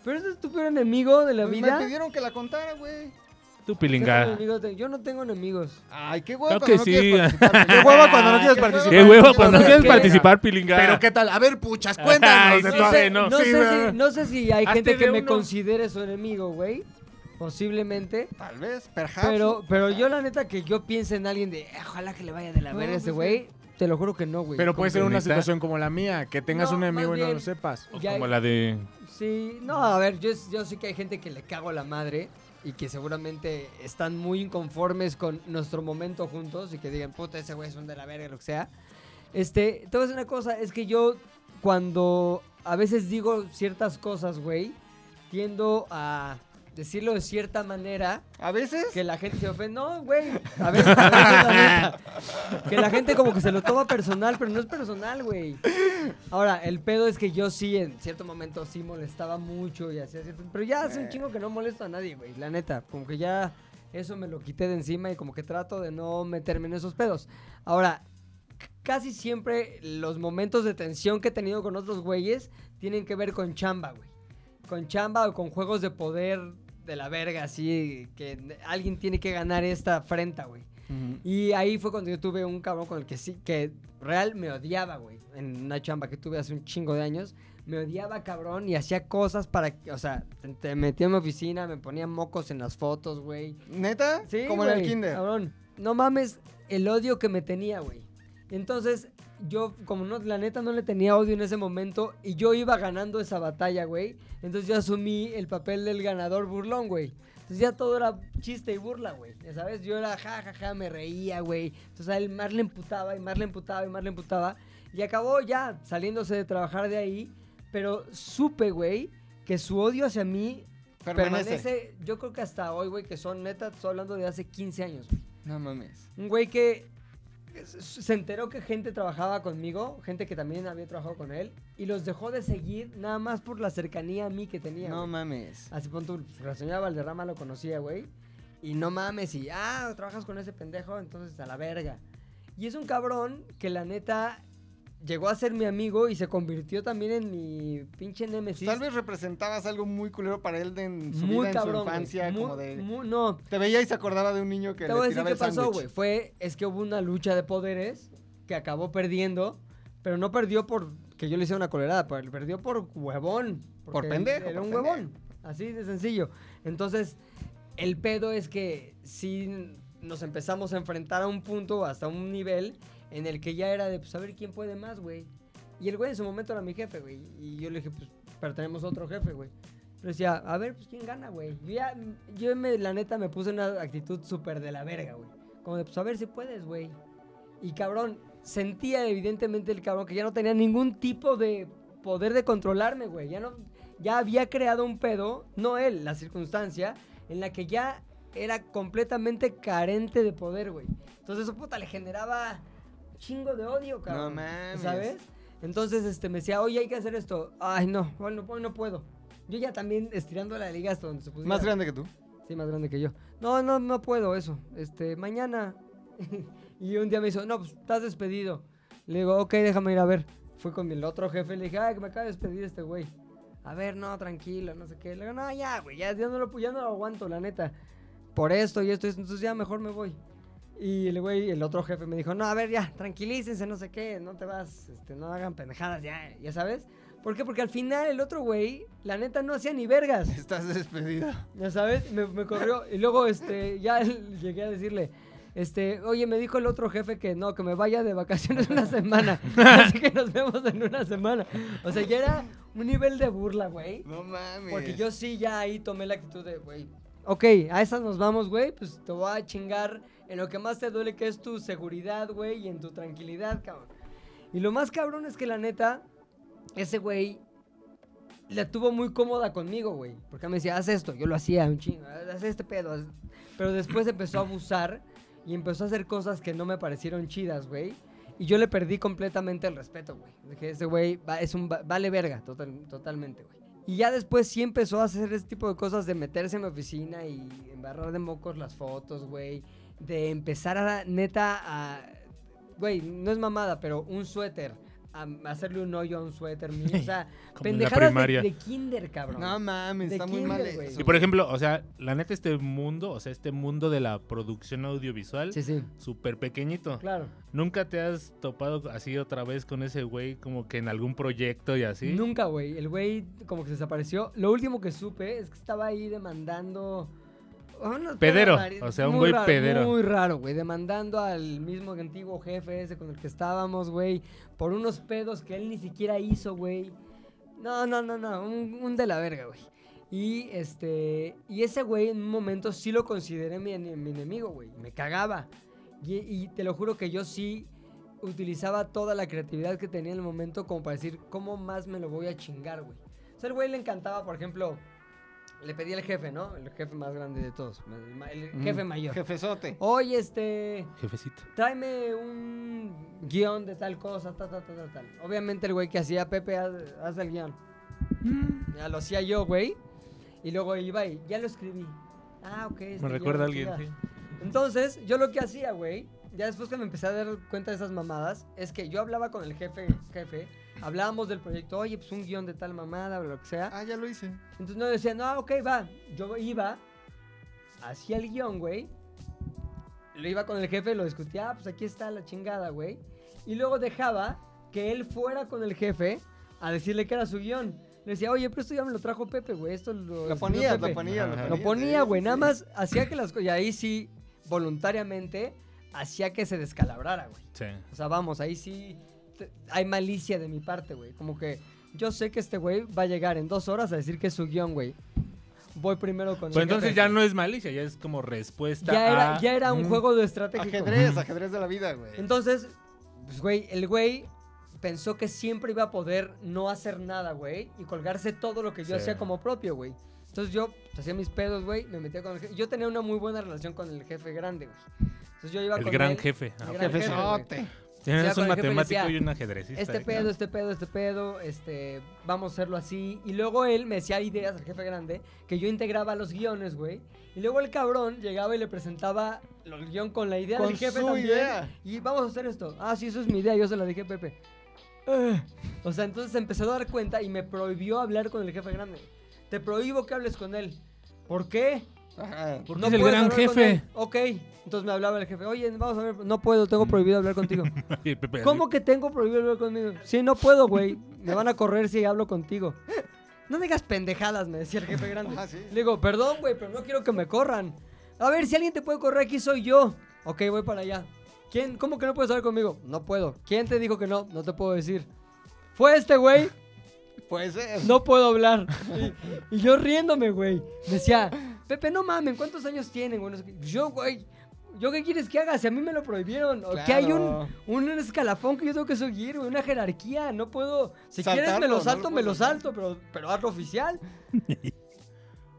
D: Pero ese es tu peor enemigo de la
A: Pues
D: vida.
A: Me pidieron que la contara, güey.
F: Tú,
D: ¿Qué
F: pilinga.
D: enemigo te- Yo no tengo enemigos.
A: Ay, qué hueva
F: Claro
A: cuando no
F: que
A: quieres
F: sí.
A: participar.
E: Qué hueva cuando no quieres participar.
F: Qué huevo cuando no
D: ¿Qué?
F: quieres participar, pilinga.
E: Pero qué tal, a ver, puchas, cuéntanos
F: Ay,
E: de
F: sí,
E: tu-
F: no sé, Pues, no.
D: No,
E: Sí,
D: sé,
E: ¿verdad?
D: si, no sé si hay
F: Hazte
D: gente que
F: de
D: me
F: uno.
D: considere su enemigo, güey. Posiblemente.
A: Tal vez, perhaps.
D: Pero, pero yo la neta que yo piense en alguien de, "Eh, ojalá que le vaya de la verga a ese güey, te lo juro que no, güey.
E: Pero puede ser una
F: ¿Neta?
E: situación como la mía, que tengas
D: No,
E: un enemigo
D: más
E: y no
D: bien-
E: lo sepas.
F: O
D: Ya-
F: Como la de.
D: Sí, no, a ver, yo, yo sé que hay gente que le cago la madre y que seguramente están muy inconformes con nuestro momento juntos y que digan, puta, ese güey es un de la verga, lo que sea. Este, te voy a decir una cosa, es que yo cuando a veces digo ciertas cosas, güey, tiendo a decirlo de cierta manera
A: A veces.
D: que la gente se ofende. No, güey. A ver, a ver, la neta. que la gente como que se lo toma personal, pero no es personal, güey. Ahora, el pedo es que yo sí, en cierto momento sí molestaba mucho y hacía cierto. Pero ya hace un chingo que no molesto a nadie, güey. La neta, como que ya eso me lo quité de encima y como que trato de no meterme en esos pedos. Ahora, c- casi siempre los momentos de tensión que he tenido con otros güeyes tienen que ver con chamba, güey. Con chamba o con juegos de poder de la verga, así que n- alguien tiene que ganar esta afrenta, güey.
A: mm,
D: Y ahí fue cuando yo tuve un cabrón con el que sí, que real me odiaba, güey. En una chamba que tuve hace un chingo de años, me odiaba, cabrón, y hacía cosas para, que- o sea, te- te metía en mi oficina, me ponía mocos en las fotos, güey.
A: ¿Neta?
D: Sí,
A: Como en el
D: güey,
A: kinder.
D: cabrón. No mames el odio que me tenía, güey. Entonces, yo, como no, la neta no le tenía odio en ese momento y yo iba ganando esa batalla, güey. Entonces yo asumí el papel del ganador burlón, güey. Entonces ya todo era chiste y burla, güey. Ya sabes, yo era ja, ja, ja, me reía, güey. Entonces a él más le emputaba y más le emputaba y más le emputaba. Y acabó ya saliéndose de trabajar de ahí. Pero supe, güey, que su odio hacia mí
A: Permanece.
D: permanece, yo creo que hasta hoy, güey, que son neta, estoy hablando de hace 15 años, güey.
A: No mames.
D: Un güey que s- se enteró que gente trabajaba conmigo, gente que también había trabajado con él, y los dejó de seguir nada más por la cercanía a mí que tenía.
A: No
D: güey. Ah,
A: mames.
D: Así pon tú, la señora Valderrama lo conocía, güey. Y no mames, y ah, trabajas con ese pendejo, entonces a la verga. Y es un cabrón que la neta llegó a ser mi amigo y se convirtió también en mi pinche némesis.
A: Pues, Tal vez representabas algo muy culero para él de en su
D: muy cabrón.
A: vida, en su
D: güey.
A: infancia,
D: Muy-
A: como de...
D: muy- no,
A: Te veía y se acordaba de un niño que
D: Te
A: le
D: voy a decir
A: tiraba
D: qué
A: el
D: pasó,
A: sándwich.
D: güey. Fue, es que hubo una lucha de poderes que acabó perdiendo, pero no perdió por que yo le hice una colerada, pero perdió por huevón.
A: Por
D: porque
A: pendejo,
D: Era
A: por
D: un
A: pendejo.
D: huevón. Así de sencillo. Entonces, el pedo es que sí nos empezamos a enfrentar a un punto, hasta un nivel, en el que ya era de, pues, a ver quién puede más, güey. Y el güey en su momento era mi jefe, güey. Y yo le dije, pues, pero tenemos otro jefe, güey. Pero decía, a ver, pues, ¿quién gana, güey? Yo ya, yo me, la neta, me puse en una actitud súper de la verga, güey. Como de, pues, a ver si puedes, güey. Y cabrón, sentía evidentemente el cabrón que ya no tenía ningún tipo de poder de controlarme, güey. Ya no, ya había creado un pedo, no él, la circunstancia, en la que ya era completamente carente de poder, güey. Entonces eso puta le generaba un chingo de odio, cabrón.
A: mames.
D: ¿Sabes? Entonces este, me decía, oye, hay que hacer esto. Ay, no, hoy no, hoy no puedo. Yo ya también estirando la liga hasta donde se pudiera.
A: Más grande que tú.
D: Sí, más grande que yo. No, no, no puedo eso. Este, mañana. y un día me dijo, no, pues estás despedido. Le digo, ok, déjame ir a ver. Fui con mi otro jefe y le dije, ay, que me acaba de despedir este güey. A ver, no, tranquilo, no sé qué. Le digo, no, ya, güey, ya, ya no, lo, ya no lo aguanto, la neta. Por esto y esto y esto, entonces ya mejor me voy. Y el güey, el otro jefe me dijo, no, a ver, ya, tranquilícense, no sé qué, no te vas, este, no hagan pendejadas, ya, ya sabes. ¿Por qué? Porque al final el otro güey, la neta, no hacía ni vergas.
A: Estás despedido.
D: Ya sabes, me, me corrió. Y luego, este, ya llegué a decirle, este, oye, me dijo el otro jefe que no, que me vaya de vacaciones una semana. así que nos vemos en una semana. O sea, ya era un nivel de burla, güey.
A: No mames.
D: Porque yo sí ya ahí tomé la actitud de, güey, ok, a esas nos vamos, güey, pues te voy a chingar en lo que más te duele, que es tu seguridad, güey, y en tu tranquilidad, cabrón. Y lo más cabrón es que la neta, ese güey la tuvo muy cómoda conmigo, güey. Porque me decía, haz esto, yo lo hacía un chingo, haz este pedo. haz-". Pero después empezó a abusar y empezó a hacer cosas que no me parecieron chidas, güey. Y yo le perdí completamente el respeto, güey. Dije, ese güey va- es un va- vale verga, total- totalmente, güey. Y ya después sí empezó a hacer ese tipo de cosas de meterse en mi oficina y embarrar de mocos las fotos, güey. De empezar a, neta, a... Güey, no es mamada, pero un suéter. A a hacerle un hoyo a un suéter mío. O sea,
F: Como en la
D: pendejadas de,
F: primaria.
D: de kinder, cabrón.
A: No mames,
D: De
A: está muy mal
D: kinder, güey.
A: eso.
F: Y por ejemplo, o sea, la neta, este mundo, o sea, este mundo de la producción audiovisual,
D: sí, sí,
F: súper pequeñito.
D: claro.
F: ¿Nunca te has topado así otra vez con ese güey como que en algún proyecto y así?
D: Nunca, güey. El güey como que se desapareció. Lo último que supe es que estaba ahí demandando... ah, unos
F: Pedero,
D: pedos raros.
F: o sea, un
D: Muy
F: güey
D: raro,
F: pedero.
D: Muy raro, güey. Demandando al mismo antiguo jefe ese con el que estábamos, güey. Por unos pedos que él ni siquiera hizo, güey. No, no, no, no. Un, un de la verga, güey. Y este. Y ese güey en un momento sí lo consideré mi, ene- mi enemigo, güey. Me cagaba. Y, y te lo juro que yo sí utilizaba toda la creatividad que tenía en el momento como para decir, ¿cómo más me lo voy a chingar, güey? O sea, al güey le encantaba, por ejemplo, le pedí al jefe, ¿no? El jefe más grande de todos, el, ma- el jefe mayor.
A: Jefezote.
D: Oye, este
F: Jefecito.
D: tráeme un guión de tal cosa, tal, tal, tal, tal, tal. Obviamente el güey que hacía Pepe haz, haz el guión. Ya lo hacía yo, güey. Y luego iba y ya lo escribí. Ah, ok. este
F: Me
D: guión,
F: recuerda a alguien,
D: chingada.
F: sí.
D: Entonces, yo lo que hacía, güey, ya después que me empecé a dar cuenta de esas mamadas, es que yo hablaba con el jefe, jefe, hablábamos del proyecto, oye, pues un guión de tal mamada o lo que sea.
A: Ah, ya lo hice.
D: Entonces no decía, no, ok, va. Yo iba, hacía el guión, güey. Lo iba con el jefe, lo discutía, ah, pues aquí está la chingada, güey. Y luego dejaba que él fuera con el jefe a decirle que era su guión. Le decía, oye, pero esto ya me lo trajo Pepe, güey. Esto lo,
A: Lo
D: escribió
A: ponías, lo
D: Pepe".
A: ponías, lo
F: Ajá.
A: ponías.
D: Lo ponía,
A: Sí,
D: güey.
A: sí,
D: Nada
A: sí.
D: más hacía que las cosas. Y ahí sí, voluntariamente, hacía que se descalabrara, güey.
F: Sí.
D: O sea, vamos, ahí sí te- hay malicia de mi parte, güey. Como que yo sé que este güey va a llegar en dos horas a decir que es su guión, güey. Voy primero con el
F: Pues entonces
D: jefe.
F: ya no es malicia, ya es como respuesta
D: Ya
F: a...
D: era, ya era un juego de estrategia.
A: Ajedrez, ajedrez de la vida, güey.
D: Entonces, pues, güey, el güey pensó que siempre iba a poder no hacer nada, güey, y colgarse todo lo que yo
F: Sí.
D: hacía como propio, güey. Entonces yo pues, hacía mis pedos, güey, me metía con el jefe. Yo tenía una muy buena relación con el jefe grande, güey. Entonces yo iba
F: El
D: con
F: gran
D: él,
F: jefe.
D: el
F: Ah,
D: gran jefe, güey.
A: Jefezote.
F: Tienes
D: con
F: un
D: el jefe le
F: matemático
D: decía,
F: y un ajedrecista.
D: este
F: ¿eh?
D: pedo, este pedo, este pedo, este, vamos a hacerlo así. Y luego él me decía ideas al jefe grande que yo integraba los guiones, güey. Y luego el cabrón llegaba y le presentaba el guión con la idea
A: Con
D: del jefe
A: su
D: también.
A: idea.
D: Y vamos a hacer esto. Ah, sí, eso es mi idea, yo se la dije a Pepe. Ah. O sea, entonces empezó a dar cuenta y me prohibió hablar con el jefe grande. Te prohíbo que hables con él. ¿Por qué?
A: Ajá.
F: Porque es
D: puedes
F: el gran
D: hablar con
F: jefe.
D: él. Ok, entonces me hablaba el jefe. Oye, vamos a ver, no puedo, tengo prohibido hablar contigo.
F: Y Pepe así,
D: ¿Cómo que tengo prohibido hablar conmigo? Sí, no puedo, güey. Me van a correr si hablo contigo. No digas pendejadas, me decía el jefe grande.
A: Ah, sí.
D: Le digo, perdón, güey, pero no quiero que me corran. A ver, si alguien te puede correr aquí soy yo. Ok, voy para allá. ¿Quién? ¿Cómo que no puedes hablar conmigo? No puedo. ¿Quién te dijo que no? No te puedo decir. Fue este güey,
A: Pues es.
D: no puedo hablar. Y, y yo riéndome, güey. Decía, Pepe, no mamen, ¿cuántos años tienen? güey? No sé qué. pues, Yo, güey, ¿yo qué quieres que haga? Si a mí me lo prohibieron. O Que hay un,
A: Claro.
D: un escalafón que yo tengo que seguir, güey, una jerarquía. No puedo. Si quieres, me
A: Saltarlo,
D: lo
A: no lo
D: salto, me
A: puedo
D: lo salto, pero, pero hazlo oficial.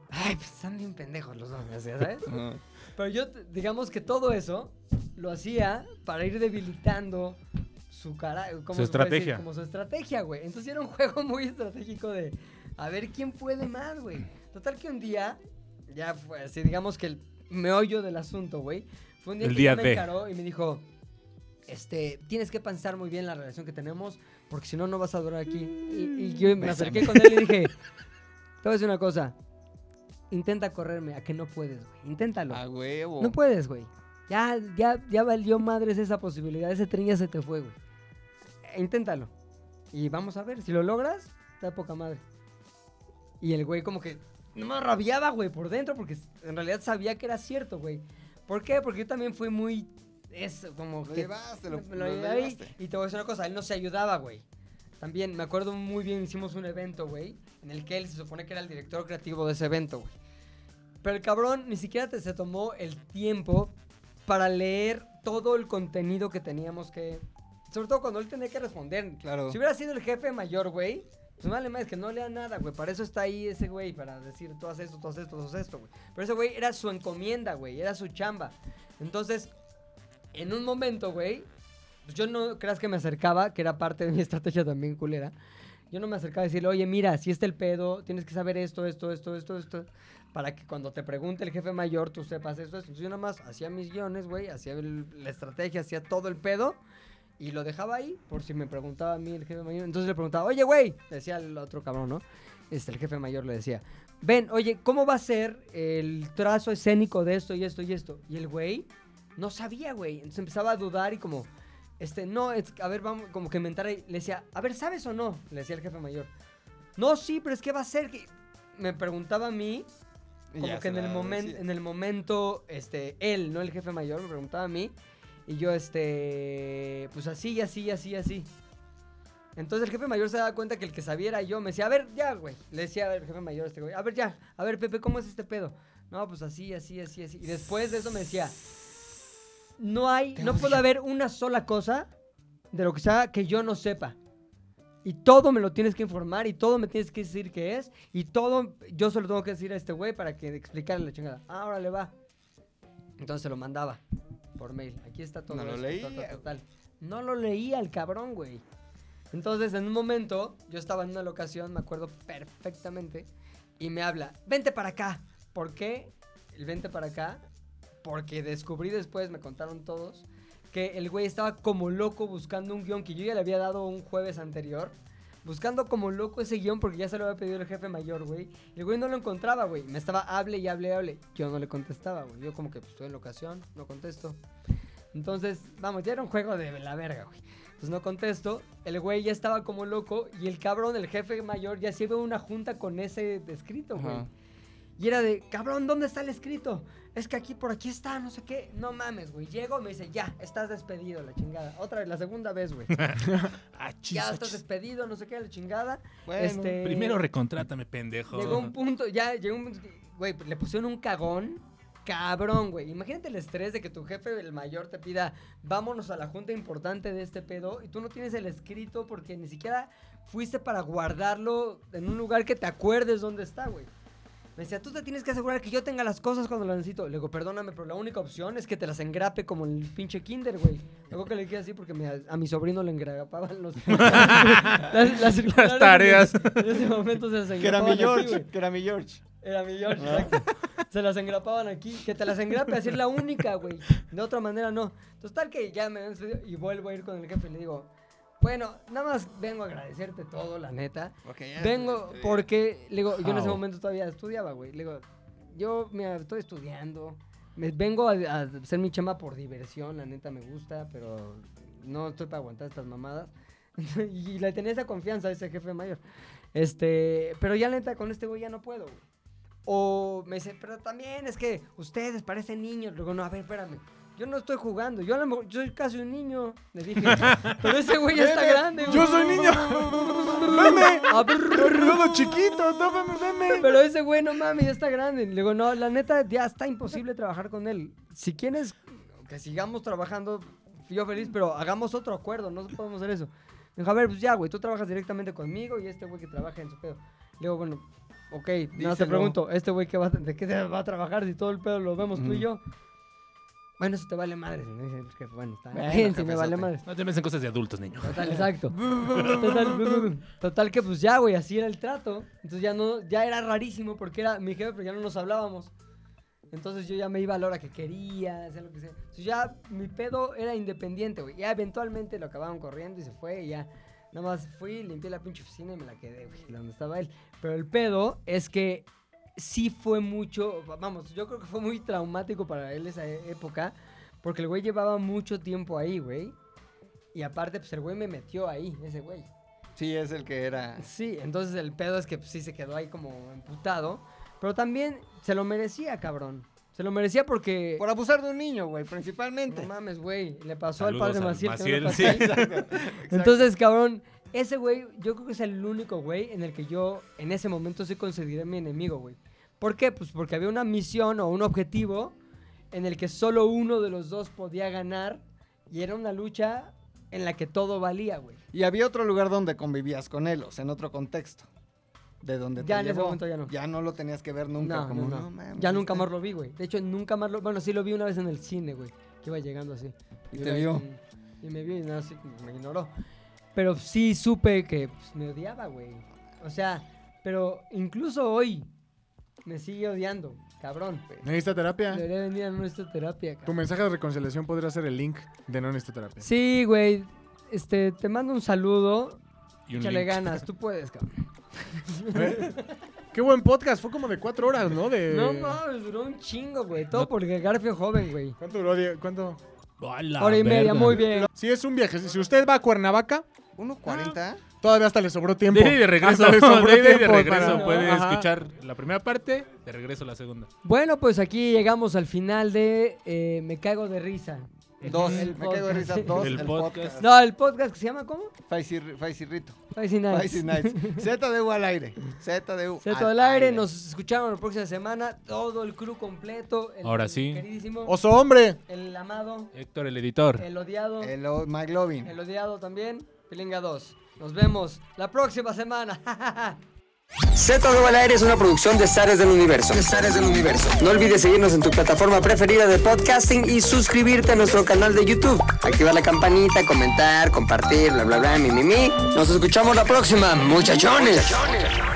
D: Ay, pues están bien pendejos los dos, ya ¿sabes? Pero yo, t- digamos que todo eso lo hacía para ir debilitando su cara, eh, ¿cómo
F: Su
D: se puede
F: estrategia.
D: como su estrategia, güey. Entonces era un juego muy estratégico de a ver quién puede más, güey. Total que un día, ya fue así, digamos que el meollo del asunto, güey. Fue un día
F: El
D: que
F: día
D: ya me
F: D.
D: encaró y me dijo, este, tienes que pensar muy bien la relación que tenemos, porque si no, no vas a durar aquí. Y, y yo me acerqué con él y dije, te voy a decir una cosa. Intenta correrme, a que no puedes, güey. Inténtalo.
A: A huevo.
D: No puedes, güey. Ya, ya, ya valió madres esa posibilidad. Ese tren ya se te fue, güey. Eh, Inténtalo. Y vamos a ver, si lo logras, está poca madre. Y el güey como que no me rabiaba, güey, por dentro, porque en realidad sabía que era cierto, güey. ¿Por qué? Porque yo también fui muy... Eso, como
A: Lo
D: que...
A: llevaste, lo-
D: me
A: lo
D: llevé y-
A: llevaste.
D: Y te voy a decir una cosa, él no se ayudaba, güey. También, me acuerdo muy bien, hicimos un evento, güey, en el que él se supone que era el director creativo de ese evento, güey. Pero el cabrón ni siquiera te- se tomó el tiempo para leer todo el contenido que teníamos que... Sobre todo cuando él tenía que responder.
A: Claro.
D: Si hubiera sido el jefe mayor, güey, pues vale más que no lea nada, güey. Para eso está ahí ese güey, para decir, tú haces esto, tú haces esto, tú haces esto, güey. Pero ese güey era su encomienda, güey, era su chamba. Entonces, en un momento, güey, pues yo no creas que me acercaba, que era parte de mi estrategia también culera. Yo no me acercaba a decirle, oye, mira, si está el pedo, tienes que saber esto, esto, esto, esto, esto, para que cuando te pregunte el jefe mayor tú sepas esto, esto. Entonces yo nada más hacía mis guiones, güey, hacía el- la estrategia, hacía todo el pedo y lo dejaba ahí por si me preguntaba a mí el jefe mayor. Entonces le preguntaba, oye, güey, le decía el otro cabrón, ¿no? Este, el jefe mayor le decía, ven, oye, ¿cómo va a ser el trazo escénico de esto y esto y esto? Y el güey no sabía, güey. Entonces empezaba a dudar y como, este, no, es- a ver, vamos, como que mentara y le decía, a ver, ¿sabes o no? Le decía el jefe mayor. No, sí, pero es que va a ser que... Me preguntaba a mí,
A: Y
D: como
A: ya
D: que
A: se
D: en el,
A: la
D: momento
A: decía.
D: en el momento, este, él, no el jefe mayor, me preguntaba a mí. Y yo, este, pues así, y así, y así, y así. Entonces el jefe mayor se daba cuenta que el que sabía era yo. Me decía, a ver, ya, güey. Le decía al jefe mayor a este güey, a ver, ya, a ver, Pepe, ¿cómo es este pedo? No, pues así, así, así, así. Y después de eso me decía, no hay, no puede haber una sola cosa de lo que sea que yo no sepa. Y todo me lo tienes que informar y todo me tienes que decir que es y todo yo se lo tengo que decir a este güey para que explicarle la chingada. Ah, órale, va. Entonces se lo mandaba por mail. Aquí está todo.
A: No lo
D: esto,
A: leía,
D: ta, ta, ta, tal. No lo leía el cabrón, güey. Entonces, en un momento, yo estaba en una locación, me acuerdo perfectamente, y me habla, vente para acá. ¿Por qué el vente para acá? Porque descubrí después, me contaron todos, que el güey estaba como loco buscando un guión que yo ya le había dado un jueves anterior. Buscando como loco ese guión porque ya se lo había pedido el jefe mayor, güey. El güey no lo encontraba, güey. Me estaba hable y hable y hable. Yo no le contestaba, güey. Yo como que pues, estoy en locación, no contesto. Entonces, vamos, ya era un juego de la verga, güey. Pues no contesto. El güey ya estaba como loco y el cabrón, el jefe mayor, ya sirve una junta con ese escrito, güey.
A: Ajá.
D: Y era de, cabrón, ¿dónde está el escrito? Es que aquí, por aquí está, no sé qué. No mames, güey. Llego, me dice, ya, estás despedido, la chingada. Otra vez, la segunda vez, güey.
F: Ah,
D: ya estás despedido, no sé qué, la chingada.
A: Bueno,
D: este,
F: Primero recontrátame, pendejo.
D: Llegó un punto, ya, llegó un punto que, güey, le pusieron un cagón. Cabrón, güey. Imagínate el estrés de que tu jefe, el mayor, te pida, vámonos a la junta importante de este pedo y tú no tienes el escrito porque ni siquiera fuiste para guardarlo en un lugar que te acuerdes dónde está, güey. Me decía, tú te tienes que asegurar que yo tenga las cosas cuando las necesito. Le digo, perdóname, pero la única opción es que te las engrape como el pinche kinder, güey. Luego que le dije así porque me- a mi sobrino le engrapaban los, las, circulares, güey.
F: tareas.
D: En ese momento se las
A: Que era
D: engrapaban
A: mi
D: aquí,
A: George, Ah.
D: güey.
A: que era mi George.
D: Era mi George, exacto. Se las engrapaban aquí. Que te las engrape, así es la única, güey. De otra manera, no. Entonces, tal que ya me han despedido y vuelvo a ir con el jefe y le digo, bueno, nada más vengo a agradecerte todo, la neta. Vengo porque, le digo, yo en ese
F: How?
D: momento todavía estudiaba, güey. Le digo, yo mira, estoy estudiando. Me, vengo a, a hacer mi chamba por diversión, la neta me gusta, pero no estoy para aguantar estas mamadas. y le tenía esa confianza a ese jefe mayor. Este, pero ya neta con este güey ya no puedo, güey. O me dice, pero también es que ustedes parecen niños. Luego, no, a ver, espérame. Yo no estoy jugando. Yo a lo mejor, yo soy casi un niño. Le dije, pero ese güey ya está
C: Veme,
D: grande, güey.
C: Yo soy niño. Veme.
D: Ah, brr.
C: Todo chiquito, no, veme, veme.
D: Pero ese güey, no mames, ya está grande. Le digo, no, la neta, ya está imposible trabajar con él. Si quieres que sigamos trabajando, yo feliz, pero hagamos otro acuerdo, no podemos hacer eso. Me dijo, a ver, pues ya, güey, tú trabajas directamente conmigo y este güey que trabaja en su pedo. Le digo, bueno, ok, no te
A: Díselo.
D: pregunto, ¿este güey qué va, de qué va a trabajar si todo el pedo lo vemos tú y yo? Bueno, eso te vale madre. Me dice el jefe, bueno, está
A: Bueno,
D: bien, si me vale
A: jefezote.
D: madre.
F: No te metas en cosas de adultos, niño.
D: Total, exacto. total, total que pues ya, güey, así era el trato. Entonces ya no, ya era rarísimo porque era mi jefe, pero ya no nos hablábamos. Entonces yo ya me iba a la hora que quería, hacía lo que sea. Entonces ya mi pedo era independiente, güey. Ya eventualmente lo acababan corriendo y se fue y ya. Nada más fui, limpié la pinche oficina y me la quedé, güey, donde estaba él. Pero el pedo es que sí fue mucho, vamos, yo creo que fue muy traumático para él esa e- época, porque el güey llevaba mucho tiempo ahí, güey. Y aparte, pues el güey me metió ahí, ese güey.
A: Sí, es el que era.
D: Sí, entonces el pedo es que pues, sí se quedó ahí como emputado. Pero también se lo merecía, cabrón. Se lo merecía porque.
A: Por abusar de un niño, güey, principalmente.
D: No mames, güey. Le pasó
F: Saludos
D: al padre
F: al
D: Maciel. que no
F: Maciel,
D: le pasó
F: sí.
D: a él. Entonces, cabrón, ese güey, yo creo que es el único güey en el que yo en ese momento sí consideré mi enemigo, güey. ¿Por qué? Pues porque había una misión o un objetivo en el que solo uno de los dos podía ganar y era una lucha en la que todo valía, güey.
A: Y había otro lugar donde convivías con él, o sea, en otro contexto. De donde
D: Ya
A: te
D: en ese
A: llevó.
D: momento ya no.
A: Ya no lo tenías que ver nunca.
D: No,
A: como,
D: no, no.
A: "No mames,
D: ya nunca
A: este".
D: más lo vi, güey. De hecho, nunca más lo... Bueno, sí lo vi una vez en el cine, güey. Que iba llegando así.
A: Y
D: Yo
A: te
D: era-
A: vio.
D: Y me vio y nada, así como me ignoró. Pero sí supe que pues, me odiaba, güey. O sea, pero incluso hoy me sigue odiando, cabrón.
E: ¿Necesita terapia?
D: Debería venir a nuestra terapia,
E: Tu
D: cabrón.
E: mensaje de reconciliación podría ser el link de no necesito terapia.
D: Sí, güey. Este, te mando un saludo.
F: Y un
D: Échale
F: link.
D: ganas, tú puedes, cabrón.
E: Qué buen podcast, fue como de cuatro horas, ¿no? De...
D: No mames, duró un chingo, güey. Todo
F: No-
D: porque Garfio joven, güey.
E: ¿Cuánto duró? Die- ¿Cuánto?
F: A la
D: Hora y media,
F: verga.
D: muy bien.
E: Si es un viaje, si usted va a Cuernavaca,
A: ¿1.40?
E: todavía hasta le sobró tiempo.
F: De ida y de regreso,
E: Hasta le sobró
F: de ida y de
E: tiempo
F: regreso
E: para-
F: puede
E: Ajá.
F: escuchar la primera parte, de regreso la segunda.
D: Bueno, pues aquí llegamos al final de eh, Me cago de risa. El-
A: Dos.
D: el
A: Me caigo de
D: podcast.
A: risa. Dos.
F: El
A: El, podcast.
D: No, el podcast que se llama ¿cómo?
A: Faisy Faisy Rito.
D: Spicy Nights.
A: Faisy Nights. ZDU al aire. ZDU.
D: Seto del aire, nos escucharon la próxima semana, todo el crew completo. El
F: Ahora sí.
D: Queridísimo,
E: Oso hombre.
D: el amado,
F: Héctor, el editor.
D: el odiado, el,
A: El o- Mike Lovin.
D: odiado también, Pilinga 2. Nos vemos la próxima semana.
H: Z2 al aire es una producción de Zares del Universo. del Universo. No olvides seguirnos en tu plataforma preferida de podcasting y suscribirte a nuestro canal de YouTube. Activar la campanita, comentar, compartir, bla, bla, bla, mi, mi, mi. Nos escuchamos la próxima, muchachones.